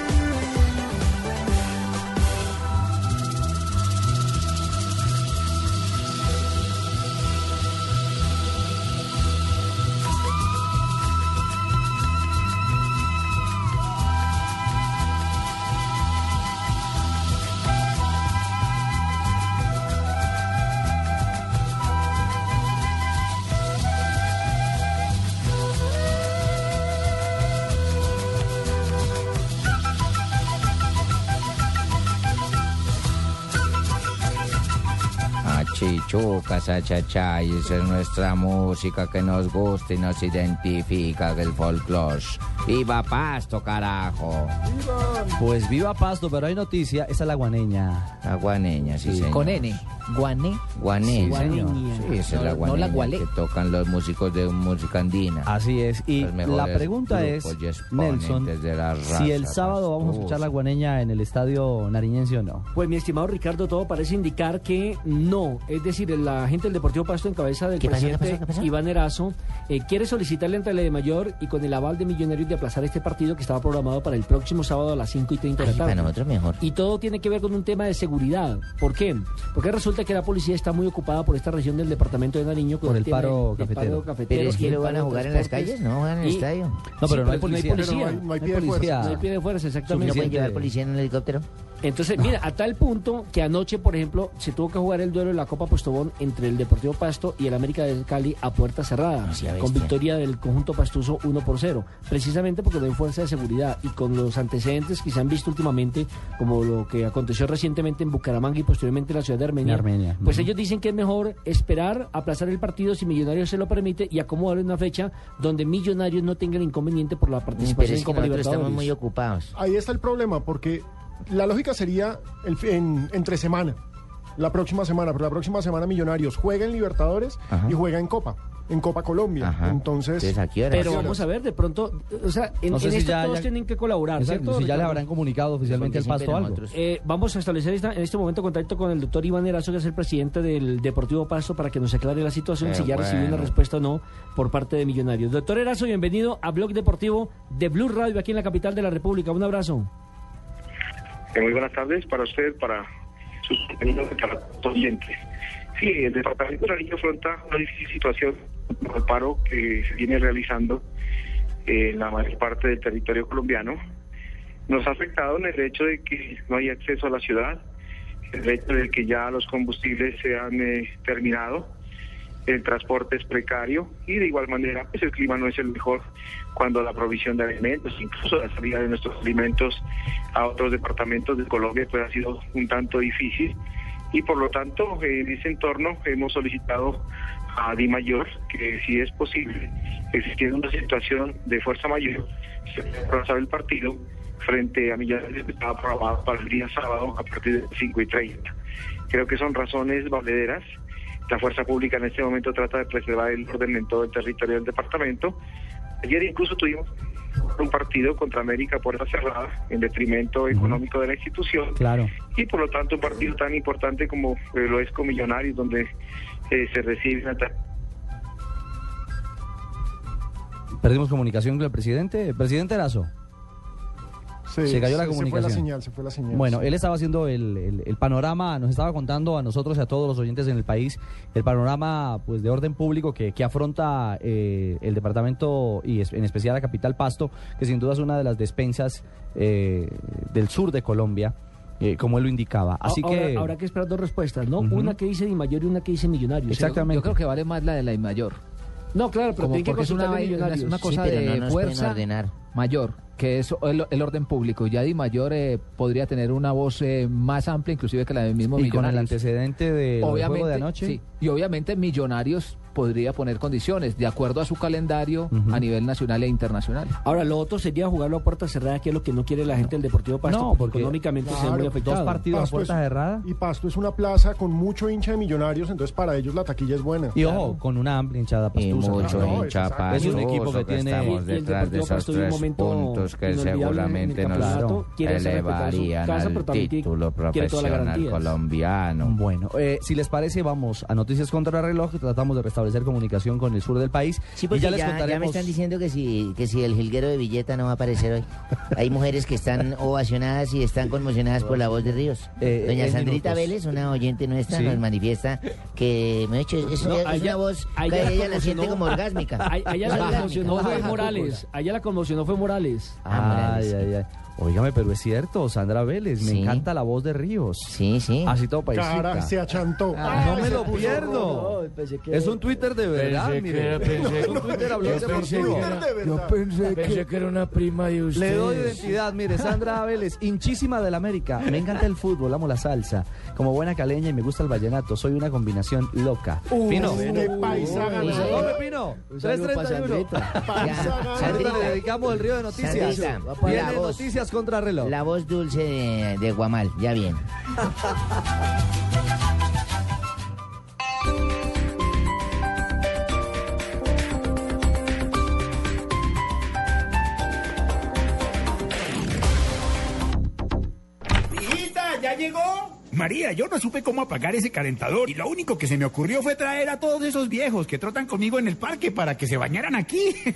Speaker 8: Achichuca, sachachá, y esa es nuestra música que nos gusta y nos identifica del folclore. ¡Viva Pasto, carajo!
Speaker 4: Pues viva Pasto, pero hay noticia, esa es la guaneña.
Speaker 8: La guaneña, sí, señor.
Speaker 6: Con N. Guané.
Speaker 8: Guané,
Speaker 6: Sí,
Speaker 8: señor.
Speaker 6: guaneña.
Speaker 8: Sí, esa
Speaker 6: No-
Speaker 8: es la
Speaker 6: no la
Speaker 8: guaneña
Speaker 6: gualé.
Speaker 8: que tocan los músicos de música andina.
Speaker 4: Así es, y La pregunta es, Nelson, si el sábado vamos a escuchar la guaneña en el estadio nariñense o no.
Speaker 5: Pues mi estimado Ricardo, todo parece indicar que no. Es decir, la gente del Deportivo Pasto en cabeza del
Speaker 7: ¿Qué pasó, qué
Speaker 5: presidente
Speaker 7: pasó, qué pasó?
Speaker 5: Iván Erazo eh, quiere solicitarle ante la de mayor y con el aval de Millonarios de aplazar este partido que estaba programado para el próximo sábado a las 5 y 30 de la
Speaker 8: Ay,
Speaker 5: tarde.
Speaker 8: para nosotros mejor.
Speaker 5: Y todo tiene que ver con un tema de seguridad. ¿Por qué? Porque resulta que la policía está muy ocupada por esta región del departamento de Nariño. con
Speaker 4: Por el
Speaker 5: tema del-
Speaker 4: paro
Speaker 5: del
Speaker 4: cafetero.
Speaker 5: paro
Speaker 8: Pero es
Speaker 5: y
Speaker 8: que
Speaker 5: el
Speaker 8: lo van a
Speaker 5: paro de
Speaker 8: jugar en las
Speaker 5: transportes.
Speaker 8: calles, no juegan en el
Speaker 5: Y-
Speaker 8: estadio.
Speaker 5: No, pero no hay policía. Pero no hay- no hay pie de fuerza. No hay pie de fuerza, exactamente.
Speaker 8: ¿No pueden llevar
Speaker 5: Suficiente.
Speaker 8: policía en el helicóptero?
Speaker 5: Entonces, mira, a tal punto que anoche, por ejemplo, se tuvo que jugar el duelo de la Copa Postobón entre el Deportivo Pasto y el América de Cali a puerta cerrada, con
Speaker 8: Ah, bestia.
Speaker 5: victoria del conjunto pastuso 1 por 0, precisamente porque no hay fuerza de seguridad y con los antecedentes que se han visto últimamente, como lo que aconteció recientemente en Bucaramanga y posteriormente en la ciudad de Armenia,
Speaker 4: En Armenia.
Speaker 5: pues
Speaker 4: Ujú.
Speaker 5: ellos dicen que es mejor esperar, aplazar el partido si Millonarios se lo permite y acomodar una fecha donde Millonarios no tenga el inconveniente por la
Speaker 3: Pues
Speaker 5: participación
Speaker 4: pues
Speaker 8: Pero es que
Speaker 5: en Copa
Speaker 8: nosotros estamos
Speaker 5: Libertadores.
Speaker 8: muy ocupados.
Speaker 17: Ahí está el problema, porque la lógica sería el, fi- en- entre semana, la próxima semana, pero la próxima semana Millonarios juega en Libertadores
Speaker 8: Ajá.
Speaker 17: y juega en Copa. en Copa Colombia. Entonces,
Speaker 5: Pero vamos a ver, de pronto, o sea, en,
Speaker 4: No sé
Speaker 5: en
Speaker 4: si
Speaker 5: esto
Speaker 4: ya-
Speaker 5: todos
Speaker 4: ya-
Speaker 5: tienen que colaborar,
Speaker 4: Exacto,
Speaker 5: ¿cierto,
Speaker 4: si ya le
Speaker 5: Ricardo?
Speaker 4: habrán comunicado oficialmente al pasto algo.
Speaker 5: Eh, vamos a establecer esta- en este momento contacto con el doctor Iván Erazo, que es el presidente del Deportivo Pasto, para que nos aclare la situación,
Speaker 8: Eh,
Speaker 5: si ya recibió
Speaker 8: bueno.
Speaker 5: una respuesta o no por parte de Millonarios. Doctor Erazo, bienvenido a Blog Deportivo de Blue Radio, aquí en la capital de la República. Un abrazo.
Speaker 29: Eh, Muy buenas tardes para usted, para sus compañeros y para todo oyente. Sí, el departamento de Nariño afronta una difícil situación por el paro que se viene realizando eh, en la mayor parte del territorio colombiano. Nos ha afectado en el hecho de que no hay acceso a la ciudad, el hecho de que ya los combustibles se han eh, terminado, el transporte es precario y de igual manera pues el clima no es el mejor cuando la provisión de alimentos, incluso la salida de nuestros alimentos a otros departamentos de Colombia pues ha sido un tanto difícil y por lo tanto eh, en ese entorno hemos solicitado a Di Mayor que si es posible existiendo una situación de fuerza mayor se pueda aplazar el partido frente a Millonarios que estaba programado para el día sábado a partir de las 5 y 30. Creo que son razones valederas la fuerza pública en este momento trata de preservar el orden en todo el territorio del departamento. Ayer incluso tuvimos un partido contra América puerta cerrada en detrimento económico de la institución
Speaker 35: Claro.
Speaker 29: y por lo tanto un partido tan importante como eh, lo es con Millonarios donde eh, se recibe una ta-
Speaker 4: Perdimos comunicación con el presidente. Presidente Erazo.
Speaker 17: sí,
Speaker 4: se cayó la
Speaker 17: se-
Speaker 4: comunicación.
Speaker 17: Se fue la señal, se fue la señal.
Speaker 4: Bueno,
Speaker 17: Sí.
Speaker 4: él estaba haciendo el, el- el panorama, nos estaba contando a nosotros y a todos los oyentes en el país el panorama pues de orden público que, que afronta eh, el departamento y es- en especial la capital Pasto, que sin duda es una de las despensas eh, del sur de Colombia, eh, como él lo indicaba. Así
Speaker 5: Ah, Ahora-
Speaker 4: que
Speaker 5: habrá que esperar dos respuestas, ¿no?
Speaker 4: Ujú.
Speaker 5: Una que dice Di Mayor y una que dice Millonarios.
Speaker 4: Exactamente.
Speaker 5: Yo creo
Speaker 6: que vale más la de la Di Mayor.
Speaker 5: No, claro, pero
Speaker 6: Como
Speaker 5: tiene que
Speaker 6: porque es una,
Speaker 5: consultarle a
Speaker 6: vaina- una-
Speaker 5: Millonarios.
Speaker 6: una cosa de fuerza mayor, que es el, el orden público. Ya Di Mayor eh, podría tener una voz eh, más amplia, inclusive que la del mismo
Speaker 4: y con el
Speaker 6: Millonarios.
Speaker 4: antecedente del juego de anoche.
Speaker 6: sí, y obviamente Millonarios podría poner condiciones de acuerdo a su calendario a nivel nacional e internacional.
Speaker 5: Ahora, lo otro sería jugarlo a puerta cerrada, que es lo que no quiere la gente del Deportivo Pasto, porque, económicamente se ve
Speaker 17: Claro,
Speaker 5: muy afectado.
Speaker 17: Pasto es- Y Pasto es una plaza con mucho hincha de millonarios, entonces para ellos la taquilla es buena.
Speaker 4: Y ojo, con una amplia hinchada pastusa.
Speaker 17: mucho
Speaker 4: Claro, no,
Speaker 17: hincha
Speaker 4: es- es un equipo que
Speaker 8: pastuso que estamos
Speaker 4: tiene...
Speaker 8: de- Detrás de esos
Speaker 5: Pasto vive
Speaker 8: tres
Speaker 5: un momento
Speaker 8: puntos que
Speaker 5: inolvidable en el
Speaker 8: seguramente nos
Speaker 5: campeonato, quiere hacer respetar su
Speaker 8: elevarían
Speaker 5: casa,
Speaker 8: al
Speaker 5: pero también tiene-
Speaker 8: título
Speaker 5: quiere todas las
Speaker 8: profesional
Speaker 5: garantías.
Speaker 8: colombiano.
Speaker 4: Bueno, eh, si les parece, vamos a Noticias contra el Reloj. Tratamos de restablecer comunicación con el sur del país.
Speaker 7: Sí, porque
Speaker 4: y ya,
Speaker 7: ya,
Speaker 4: les
Speaker 7: ya me
Speaker 4: contaremos.
Speaker 7: están diciendo que si, que si el jilguero de Villeta no va a aparecer hoy. Hay mujeres que están ovacionadas y están conmocionadas por la voz de Ríos.
Speaker 8: Eh,
Speaker 7: Doña
Speaker 8: en
Speaker 7: Sandrita
Speaker 8: minutos.
Speaker 7: Vélez, una oyente nuestra,
Speaker 8: Sí.
Speaker 7: nos manifiesta que me ha hecho, es,
Speaker 5: No,
Speaker 7: es
Speaker 5: allá-
Speaker 7: una voz, que
Speaker 5: allá
Speaker 7: ella,
Speaker 5: la
Speaker 7: la siente
Speaker 5: conmocionó-
Speaker 7: como orgásmica.
Speaker 5: Ay, Allá la
Speaker 7: Es orgásmica.
Speaker 5: conmocionó fue Morales. Allá la conmocionó fue Morales.
Speaker 7: Ah,
Speaker 4: Ay, ay, ay. Ah, Óigame, pero es cierto, Sandra Vélez, me encanta la voz de Ríos.
Speaker 7: Sí, sí.
Speaker 4: Así todo paisita.
Speaker 17: Cara, se achantó.
Speaker 4: Ah, no me lo pierdo. Es un Twitter de verdad,
Speaker 15: Pensé que
Speaker 4: mire.
Speaker 15: era, pensé,
Speaker 4: Es un Twitter habló
Speaker 15: yo pensé que era- yo pensé que- que era una prima de usted.
Speaker 4: Le doy identidad, mire, Sandra Vélez, hinchísima del América. Me encanta el fútbol, amo la salsa. Como buena caleña y me gusta el vallenato, soy una combinación loca.
Speaker 17: Uh,
Speaker 4: Pino.
Speaker 17: qué paisa ganadora.
Speaker 4: Hombre, Pino,
Speaker 17: Un saludo pa'
Speaker 4: 331.
Speaker 17: Sandrita.
Speaker 4: Ahorita le dedicamos el río de noticias.
Speaker 7: Sandrita,
Speaker 4: Viene
Speaker 7: la voz.
Speaker 4: noticias contra reloj.
Speaker 7: La voz dulce de, de Guamal, ya bien.
Speaker 2: Hijita, ¿ya llegó? María, yo no supe cómo apagar ese calentador y lo único que se me ocurrió fue traer a todos esos viejos que trotan conmigo en el parque para que se bañaran aquí.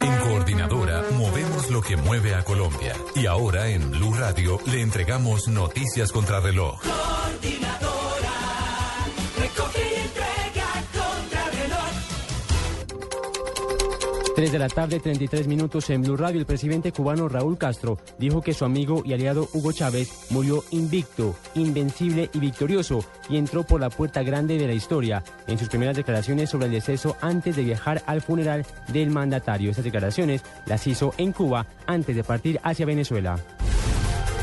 Speaker 1: En Coordinadora movemos lo que mueve a Colombia. Y ahora en Blue Radio le entregamos noticias contra reloj.
Speaker 10: Coordinadora, recoge y entrega contra reloj.
Speaker 26: 3 de la tarde, 33 minutos en Blue Radio. El presidente cubano Raúl Castro dijo que su amigo y aliado Hugo Chávez murió invicto, invencible y victorioso y entró por la puerta grande de la historia en sus primeras declaraciones sobre el deceso antes de viajar al funeral del mandatario. Estas declaraciones las hizo en Cuba antes de partir hacia Venezuela.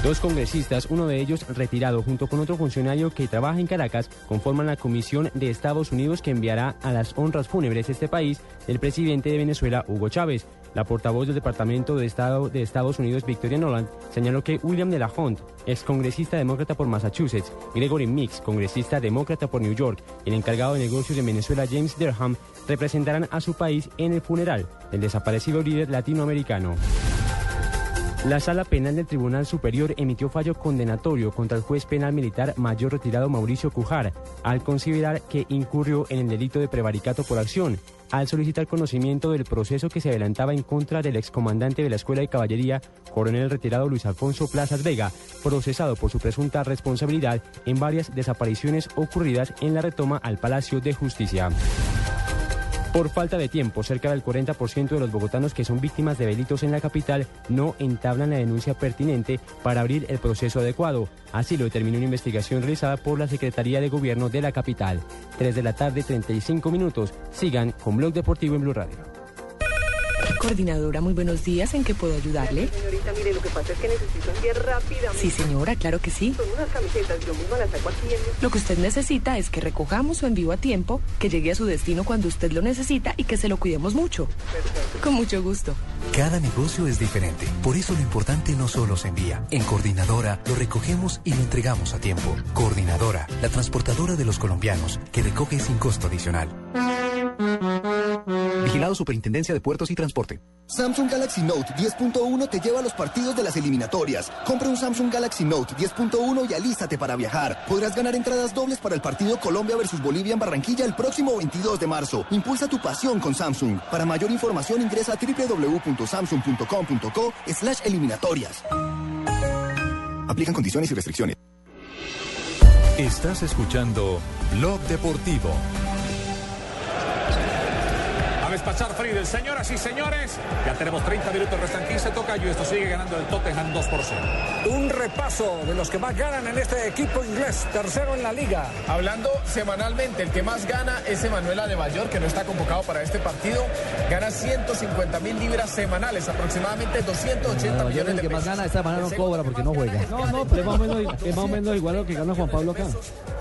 Speaker 26: Dos congresistas, uno de ellos retirado junto con otro funcionario que trabaja en Caracas, conforman la Comisión de Estados Unidos que enviará a las honras fúnebres de este país del presidente de Venezuela, Hugo Chávez. La portavoz del Departamento de Estado de Estados Unidos, Victoria Nolan, señaló que William de la Hunt, excongresista demócrata por Massachusetts, Gregory Mix, congresista demócrata por New York, y el encargado de negocios de Venezuela, James Derham, representarán a su país en el funeral del desaparecido líder latinoamericano. La sala penal del Tribunal Superior emitió fallo condenatorio contra el juez penal militar mayor retirado Mauricio Cujar al considerar que incurrió en el delito de prevaricato por acción, al solicitar conocimiento del proceso que se adelantaba en contra del excomandante de la Escuela de Caballería, coronel retirado Luis Alfonso Plazas Vega, procesado por su presunta responsabilidad en varias desapariciones ocurridas en la retoma al Palacio de Justicia. Por falta de tiempo, cerca del 40% de los bogotanos que son víctimas de delitos en la capital no entablan la denuncia pertinente para abrir el proceso adecuado. Así lo determinó una investigación realizada por la Secretaría de Gobierno de la capital. 3 de la tarde, 35 minutos. Sigan con Blog Deportivo en Blue Radio.
Speaker 27: Coordinadora, muy buenos días. ¿En qué puedo ayudarle?
Speaker 10: Señorita, mire, lo que pasa es que necesito enviar rápidamente.
Speaker 27: Sí, señora, claro que sí.
Speaker 10: Son unas camisetas, yo mismo las saco aquí en mi-
Speaker 27: Lo que usted necesita es que recojamos su envío a tiempo, que llegue a su destino cuando usted lo necesita y que se lo cuidemos mucho. Con mucho gusto.
Speaker 25: Cada negocio es diferente, por eso lo importante no solo se envía. En Coordinadora lo recogemos y lo entregamos a tiempo. Coordinadora, la transportadora de los colombianos, que recoge sin costo adicional. Vigilado Superintendencia de Puertos y Transporte.
Speaker 33: Samsung Galaxy Note 10.1 te lleva a los partidos de las eliminatorias. Compra un Samsung Galaxy Note 10.1 y alístate para viajar. Podrás ganar entradas dobles para el partido Colombia versus Bolivia en Barranquilla el próximo 22 de marzo. Impulsa tu pasión con Samsung. Para mayor información ingresa a www.samsung.com.co slash eliminatorias. Aplican condiciones y restricciones.
Speaker 1: Estás escuchando Blog Deportivo.
Speaker 31: A despachar Friedel, señoras y señores. Ya tenemos 30 minutos restan 15 toca y esto sigue ganando el Tottenham 2 por 0.
Speaker 22: Un repaso de los que más ganan en este equipo inglés, tercero en la liga.
Speaker 36: Hablando semanalmente, el que más gana es Emanuel Adebayor, que no está convocado para este partido. Gana 150 mil libras semanales, aproximadamente 280
Speaker 4: Adebayor es
Speaker 36: millones
Speaker 4: el
Speaker 36: de
Speaker 4: que más
Speaker 36: pesos.
Speaker 4: gana, esta semana no
Speaker 36: El
Speaker 4: cobra porque no juega.
Speaker 36: segundo
Speaker 5: No, no, pero es más o menos, es más o menos igual a lo que gana Juan Pablo acá.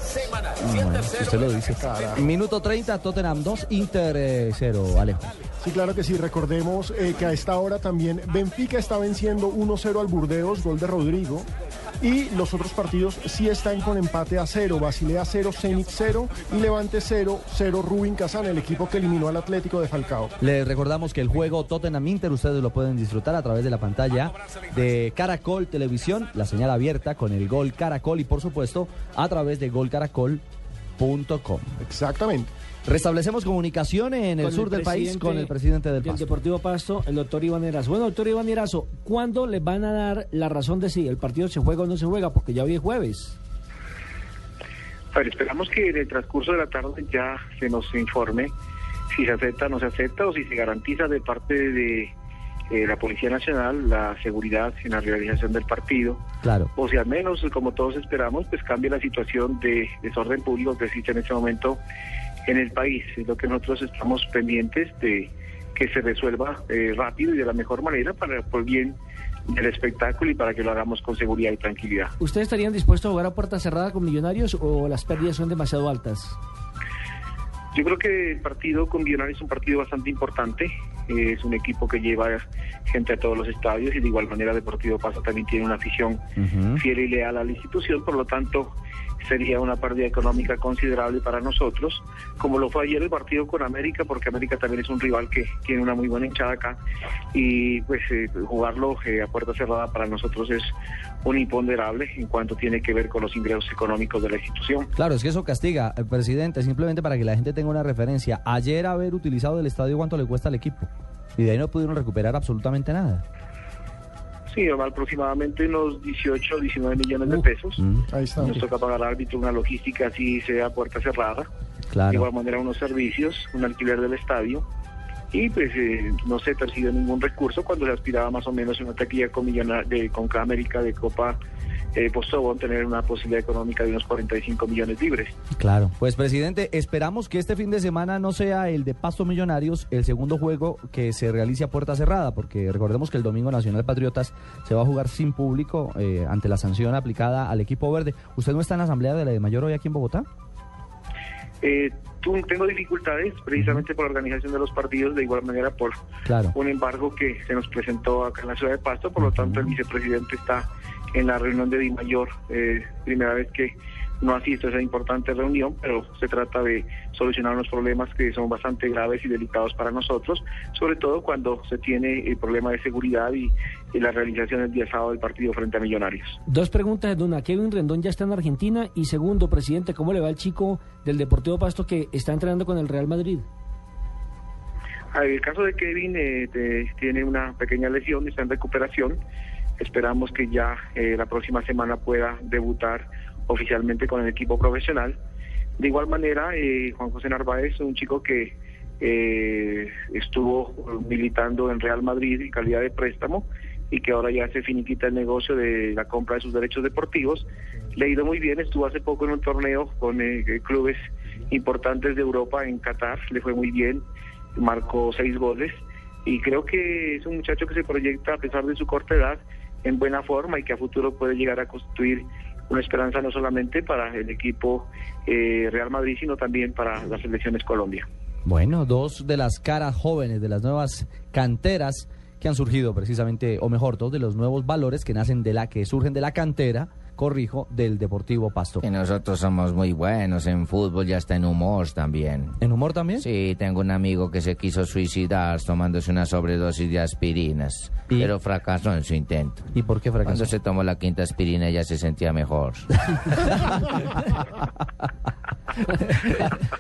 Speaker 36: Semanal.
Speaker 4: Ah, bueno, si usted lo dice. Minuto 30, Tottenham 2, Inter eh, 0, Alejo.
Speaker 17: Sí, claro que sí. Recordemos eh, que a esta hora también Benfica está venciendo 1-0 al Burdeos, gol de Rodrigo. Y los otros partidos sí están con empate a 0. Basilea 0, Zenit 0 y Levante 0, 0 Rubin Kazan, el equipo que eliminó al Atlético de Falcao.
Speaker 4: Les recordamos que el juego Tottenham Inter ustedes lo pueden disfrutar a través de la pantalla de Caracol Televisión, la señal abierta con el gol Caracol y por supuesto a través de golcaracol.com.
Speaker 17: Exactamente.
Speaker 4: Restablecemos comunicación en el
Speaker 5: Con
Speaker 4: sur del país con el presidente del Pasto.
Speaker 5: Deportivo Pasto, el doctor Iván Erazo. Bueno, doctor Iván Erazo, ¿cuándo les van a dar la razón de si el partido se juega o no se juega? Porque ya hoy es jueves.
Speaker 29: Pero esperamos que en el transcurso de la tarde ya se nos informe si se acepta o no se acepta o si se garantiza de parte de eh, la Policía Nacional la seguridad en la realización del partido.
Speaker 4: Claro.
Speaker 29: O si al menos, como todos esperamos, pues cambie la situación de desorden público que existe en este momento en el país. Es lo que nosotros estamos pendientes de que se resuelva eh, rápido y de la mejor manera para por bien del espectáculo y para que lo hagamos con seguridad y tranquilidad.
Speaker 5: ¿Ustedes estarían dispuestos a jugar a puerta cerrada con Millonarios o las pérdidas son demasiado altas?
Speaker 29: Yo creo que el partido con Millonarios es un partido bastante importante. Eh, Es un equipo que lleva gente a todos los estadios y de igual manera Deportivo Paso también tiene una afición fiel y leal a la institución. Por lo tanto, sería una pérdida económica considerable para nosotros, como lo fue ayer el partido con América, porque América también es un rival que tiene una muy buena hinchada acá. Y pues eh, jugarlo eh, a puerta cerrada para nosotros es un imponderable en cuanto tiene que ver con los ingresos económicos de la institución.
Speaker 4: Claro, es que eso castiga, eh, presidente, simplemente para que la gente tenga una referencia. Ayer haber utilizado el estadio cuánto le cuesta al equipo y de ahí no pudieron recuperar absolutamente nada.
Speaker 29: Sí, aproximadamente unos 18, 19 millones de pesos.
Speaker 17: Ahí está.
Speaker 29: Nos toca pagar al árbitro una logística así sea puerta cerrada.
Speaker 4: Claro.
Speaker 29: De igual manera unos servicios, un alquiler del estadio. y pues eh, no se percibió ningún recurso cuando se aspiraba más o menos en una taquilla con, millona- de, con cada América de Copa eh, Postobón tener una posibilidad económica de unos 45 millones libres.
Speaker 4: Claro. Pues presidente, esperamos que este fin de semana no sea el de Pasto Millonarios, el segundo juego que se realice a puerta cerrada, porque recordemos que el domingo Nacional Patriotas se va a jugar sin público eh, ante la sanción aplicada al equipo verde. ¿Usted no está en la asamblea de la de mayor hoy aquí en Bogotá?
Speaker 29: Eh, tu- tengo dificultades precisamente por la organización de los partidos, de igual manera por
Speaker 4: Claro.
Speaker 29: un embargo que se nos presentó acá en la ciudad de Pasto, por lo tanto el vicepresidente está en la reunión de Dimayor, eh, primera vez que no asisto a esa importante reunión, pero se trata de solucionar unos problemas que son bastante graves y delicados para nosotros, sobre todo cuando se tiene el problema de seguridad y, y la realización el día sábado del partido frente a Millonarios.
Speaker 5: Dos preguntas, don Kevin Rendón ya está en Argentina. Y segundo, presidente, ¿cómo le va el chico del Deportivo Pasto que está entrenando con el Real Madrid?
Speaker 29: Ah, El caso de Kevin eh, te- tiene una pequeña lesión, está en recuperación. Esperamos que ya eh, la próxima semana pueda debutar oficialmente con el equipo profesional. De igual manera, eh, Juan José Narváez, un chico que eh, estuvo eh, militando en Real Madrid en calidad de préstamo y que ahora ya se finiquita el negocio de la compra de sus derechos deportivos. Le ha ido muy bien, estuvo hace poco en un torneo con eh, clubes importantes de Europa en Qatar, le fue muy bien, marcó seis goles y creo que es un muchacho que se proyecta a pesar de su corta edad en buena forma y que a futuro puede llegar a constituir una esperanza no solamente para el equipo eh, Real Madrid, sino también para las selecciones Colombia.
Speaker 4: Bueno, dos de las caras jóvenes, de las nuevas canteras que han surgido precisamente, o mejor, dos de los nuevos valores que nacen de la, que surgen de la cantera, corrijo, del Deportivo Pasto.
Speaker 7: Que nosotros somos muy buenos en fútbol y hasta en humor también.
Speaker 4: ¿En humor también?
Speaker 7: Sí, tengo un amigo que se quiso suicidar tomándose una sobredosis de aspirinas, pero fracasó en su intento.
Speaker 4: ¿Y por qué fracasó?
Speaker 7: Cuando se tomó la quinta aspirina ya se sentía mejor.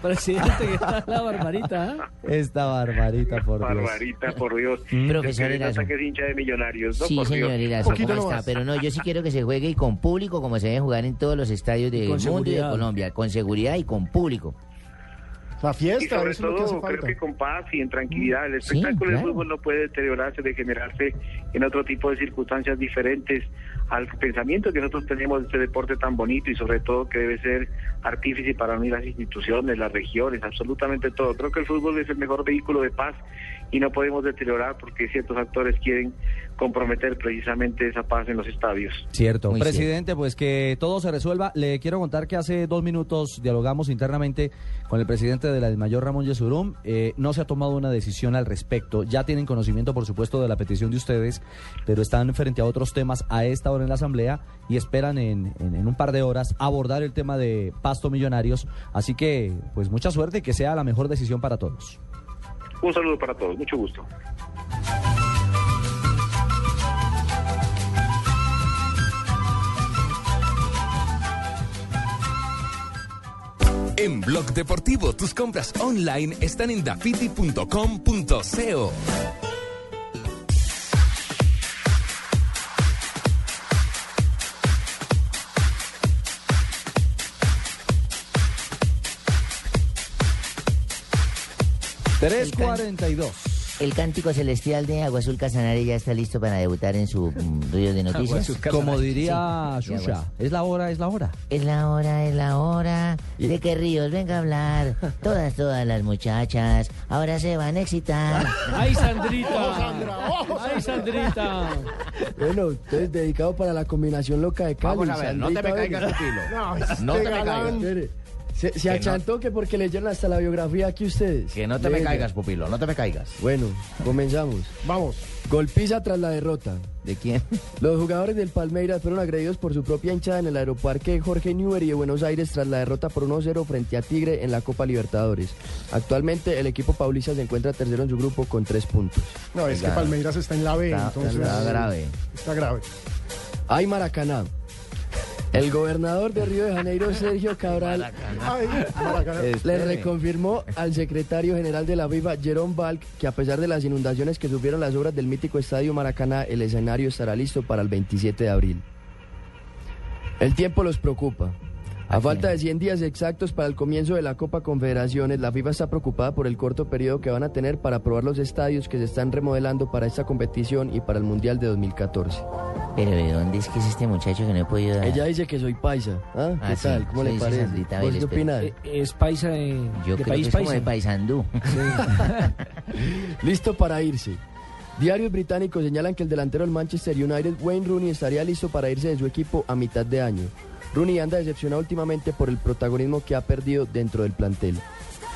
Speaker 5: Presidente, que está la barbarita. ¿eh?
Speaker 4: Esta barbarita, por Dios.
Speaker 29: Barbarita, por Dios.
Speaker 7: Profesor
Speaker 29: Se nota
Speaker 7: Erazo.
Speaker 29: que es hincha de millonarios, ¿no?
Speaker 7: Sí,
Speaker 29: por
Speaker 7: señor
Speaker 29: Dios.
Speaker 7: Erazo, ¿cómo está? Pero no, yo sí quiero que se juegue y con público, como se debe jugar en todos los estadios del
Speaker 8: con
Speaker 7: mundo y de
Speaker 8: seguridad.
Speaker 7: Colombia, con seguridad y con público.
Speaker 8: La
Speaker 29: Y
Speaker 8: fiesta,
Speaker 29: sobre
Speaker 8: eso es lo que hace
Speaker 29: todo, creo
Speaker 8: falta.
Speaker 29: que con paz y en tranquilidad. El espectáculo del fútbol no puede deteriorarse, degenerarse en otro tipo de circunstancias diferentes al pensamiento que nosotros tenemos de este deporte tan bonito y sobre todo que debe ser artífice para unir las instituciones, las regiones, absolutamente todo. Creo que el fútbol es el mejor vehículo de paz y no podemos deteriorar porque ciertos actores quieren comprometer precisamente esa paz en los estadios.
Speaker 4: Cierto.
Speaker 29: Muy
Speaker 4: Presidente, pues que todo se resuelva. Le quiero contar que hace dos minutos dialogamos internamente con el presidente de la del mayor Ramón Yesurum. Eh, no se ha tomado una decisión al respecto. Ya tienen conocimiento, por supuesto, de la petición de ustedes, pero están frente a otros temas a esta hora en la Asamblea y esperan en, en- en un par de horas abordar el tema de Pasto Millonarios. Así que, pues mucha suerte y que sea la mejor decisión para todos.
Speaker 29: Un saludo para todos, mucho gusto.
Speaker 1: En Blog Deportivo, tus compras online están en dafiti.com.co.
Speaker 7: El can- El cántico celestial de Agua Azul Casanare ya está listo para debutar en su mm, río de noticias.
Speaker 4: Como diría
Speaker 7: Sí, de Agua
Speaker 4: Xuxa, es la hora, es la hora.
Speaker 7: Es la hora, es la hora. ¿De qué ríos? Venga a hablar. Todas, todas las muchachas ahora se van a excitar.
Speaker 5: ¡Ay, Sandrita! ¡Ay, Sandrita!
Speaker 15: Bueno, entonces dedicado para la combinación loca de Cali.
Speaker 3: Vamos a ver, no te
Speaker 15: Sandrita
Speaker 3: me caigas,
Speaker 15: Vélez.
Speaker 3: Pupilo. No,
Speaker 15: este
Speaker 3: No te me
Speaker 15: galán.
Speaker 3: caigas.
Speaker 15: Espere, Se, se
Speaker 3: Que no-
Speaker 15: achantó que porque leyeron hasta la biografía aquí ustedes.
Speaker 3: Que no te me
Speaker 15: Venga.
Speaker 3: caigas, Pupilo, no te me caigas.
Speaker 15: Bueno, comenzamos. Vamos. Golpiza tras la derrota.
Speaker 7: ¿De quién?
Speaker 15: Los jugadores del Palmeiras fueron agredidos por su propia hinchada en el aeroparque Jorge Newbery de Buenos Aires tras la derrota por 1-0 frente a Tigre en la Copa Libertadores. Actualmente el equipo paulista se encuentra tercero en su grupo con tres puntos.
Speaker 8: No, es que
Speaker 15: Claro.
Speaker 8: Palmeiras está en la B,
Speaker 15: Está-
Speaker 8: entonces.
Speaker 15: está grave.
Speaker 8: Está grave.
Speaker 15: Hay Maracaná. El gobernador de Río de Janeiro, Sergio Cabral, eh,
Speaker 8: Ay, Maracaná.
Speaker 15: le reconfirmó al secretario general de la FIFA, Jerome Balk, que a pesar de las inundaciones que sufrieron las obras del mítico estadio Maracaná, el escenario estará listo para el 27 de abril. El tiempo los preocupa. A falta de 100 días exactos para el comienzo de la Copa Confederaciones, la FIFA está preocupada por el corto periodo que van a tener para aprobar los estadios que se están remodelando para esta competición y para el Mundial de 2014.
Speaker 7: Pero ¿de dónde es que es este muchacho que no he podido dar?
Speaker 15: Ella dice que soy paisa. ¿Ah?
Speaker 7: Ah,
Speaker 15: ¿Qué
Speaker 7: sí,
Speaker 15: tal? ¿Cómo le
Speaker 7: soy
Speaker 15: parece?
Speaker 7: Sandrita
Speaker 15: ¿Vos
Speaker 7: Vélez,
Speaker 15: ¿Qué
Speaker 7: pero-
Speaker 15: opinas?
Speaker 5: Es paisa Eh, de,
Speaker 7: Yo
Speaker 5: de
Speaker 7: creo que
Speaker 5: país
Speaker 7: es como de
Speaker 5: paisa.
Speaker 7: paisandú.
Speaker 15: Listo para irse. Diarios británicos señalan que el delantero del Manchester United, Wayne Rooney, estaría listo para irse de su equipo a mitad de año. Rooney anda decepcionado últimamente por el protagonismo que ha perdido dentro del plantel.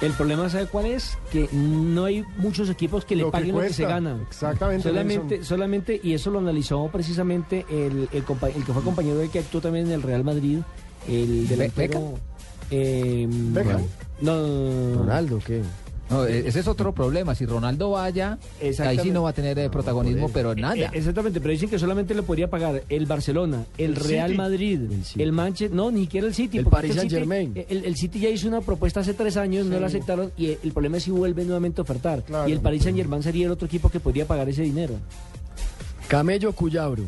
Speaker 5: El problema, ¿sabe cuál es? Que no hay muchos equipos que le
Speaker 15: Lo que
Speaker 5: paguen lo que se
Speaker 15: cuesta.
Speaker 5: gana.
Speaker 15: Exactamente,
Speaker 5: Solamente,
Speaker 15: Nelson.
Speaker 5: solamente, y eso lo analizó precisamente el, el, compa- el que fue compañero de que actuó también en el Real Madrid, el delantero. eh,
Speaker 6: ¿Beckham?
Speaker 5: No, no, no, no.
Speaker 15: Ronaldo, ¿qué?
Speaker 6: No, e- ese es otro problema. Si Ronaldo vaya, ahí sí
Speaker 5: Exactamente.
Speaker 6: no va a tener eh, protagonismo, pero nada.
Speaker 5: Eh, Exactamente, pero dicen que solamente le podría pagar el Barcelona, el,
Speaker 6: El
Speaker 5: Real
Speaker 6: City.
Speaker 5: Madrid, el, Manchester, no, ni siquiera el City.
Speaker 15: El
Speaker 5: porque
Speaker 15: Paris
Speaker 5: es City-
Speaker 15: Saint-Germain.
Speaker 5: El, el City ya hizo una propuesta hace tres años, no la aceptaron y el problema es si vuelve nuevamente a ofertar. Y el Paris Saint Germain sería el otro equipo que podría pagar ese dinero.
Speaker 15: Camello Cuyabro.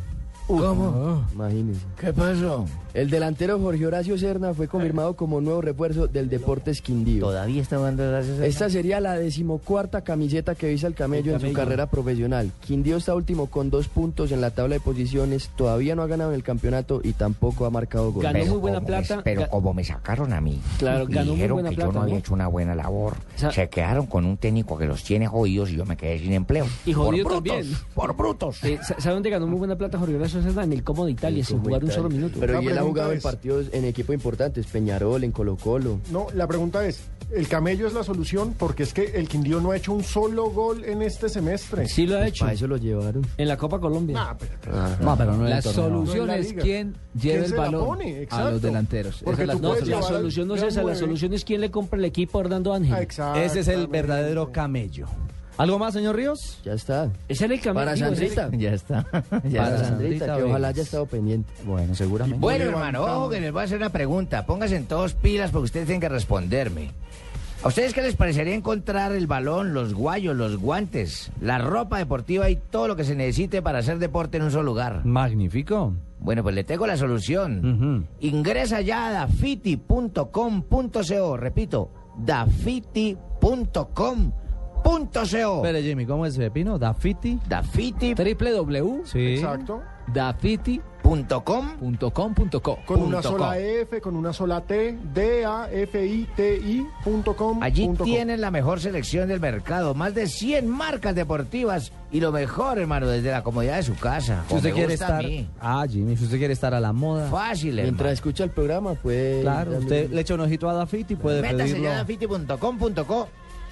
Speaker 15: ¿Cómo? Imagínense. Ah. ¿Qué pasó? El delantero Jorge Horacio Serna fue confirmado como nuevo refuerzo del Deportes Quindío.
Speaker 7: Todavía está jugando Horacio Serna?
Speaker 15: Esta sería la decimocuarta camiseta que visa el camello,
Speaker 7: El
Speaker 15: en
Speaker 7: Camello.
Speaker 15: su carrera profesional. Quindío está último con dos puntos en la tabla de posiciones, todavía no ha ganado en el campeonato y tampoco ha marcado gol.
Speaker 7: Pero como me- pero como me sacaron a mí,
Speaker 15: Claro,
Speaker 7: y
Speaker 15: ganó muy
Speaker 7: dijeron
Speaker 15: buena
Speaker 7: que yo
Speaker 15: plata,
Speaker 7: no había
Speaker 15: ¿no?
Speaker 7: hecho una buena labor. se quedaron con un técnico que los tiene jodidos y yo me quedé sin empleo.
Speaker 5: Y
Speaker 7: Por
Speaker 5: jodido
Speaker 7: brutos.
Speaker 5: también. Por brutos. ¿Sabe dónde ganó muy buena plata Jorge Horacio Serna? En el Como de Italia, sin jugar un solo minuto.
Speaker 15: Pero y él ha jugado en partidos en equipos importantes, Peñarol, en Colo Colo.
Speaker 17: No, la pregunta es, ¿el camello es la solución? Porque es que el Quindío no ha hecho un solo gol en este semestre.
Speaker 5: Sí lo ha hecho.
Speaker 15: Para eso lo llevaron.
Speaker 5: En la Copa Colombia.
Speaker 6: No, pero no en el
Speaker 5: La
Speaker 6: torneo.
Speaker 5: solución
Speaker 6: No en la
Speaker 5: es
Speaker 6: liga.
Speaker 5: quién
Speaker 6: lleve el
Speaker 5: se la
Speaker 6: balón
Speaker 5: pone,
Speaker 6: a los
Speaker 5: exacto.
Speaker 6: delanteros. Esa
Speaker 5: Porque
Speaker 6: es la-
Speaker 5: tú
Speaker 6: no,
Speaker 5: puedes
Speaker 6: la
Speaker 5: llevar al-
Speaker 6: solución no es
Speaker 5: gran
Speaker 6: esa, la
Speaker 5: nueve.
Speaker 6: solución
Speaker 5: es quién le compra el equipo a Hernando Ángel.
Speaker 4: Ese es el verdadero camello. ¿Algo más, señor Ríos?
Speaker 15: Ya está.
Speaker 5: Ese es el camello.
Speaker 4: Para Sandrita.
Speaker 7: Ya está.
Speaker 4: Para Sandrita,
Speaker 15: que ojalá haya estado pendiente.
Speaker 7: Bueno, seguramente. Bueno, hermano, ojo que les voy a hacer una pregunta. Pónganse en todos pilas porque ustedes tienen que responderme. ¿A ustedes qué les parecería encontrar el balón, los guayos, los guantes, la ropa deportiva y todo lo que se necesite para hacer deporte en un solo lugar?
Speaker 4: Magnífico.
Speaker 7: Bueno, pues le tengo la solución. Ingresa ya a dafiti.com.co. Repito, dafiti.com.co.
Speaker 4: Espere, Jimmy, ¿cómo es Pepino? Dafiti.
Speaker 7: Dafiti.
Speaker 6: Triple W.
Speaker 4: Sí.
Speaker 17: Exacto.
Speaker 6: Dafiti.com.co.
Speaker 17: Con una sola F, con una sola T, D A F I T I punto com,
Speaker 7: Allí
Speaker 17: punto com.
Speaker 7: tienen la mejor selección del mercado, más de 100 marcas deportivas y lo mejor, hermano, desde la comodidad de su casa.
Speaker 4: Si
Speaker 7: Como
Speaker 4: usted
Speaker 7: me
Speaker 4: quiere
Speaker 7: gusta a
Speaker 4: estar.
Speaker 7: mí.
Speaker 4: Ah, Jimmy, si usted quiere estar a la moda.
Speaker 7: Fácil,
Speaker 15: Mientras escucha el programa, pues...
Speaker 4: Claro, usted le echa un ojito a Dafiti y puede
Speaker 7: Métase ya a
Speaker 4: pedirlo.
Speaker 7: dafiti.com.co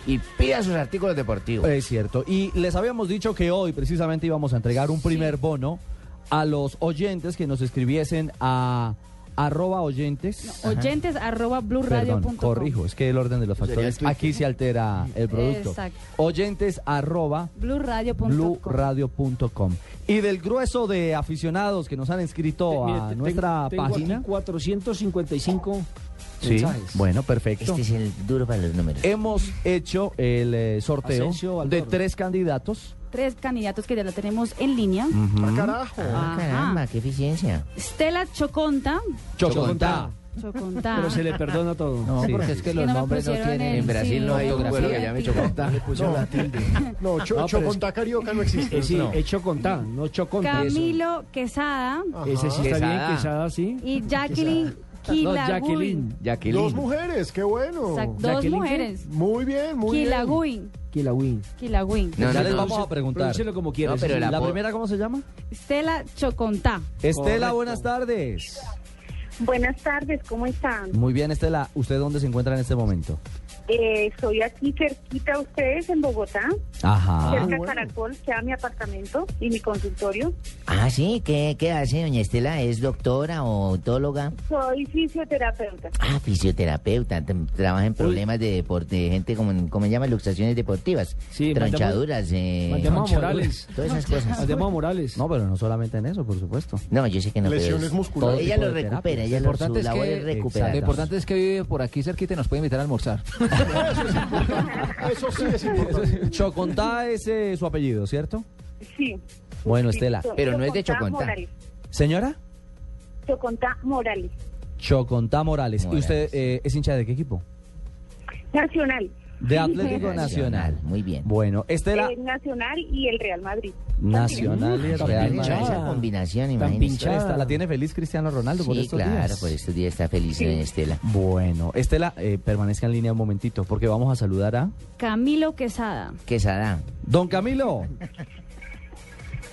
Speaker 7: y pida sus artículos deportivos.
Speaker 4: Es cierto. Y les habíamos dicho que hoy precisamente íbamos a entregar un primer bono a los oyentes que nos escribiesen a arroba oyentes.
Speaker 16: Oyentes arroba
Speaker 4: Perdón,
Speaker 16: blurradio.com.
Speaker 4: corrijo, es que el orden de los factores aquí se altera
Speaker 16: este
Speaker 4: el producto.
Speaker 16: Exacto.
Speaker 4: Oyentes arroba
Speaker 16: Blurradio.com.
Speaker 4: bluradio.com. Y del grueso de aficionados que nos han
Speaker 5: Te-
Speaker 4: inscrito
Speaker 5: mire,
Speaker 4: a
Speaker 5: te-
Speaker 4: nuestra
Speaker 5: tengo- tengo aquí
Speaker 4: página.
Speaker 5: 455
Speaker 4: Sí,
Speaker 5: mensajes.
Speaker 4: bueno, perfecto.
Speaker 7: Este es el duro para los números.
Speaker 4: Hemos hecho el eh, sorteo
Speaker 16: Asensio
Speaker 4: de
Speaker 16: Valverde.
Speaker 4: tres candidatos.
Speaker 16: Tres candidatos que ya lo tenemos en línea.
Speaker 4: Ujú.
Speaker 7: Ah,
Speaker 16: Ajá.
Speaker 7: caramba, qué eficiencia.
Speaker 16: Stella Choconta.
Speaker 4: Chocontá.
Speaker 16: Choconta.
Speaker 5: perdona todo.
Speaker 6: No,
Speaker 16: Sí,
Speaker 6: porque
Speaker 16: sí,
Speaker 6: es que
Speaker 16: sí.
Speaker 6: los
Speaker 16: Es que no me
Speaker 6: nombres no
Speaker 16: pusieron
Speaker 6: tienen.
Speaker 16: el- En Brasil sí, no hay un
Speaker 6: ortografía.
Speaker 16: pueblo que llame Chocontá.
Speaker 17: Le pusieron la tilde. No, cho,
Speaker 5: No, pero
Speaker 17: Chocontá Carioca no existe.
Speaker 5: Eh, sí,
Speaker 17: No.
Speaker 5: es Chocontá, no Choconta.
Speaker 16: Camilo Quesada.
Speaker 5: Ese sí está
Speaker 6: Quesada.
Speaker 5: bien, Quesada sí.
Speaker 16: Y Jacqueline
Speaker 5: No,
Speaker 16: Quilagüin.
Speaker 5: Jacqueline.
Speaker 6: Jacqueline.
Speaker 17: Dos mujeres, qué bueno.
Speaker 16: Exacto, dos Jacqueline, ¿qué? mujeres.
Speaker 17: Muy bien, muy bien.
Speaker 16: Quilagüin.
Speaker 5: Quilagüín.
Speaker 16: Quilagüin.
Speaker 4: No, Ya no, les no. vamos a preguntar.
Speaker 5: Pronúncielo como quieras.
Speaker 4: No, pero el apodo- primera cómo se llama?
Speaker 16: Stella Choconta.
Speaker 4: Estela, buenas tardes.
Speaker 20: Buenas tardes, ¿cómo están?
Speaker 4: Muy bien, Estela. ¿Usted dónde se encuentra en este momento?
Speaker 20: Eh, estoy aquí cerquita a ustedes en Bogotá,
Speaker 7: Ah.
Speaker 4: Ajá.
Speaker 20: cerca de Caracol, queda mi apartamento y mi consultorio.
Speaker 7: Ah, sí, ¿qué, qué hace, doña Estela? ¿Es doctora o autóloga?
Speaker 20: Soy fisioterapeuta.
Speaker 7: Ah, fisioterapeuta, t- trabaja en problemas de deporte, de gente como, como se llama, luxaciones deportivas,
Speaker 5: Sí,
Speaker 7: tronchaduras, eh,
Speaker 5: Mandemos a
Speaker 7: tronchaduras,
Speaker 5: Morales.
Speaker 7: todas esas cosas.
Speaker 5: Mandemos a Morales.
Speaker 4: No, pero no solamente en eso, por supuesto.
Speaker 7: No, yo sé que no. pero
Speaker 4: Lesiones
Speaker 7: es-
Speaker 4: musculares.
Speaker 7: Ella
Speaker 4: Todo
Speaker 7: lo
Speaker 4: tipo de
Speaker 7: recupera,
Speaker 4: terapias.
Speaker 7: ella
Speaker 4: Lo
Speaker 7: lo, su
Speaker 4: importante es
Speaker 7: labor
Speaker 4: que-
Speaker 7: es
Speaker 4: Exacto.
Speaker 7: recuperar.
Speaker 4: Claro.
Speaker 6: Lo importante es que vive por aquí cerquita y nos puede invitar a almorzar.
Speaker 17: Eso sí es importante.
Speaker 4: Chocontá es eh, su apellido, ¿cierto?
Speaker 20: Sí.
Speaker 4: Bueno,
Speaker 20: Sí,
Speaker 4: Estela.
Speaker 20: soy Morales.
Speaker 4: ¿Señora?
Speaker 20: Chocontá Morales.
Speaker 4: Chocontá Morales. ¿Y
Speaker 7: Morales.
Speaker 4: usted eh, es hincha de qué equipo?
Speaker 20: Nacional.
Speaker 4: De Atlético Nacional. Muy bien. Bueno, Estela
Speaker 20: Eh, Nacional y el Real Madrid.
Speaker 4: Nacional y el
Speaker 7: Tan
Speaker 4: Real
Speaker 7: pinchada
Speaker 4: Madrid.
Speaker 7: esa combinación,
Speaker 4: Tan
Speaker 7: imagínese.
Speaker 4: pinchada. Esta- La tiene feliz Cristiano Ronaldo por
Speaker 7: Sí,
Speaker 4: estos
Speaker 7: claro, pues.
Speaker 4: días.
Speaker 7: por estos días está feliz doña Estela.
Speaker 4: Bueno, Estela, eh, permanezca en línea un momentito porque vamos a saludar a
Speaker 16: Camilo Quesada.
Speaker 4: Quesada. Don Camilo,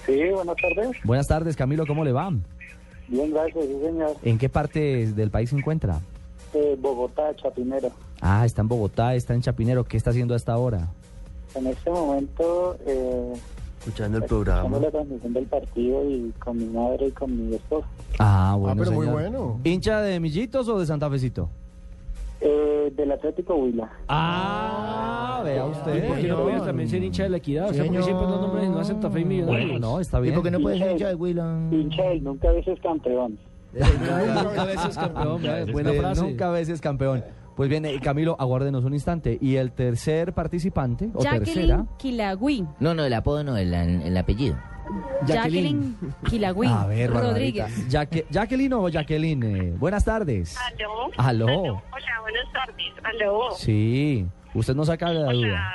Speaker 21: Sí, buenas tardes.
Speaker 4: buenas tardes Camilo, ¿cómo le va?
Speaker 21: Bien, gracias, sí, señor.
Speaker 4: ¿En qué parte del país se encuentra?
Speaker 21: Eh, Bogotá, Chapinero.
Speaker 4: Ah, está en Bogotá, está en Chapinero, ¿qué está haciendo hasta ahora?
Speaker 21: En este momento, eh,
Speaker 4: Escuchando
Speaker 21: estamos en la transmisión del partido y con mi madre y con mi esposa.
Speaker 4: Ah, bueno.
Speaker 21: pero muy
Speaker 4: señor.
Speaker 21: bueno.
Speaker 4: ¿Hincha de Millitos o de Santa Fecito?
Speaker 21: Eh, del Atlético Huila.
Speaker 4: Ah, vea usted.
Speaker 5: ¿Y por qué no podía también ser hincha de la equidad? O sea, porque siempre los nombres no acepta fe y millonarios.
Speaker 4: Bueno, no, está bien. ¿Y por qué no puede ser hincha de
Speaker 21: Huila? Hincha del nunca a veces campeón.
Speaker 4: Nunca a veces campeón, eh, buena frase. Nunca a veces campeón. Pues bien, eh, Camilo, aguárdenos un instante. Y el tercer participante, o tercera.
Speaker 16: Jacqueline Quilagüí.
Speaker 7: No, no, el apodo no, el, el apellido.
Speaker 16: Jacqueline Quilagüí.
Speaker 4: A ver,
Speaker 16: Rodríguez.
Speaker 4: Barbarita. Jaque- Jacqueline o Jacqueline, eh, buenas tardes.
Speaker 10: Aló.
Speaker 4: Aló.
Speaker 10: Hola, buenas tardes. Aló.
Speaker 4: Sí, usted no saca de la duda.
Speaker 10: Hola.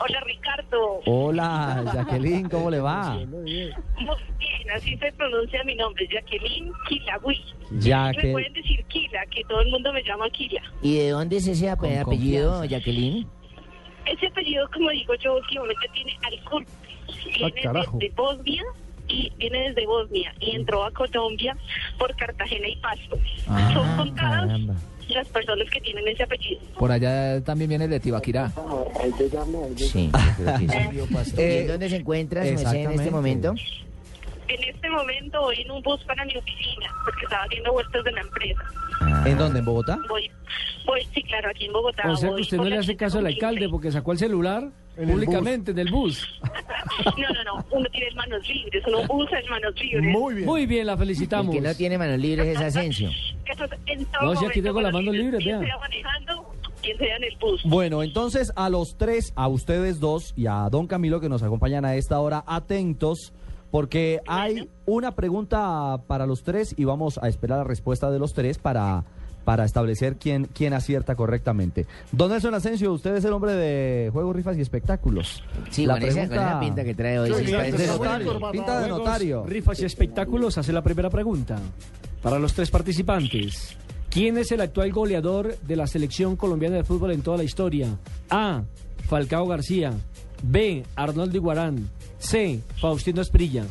Speaker 10: Hola, Ricardo.
Speaker 4: Hola, Jacqueline, ¿cómo le va?
Speaker 10: Muy bien, así se pronuncia mi nombre, Jacqueline Quilagüí.
Speaker 7: Jaque-
Speaker 10: Me pueden decir Quila, que todo el mundo me llama Quila.
Speaker 7: ¿Y de dónde es ese ape-
Speaker 10: Con
Speaker 7: apellido,
Speaker 10: confianza.
Speaker 7: Jacqueline?
Speaker 10: Ese apellido, como digo yo, últimamente tiene alcohol. Viene
Speaker 7: carajo.
Speaker 10: desde Bosnia y viene desde Bosnia y entró a Colombia por Cartagena y Pasto.
Speaker 4: Ah.
Speaker 10: Son contadas las personas que tienen ese apellido.
Speaker 6: Por allá también viene el de Tibaquirá.
Speaker 7: Sí. ¿Y en
Speaker 4: Eh,
Speaker 7: dónde se encuentra su merced en este
Speaker 6: exactamente.
Speaker 7: momento?
Speaker 10: En este momento voy en un bus para mi oficina porque estaba haciendo vueltas de la empresa.
Speaker 4: ¿En dónde? ¿En Bogotá?
Speaker 10: Voy, voy, Pues sí, claro, aquí en Bogotá.
Speaker 5: O sea que
Speaker 10: voy
Speaker 5: usted
Speaker 10: por
Speaker 5: no le
Speaker 10: la
Speaker 5: hace caso al alcalde porque sacó el celular
Speaker 10: el
Speaker 5: públicamente en el bus.
Speaker 10: No, no, no, uno tiene manos libres, uno usa manos libres.
Speaker 5: Muy bien, la felicitamos.
Speaker 7: El que no tiene manos libres es Asensio.
Speaker 10: Eso es en todo
Speaker 4: No, si aquí
Speaker 10: momento
Speaker 4: tengo las manos libres,
Speaker 10: quien
Speaker 4: vea.
Speaker 10: sea manejando, quien sea en el bus.
Speaker 4: Bueno, entonces a los tres, a ustedes dos y a don Camilo que nos acompañan a esta hora, atentos, porque hay una pregunta para los tres y vamos a esperar la respuesta de los tres para, para establecer quién, quién acierta correctamente. Don Nelson Asensio, usted es el hombre de juegos, rifas y espectáculos.
Speaker 7: Sí, con esa- con esa pinta que trae hoy, sí, parece
Speaker 5: de
Speaker 7: notario,
Speaker 4: Ah, pinta de notario.
Speaker 5: Rifas y espectáculos hace la primera pregunta para los tres participantes. ¿Quién es el actual goleador de la selección colombiana de fútbol en toda la historia? A.
Speaker 4: Ah,
Speaker 5: Falcao García. B. Arnoldo Iguarán. C. Faustino Esprilla.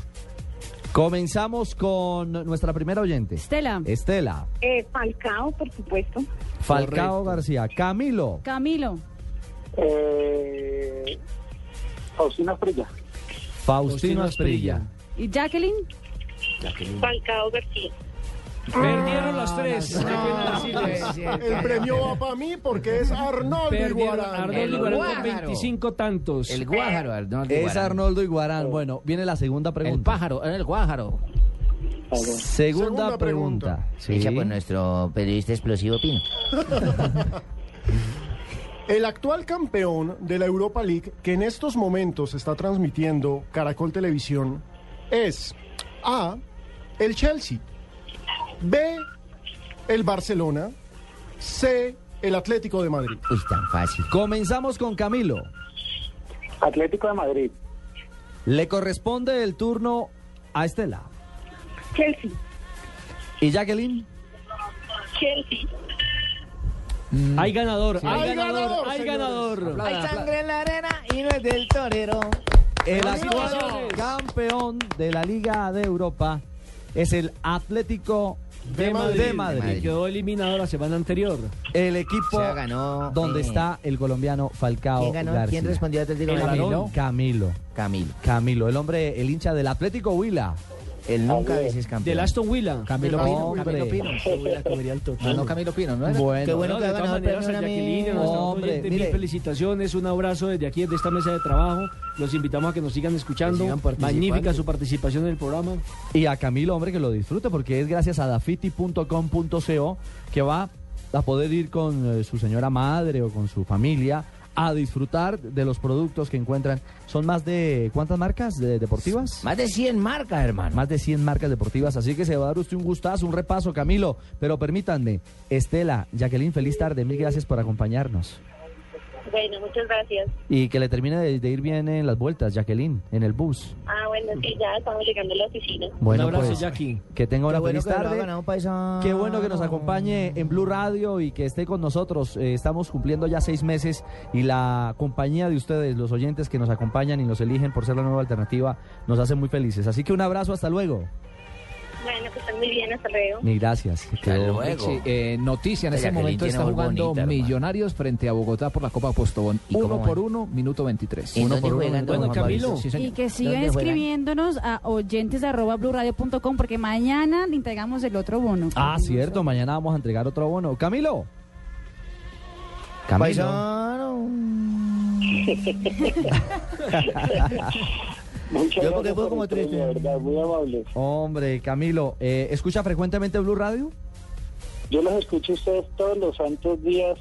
Speaker 4: Comenzamos con nuestra primera oyente.
Speaker 16: Estela.
Speaker 4: Estela.
Speaker 20: Eh, Falcao, por supuesto.
Speaker 4: Falcao García. Camilo.
Speaker 16: Camilo.
Speaker 21: Eh, Faustina Frilla.
Speaker 4: Faustino Asprilla.
Speaker 16: ¿Y Jacqueline?
Speaker 10: Falcao García.
Speaker 5: Perdieron
Speaker 17: Ah,
Speaker 5: las tres. qué pena decirles.
Speaker 17: El premio va para mí porque es Arnoldo
Speaker 5: Perdieron
Speaker 17: Iguarán.
Speaker 5: Arnoldo Iguarán con 25 tantos.
Speaker 7: El guájaro, Arnoldo
Speaker 4: Es
Speaker 7: Iguarán.
Speaker 4: Arnoldo Iguarán. Bueno, viene la segunda pregunta. El pájaro, el guájaro. Segunda, pregunta.
Speaker 7: Hecha por nuestro periodista explosivo Pino.
Speaker 17: El actual campeón de la Europa League, que en estos momentos está transmitiendo Caracol Televisión, es A. El Chelsea. B. El Barcelona. C. El Atlético de Madrid.
Speaker 7: Uy, tan fácil.
Speaker 4: Comenzamos con Camilo.
Speaker 21: Atlético de Madrid.
Speaker 4: Le corresponde el turno a Estela.
Speaker 20: Chelsea.
Speaker 4: ¿Y Jacqueline?
Speaker 10: Chelsea.
Speaker 5: Mm. Hay ganador,
Speaker 4: Sí.
Speaker 5: hay
Speaker 4: Hay
Speaker 5: ganador,
Speaker 4: ganador,
Speaker 5: hay
Speaker 4: señores.
Speaker 5: ganador.
Speaker 4: Aplaudan, aplaudan.
Speaker 7: en la arena y no es del torero.
Speaker 4: El actual
Speaker 7: Felicitaciones.
Speaker 4: campeón de la Liga de Europa es el Atlético de Madrid.
Speaker 5: Y quedó eliminado la semana anterior.
Speaker 4: El equipo donde
Speaker 5: eh,
Speaker 4: está el colombiano Falcao
Speaker 7: ¿Quién ganó?
Speaker 4: García.
Speaker 7: ¿Quién respondió Atlético de Madrid?
Speaker 4: Camilo. Camilo. Camilo. Camilo, el hombre, el hincha del Atlético Huila. El
Speaker 7: nunca a veces campeón.
Speaker 5: Del Aston Huila.
Speaker 4: Camilo Pino, Camilo Pino.
Speaker 6: Ganó Camilo Pino, Ah, ¿no?
Speaker 4: Bueno.
Speaker 6: Qué bueno
Speaker 5: No,
Speaker 6: que
Speaker 5: de
Speaker 6: ha
Speaker 5: todas
Speaker 6: ganado el
Speaker 5: maneras, a
Speaker 6: premio
Speaker 5: Jacqueline, a
Speaker 6: Nami.
Speaker 5: nuestra
Speaker 6: Hombre,
Speaker 5: oyente,
Speaker 6: mire.
Speaker 5: mil felicitaciones, un abrazo desde aquí, desde esta mesa de trabajo. Los invitamos a que nos sigan escuchando.
Speaker 4: sigan participando.
Speaker 5: Magnífica su participación en el programa.
Speaker 4: Y a Camilo, hombre, que lo disfrute porque es gracias a dafiti.com.co que va a poder ir con eh, su señora madre o con su familia a disfrutar de los productos que encuentran. Son más de, ¿cuántas marcas de- deportivas?
Speaker 3: Más de 100 marcas, hermano.
Speaker 4: Más de 100 marcas deportivas, así que se va a dar usted un gustazo, un repaso, Camilo. Pero permítanme, Estela, Jacqueline, feliz tarde, mil gracias por acompañarnos.
Speaker 10: Bueno, muchas gracias.
Speaker 4: Y que le termine de, de ir bien en las vueltas, Jacqueline, en el bus.
Speaker 10: Ah, bueno, es que ya estamos llegando a la oficina.
Speaker 4: Bueno,
Speaker 5: Un abrazo,
Speaker 4: pues,
Speaker 5: Jackie.
Speaker 4: Que tenga una
Speaker 3: Qué bueno
Speaker 4: feliz
Speaker 3: que lo
Speaker 4: tarde.
Speaker 3: hagan Ah. a un paisano.
Speaker 4: Qué bueno que nos acompañe en Blue Radio y que esté con nosotros. Eh, estamos cumpliendo ya seis meses y la compañía de ustedes, los oyentes que nos acompañan y nos eligen por ser la nueva alternativa, nos hace muy felices. Así que un abrazo, hasta luego.
Speaker 10: Bueno, que estén muy bien, hasta luego.
Speaker 4: Ni gracias.
Speaker 6: Quedó, Richie, eh, noticia, en
Speaker 3: Oiga,
Speaker 6: este
Speaker 3: que
Speaker 6: momento
Speaker 3: Lin tiene
Speaker 6: está
Speaker 3: voz
Speaker 6: jugando
Speaker 3: bonita, hermano.
Speaker 6: Millonarios frente a Bogotá por la Copa Postobón.
Speaker 3: ¿Y cómo
Speaker 6: Uno
Speaker 3: van?
Speaker 6: por uno, minuto 23.
Speaker 3: ¿En dónde juegan, don
Speaker 6: Bueno,
Speaker 3: Juan Mauricio?
Speaker 6: Camilo.
Speaker 3: Sí,
Speaker 16: Y
Speaker 3: señor.
Speaker 16: que sigan
Speaker 3: ¿Dónde juegan?
Speaker 16: escribiéndonos a oyentes arroba blurradio.com porque mañana le entregamos el otro bono.
Speaker 4: Ah, cierto, mañana vamos a entregar otro bono. Camilo.
Speaker 21: Muchas
Speaker 3: Yo porque fue
Speaker 21: gracias por
Speaker 3: como
Speaker 21: el premio, de verdad, muy amable.
Speaker 4: Hombre, Camilo, eh, ¿escucha frecuentemente Blue Radio?
Speaker 21: Yo los escucho a ustedes todos los santos días.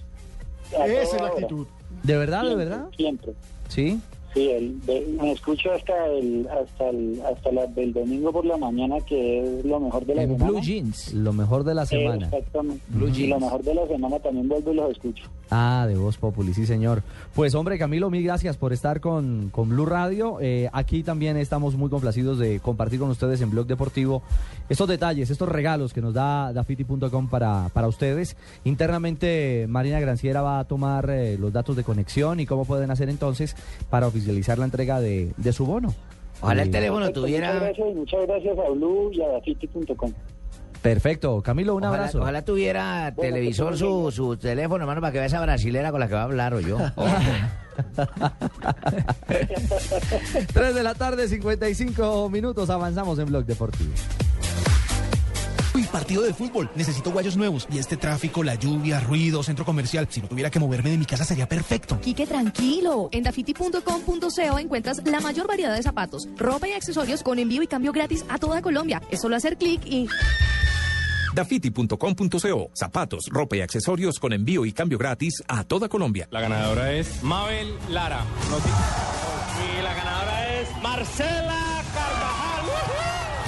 Speaker 21: a
Speaker 37: Esa es
Speaker 21: toda
Speaker 37: la
Speaker 21: hora.
Speaker 37: actitud.
Speaker 4: ¿De verdad, de
Speaker 21: Siempre,
Speaker 4: verdad?
Speaker 21: Siempre.
Speaker 4: Sí.
Speaker 21: Sí, el- de- me escucho hasta el hasta el hasta la, del domingo por la mañana que es lo mejor de la
Speaker 4: En
Speaker 21: semana. Eh,
Speaker 4: Blue Jeans. Lo mejor de la semana.
Speaker 21: Exactamente.
Speaker 4: Blue
Speaker 21: y lo
Speaker 4: Jeans.
Speaker 21: mejor de la semana también vuelvo y los escucho.
Speaker 4: Ah, de Voz Populi, sí señor. Pues hombre, Camilo, mil gracias por estar con, con Blue Radio. Eh, aquí también estamos muy complacidos de compartir con ustedes en Blog Deportivo estos detalles, estos regalos que nos da dafiti.com para, para ustedes. Internamente, Marina Granciera va a tomar eh, los datos de conexión y cómo pueden hacer entonces para oficializar la entrega de, de su bono.
Speaker 3: Ojalá el
Speaker 4: Eh,
Speaker 3: teléfono
Speaker 21: Perfecto, Muchas
Speaker 3: tuviera.
Speaker 21: gracias, muchas gracias a Blue y a Dafiti.com.
Speaker 4: Perfecto, Camilo, un
Speaker 3: Ojalá,
Speaker 4: abrazo.
Speaker 3: ojalá tuviera televisor su, su teléfono, hermano, para que vea esa brasilera con la que va a hablar o yo.
Speaker 4: 3 de la tarde, 55 minutos, avanzamos en Blog Deportivo.
Speaker 38: Uy, partido de fútbol. Necesito guayos nuevos. Y este tráfico, la lluvia, ruido, centro comercial. Si no tuviera que moverme de mi casa sería perfecto.
Speaker 39: Quique, tranquilo. En dafiti.com.co encuentras la mayor variedad de zapatos, ropa y accesorios con envío y cambio gratis a toda Colombia. Es solo hacer clic y...
Speaker 1: Dafiti.com.co. Zapatos, ropa y accesorios con envío y cambio gratis a toda Colombia. La ganadora es
Speaker 31: Mabel Lara. Y la ganadora es Marcela Carvajal.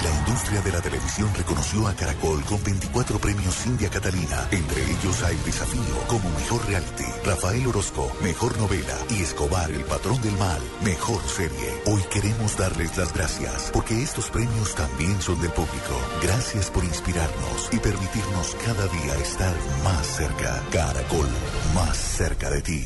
Speaker 12: La industria de la televisión reconoció a Caracol con 24 premios India Catalina. Entre ellos hay Desafío como Mejor Reality, Rafael Orozco, Mejor Novela y Escobar, El Patrón del Mal, Mejor Serie. Hoy queremos darles las gracias porque estos premios también son del público. Gracias por inspirarnos y permitirnos cada día estar más cerca. Caracol, más cerca de ti.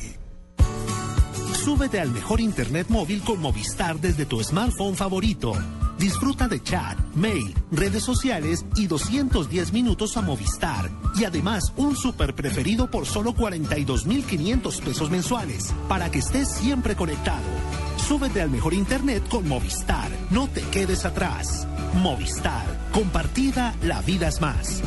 Speaker 25: Súbete al mejor internet móvil con Movistar desde tu smartphone favorito. Disfruta de chat, mail, redes sociales y 210 minutos a Movistar. Y además un super preferido por solo 42.500 pesos mensuales para que estés siempre conectado. Súbete al mejor internet con Movistar. No te quedes atrás. Movistar. Compartida, la vida es más.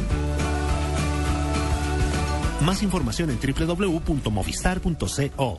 Speaker 25: Más información en www.movistar.co.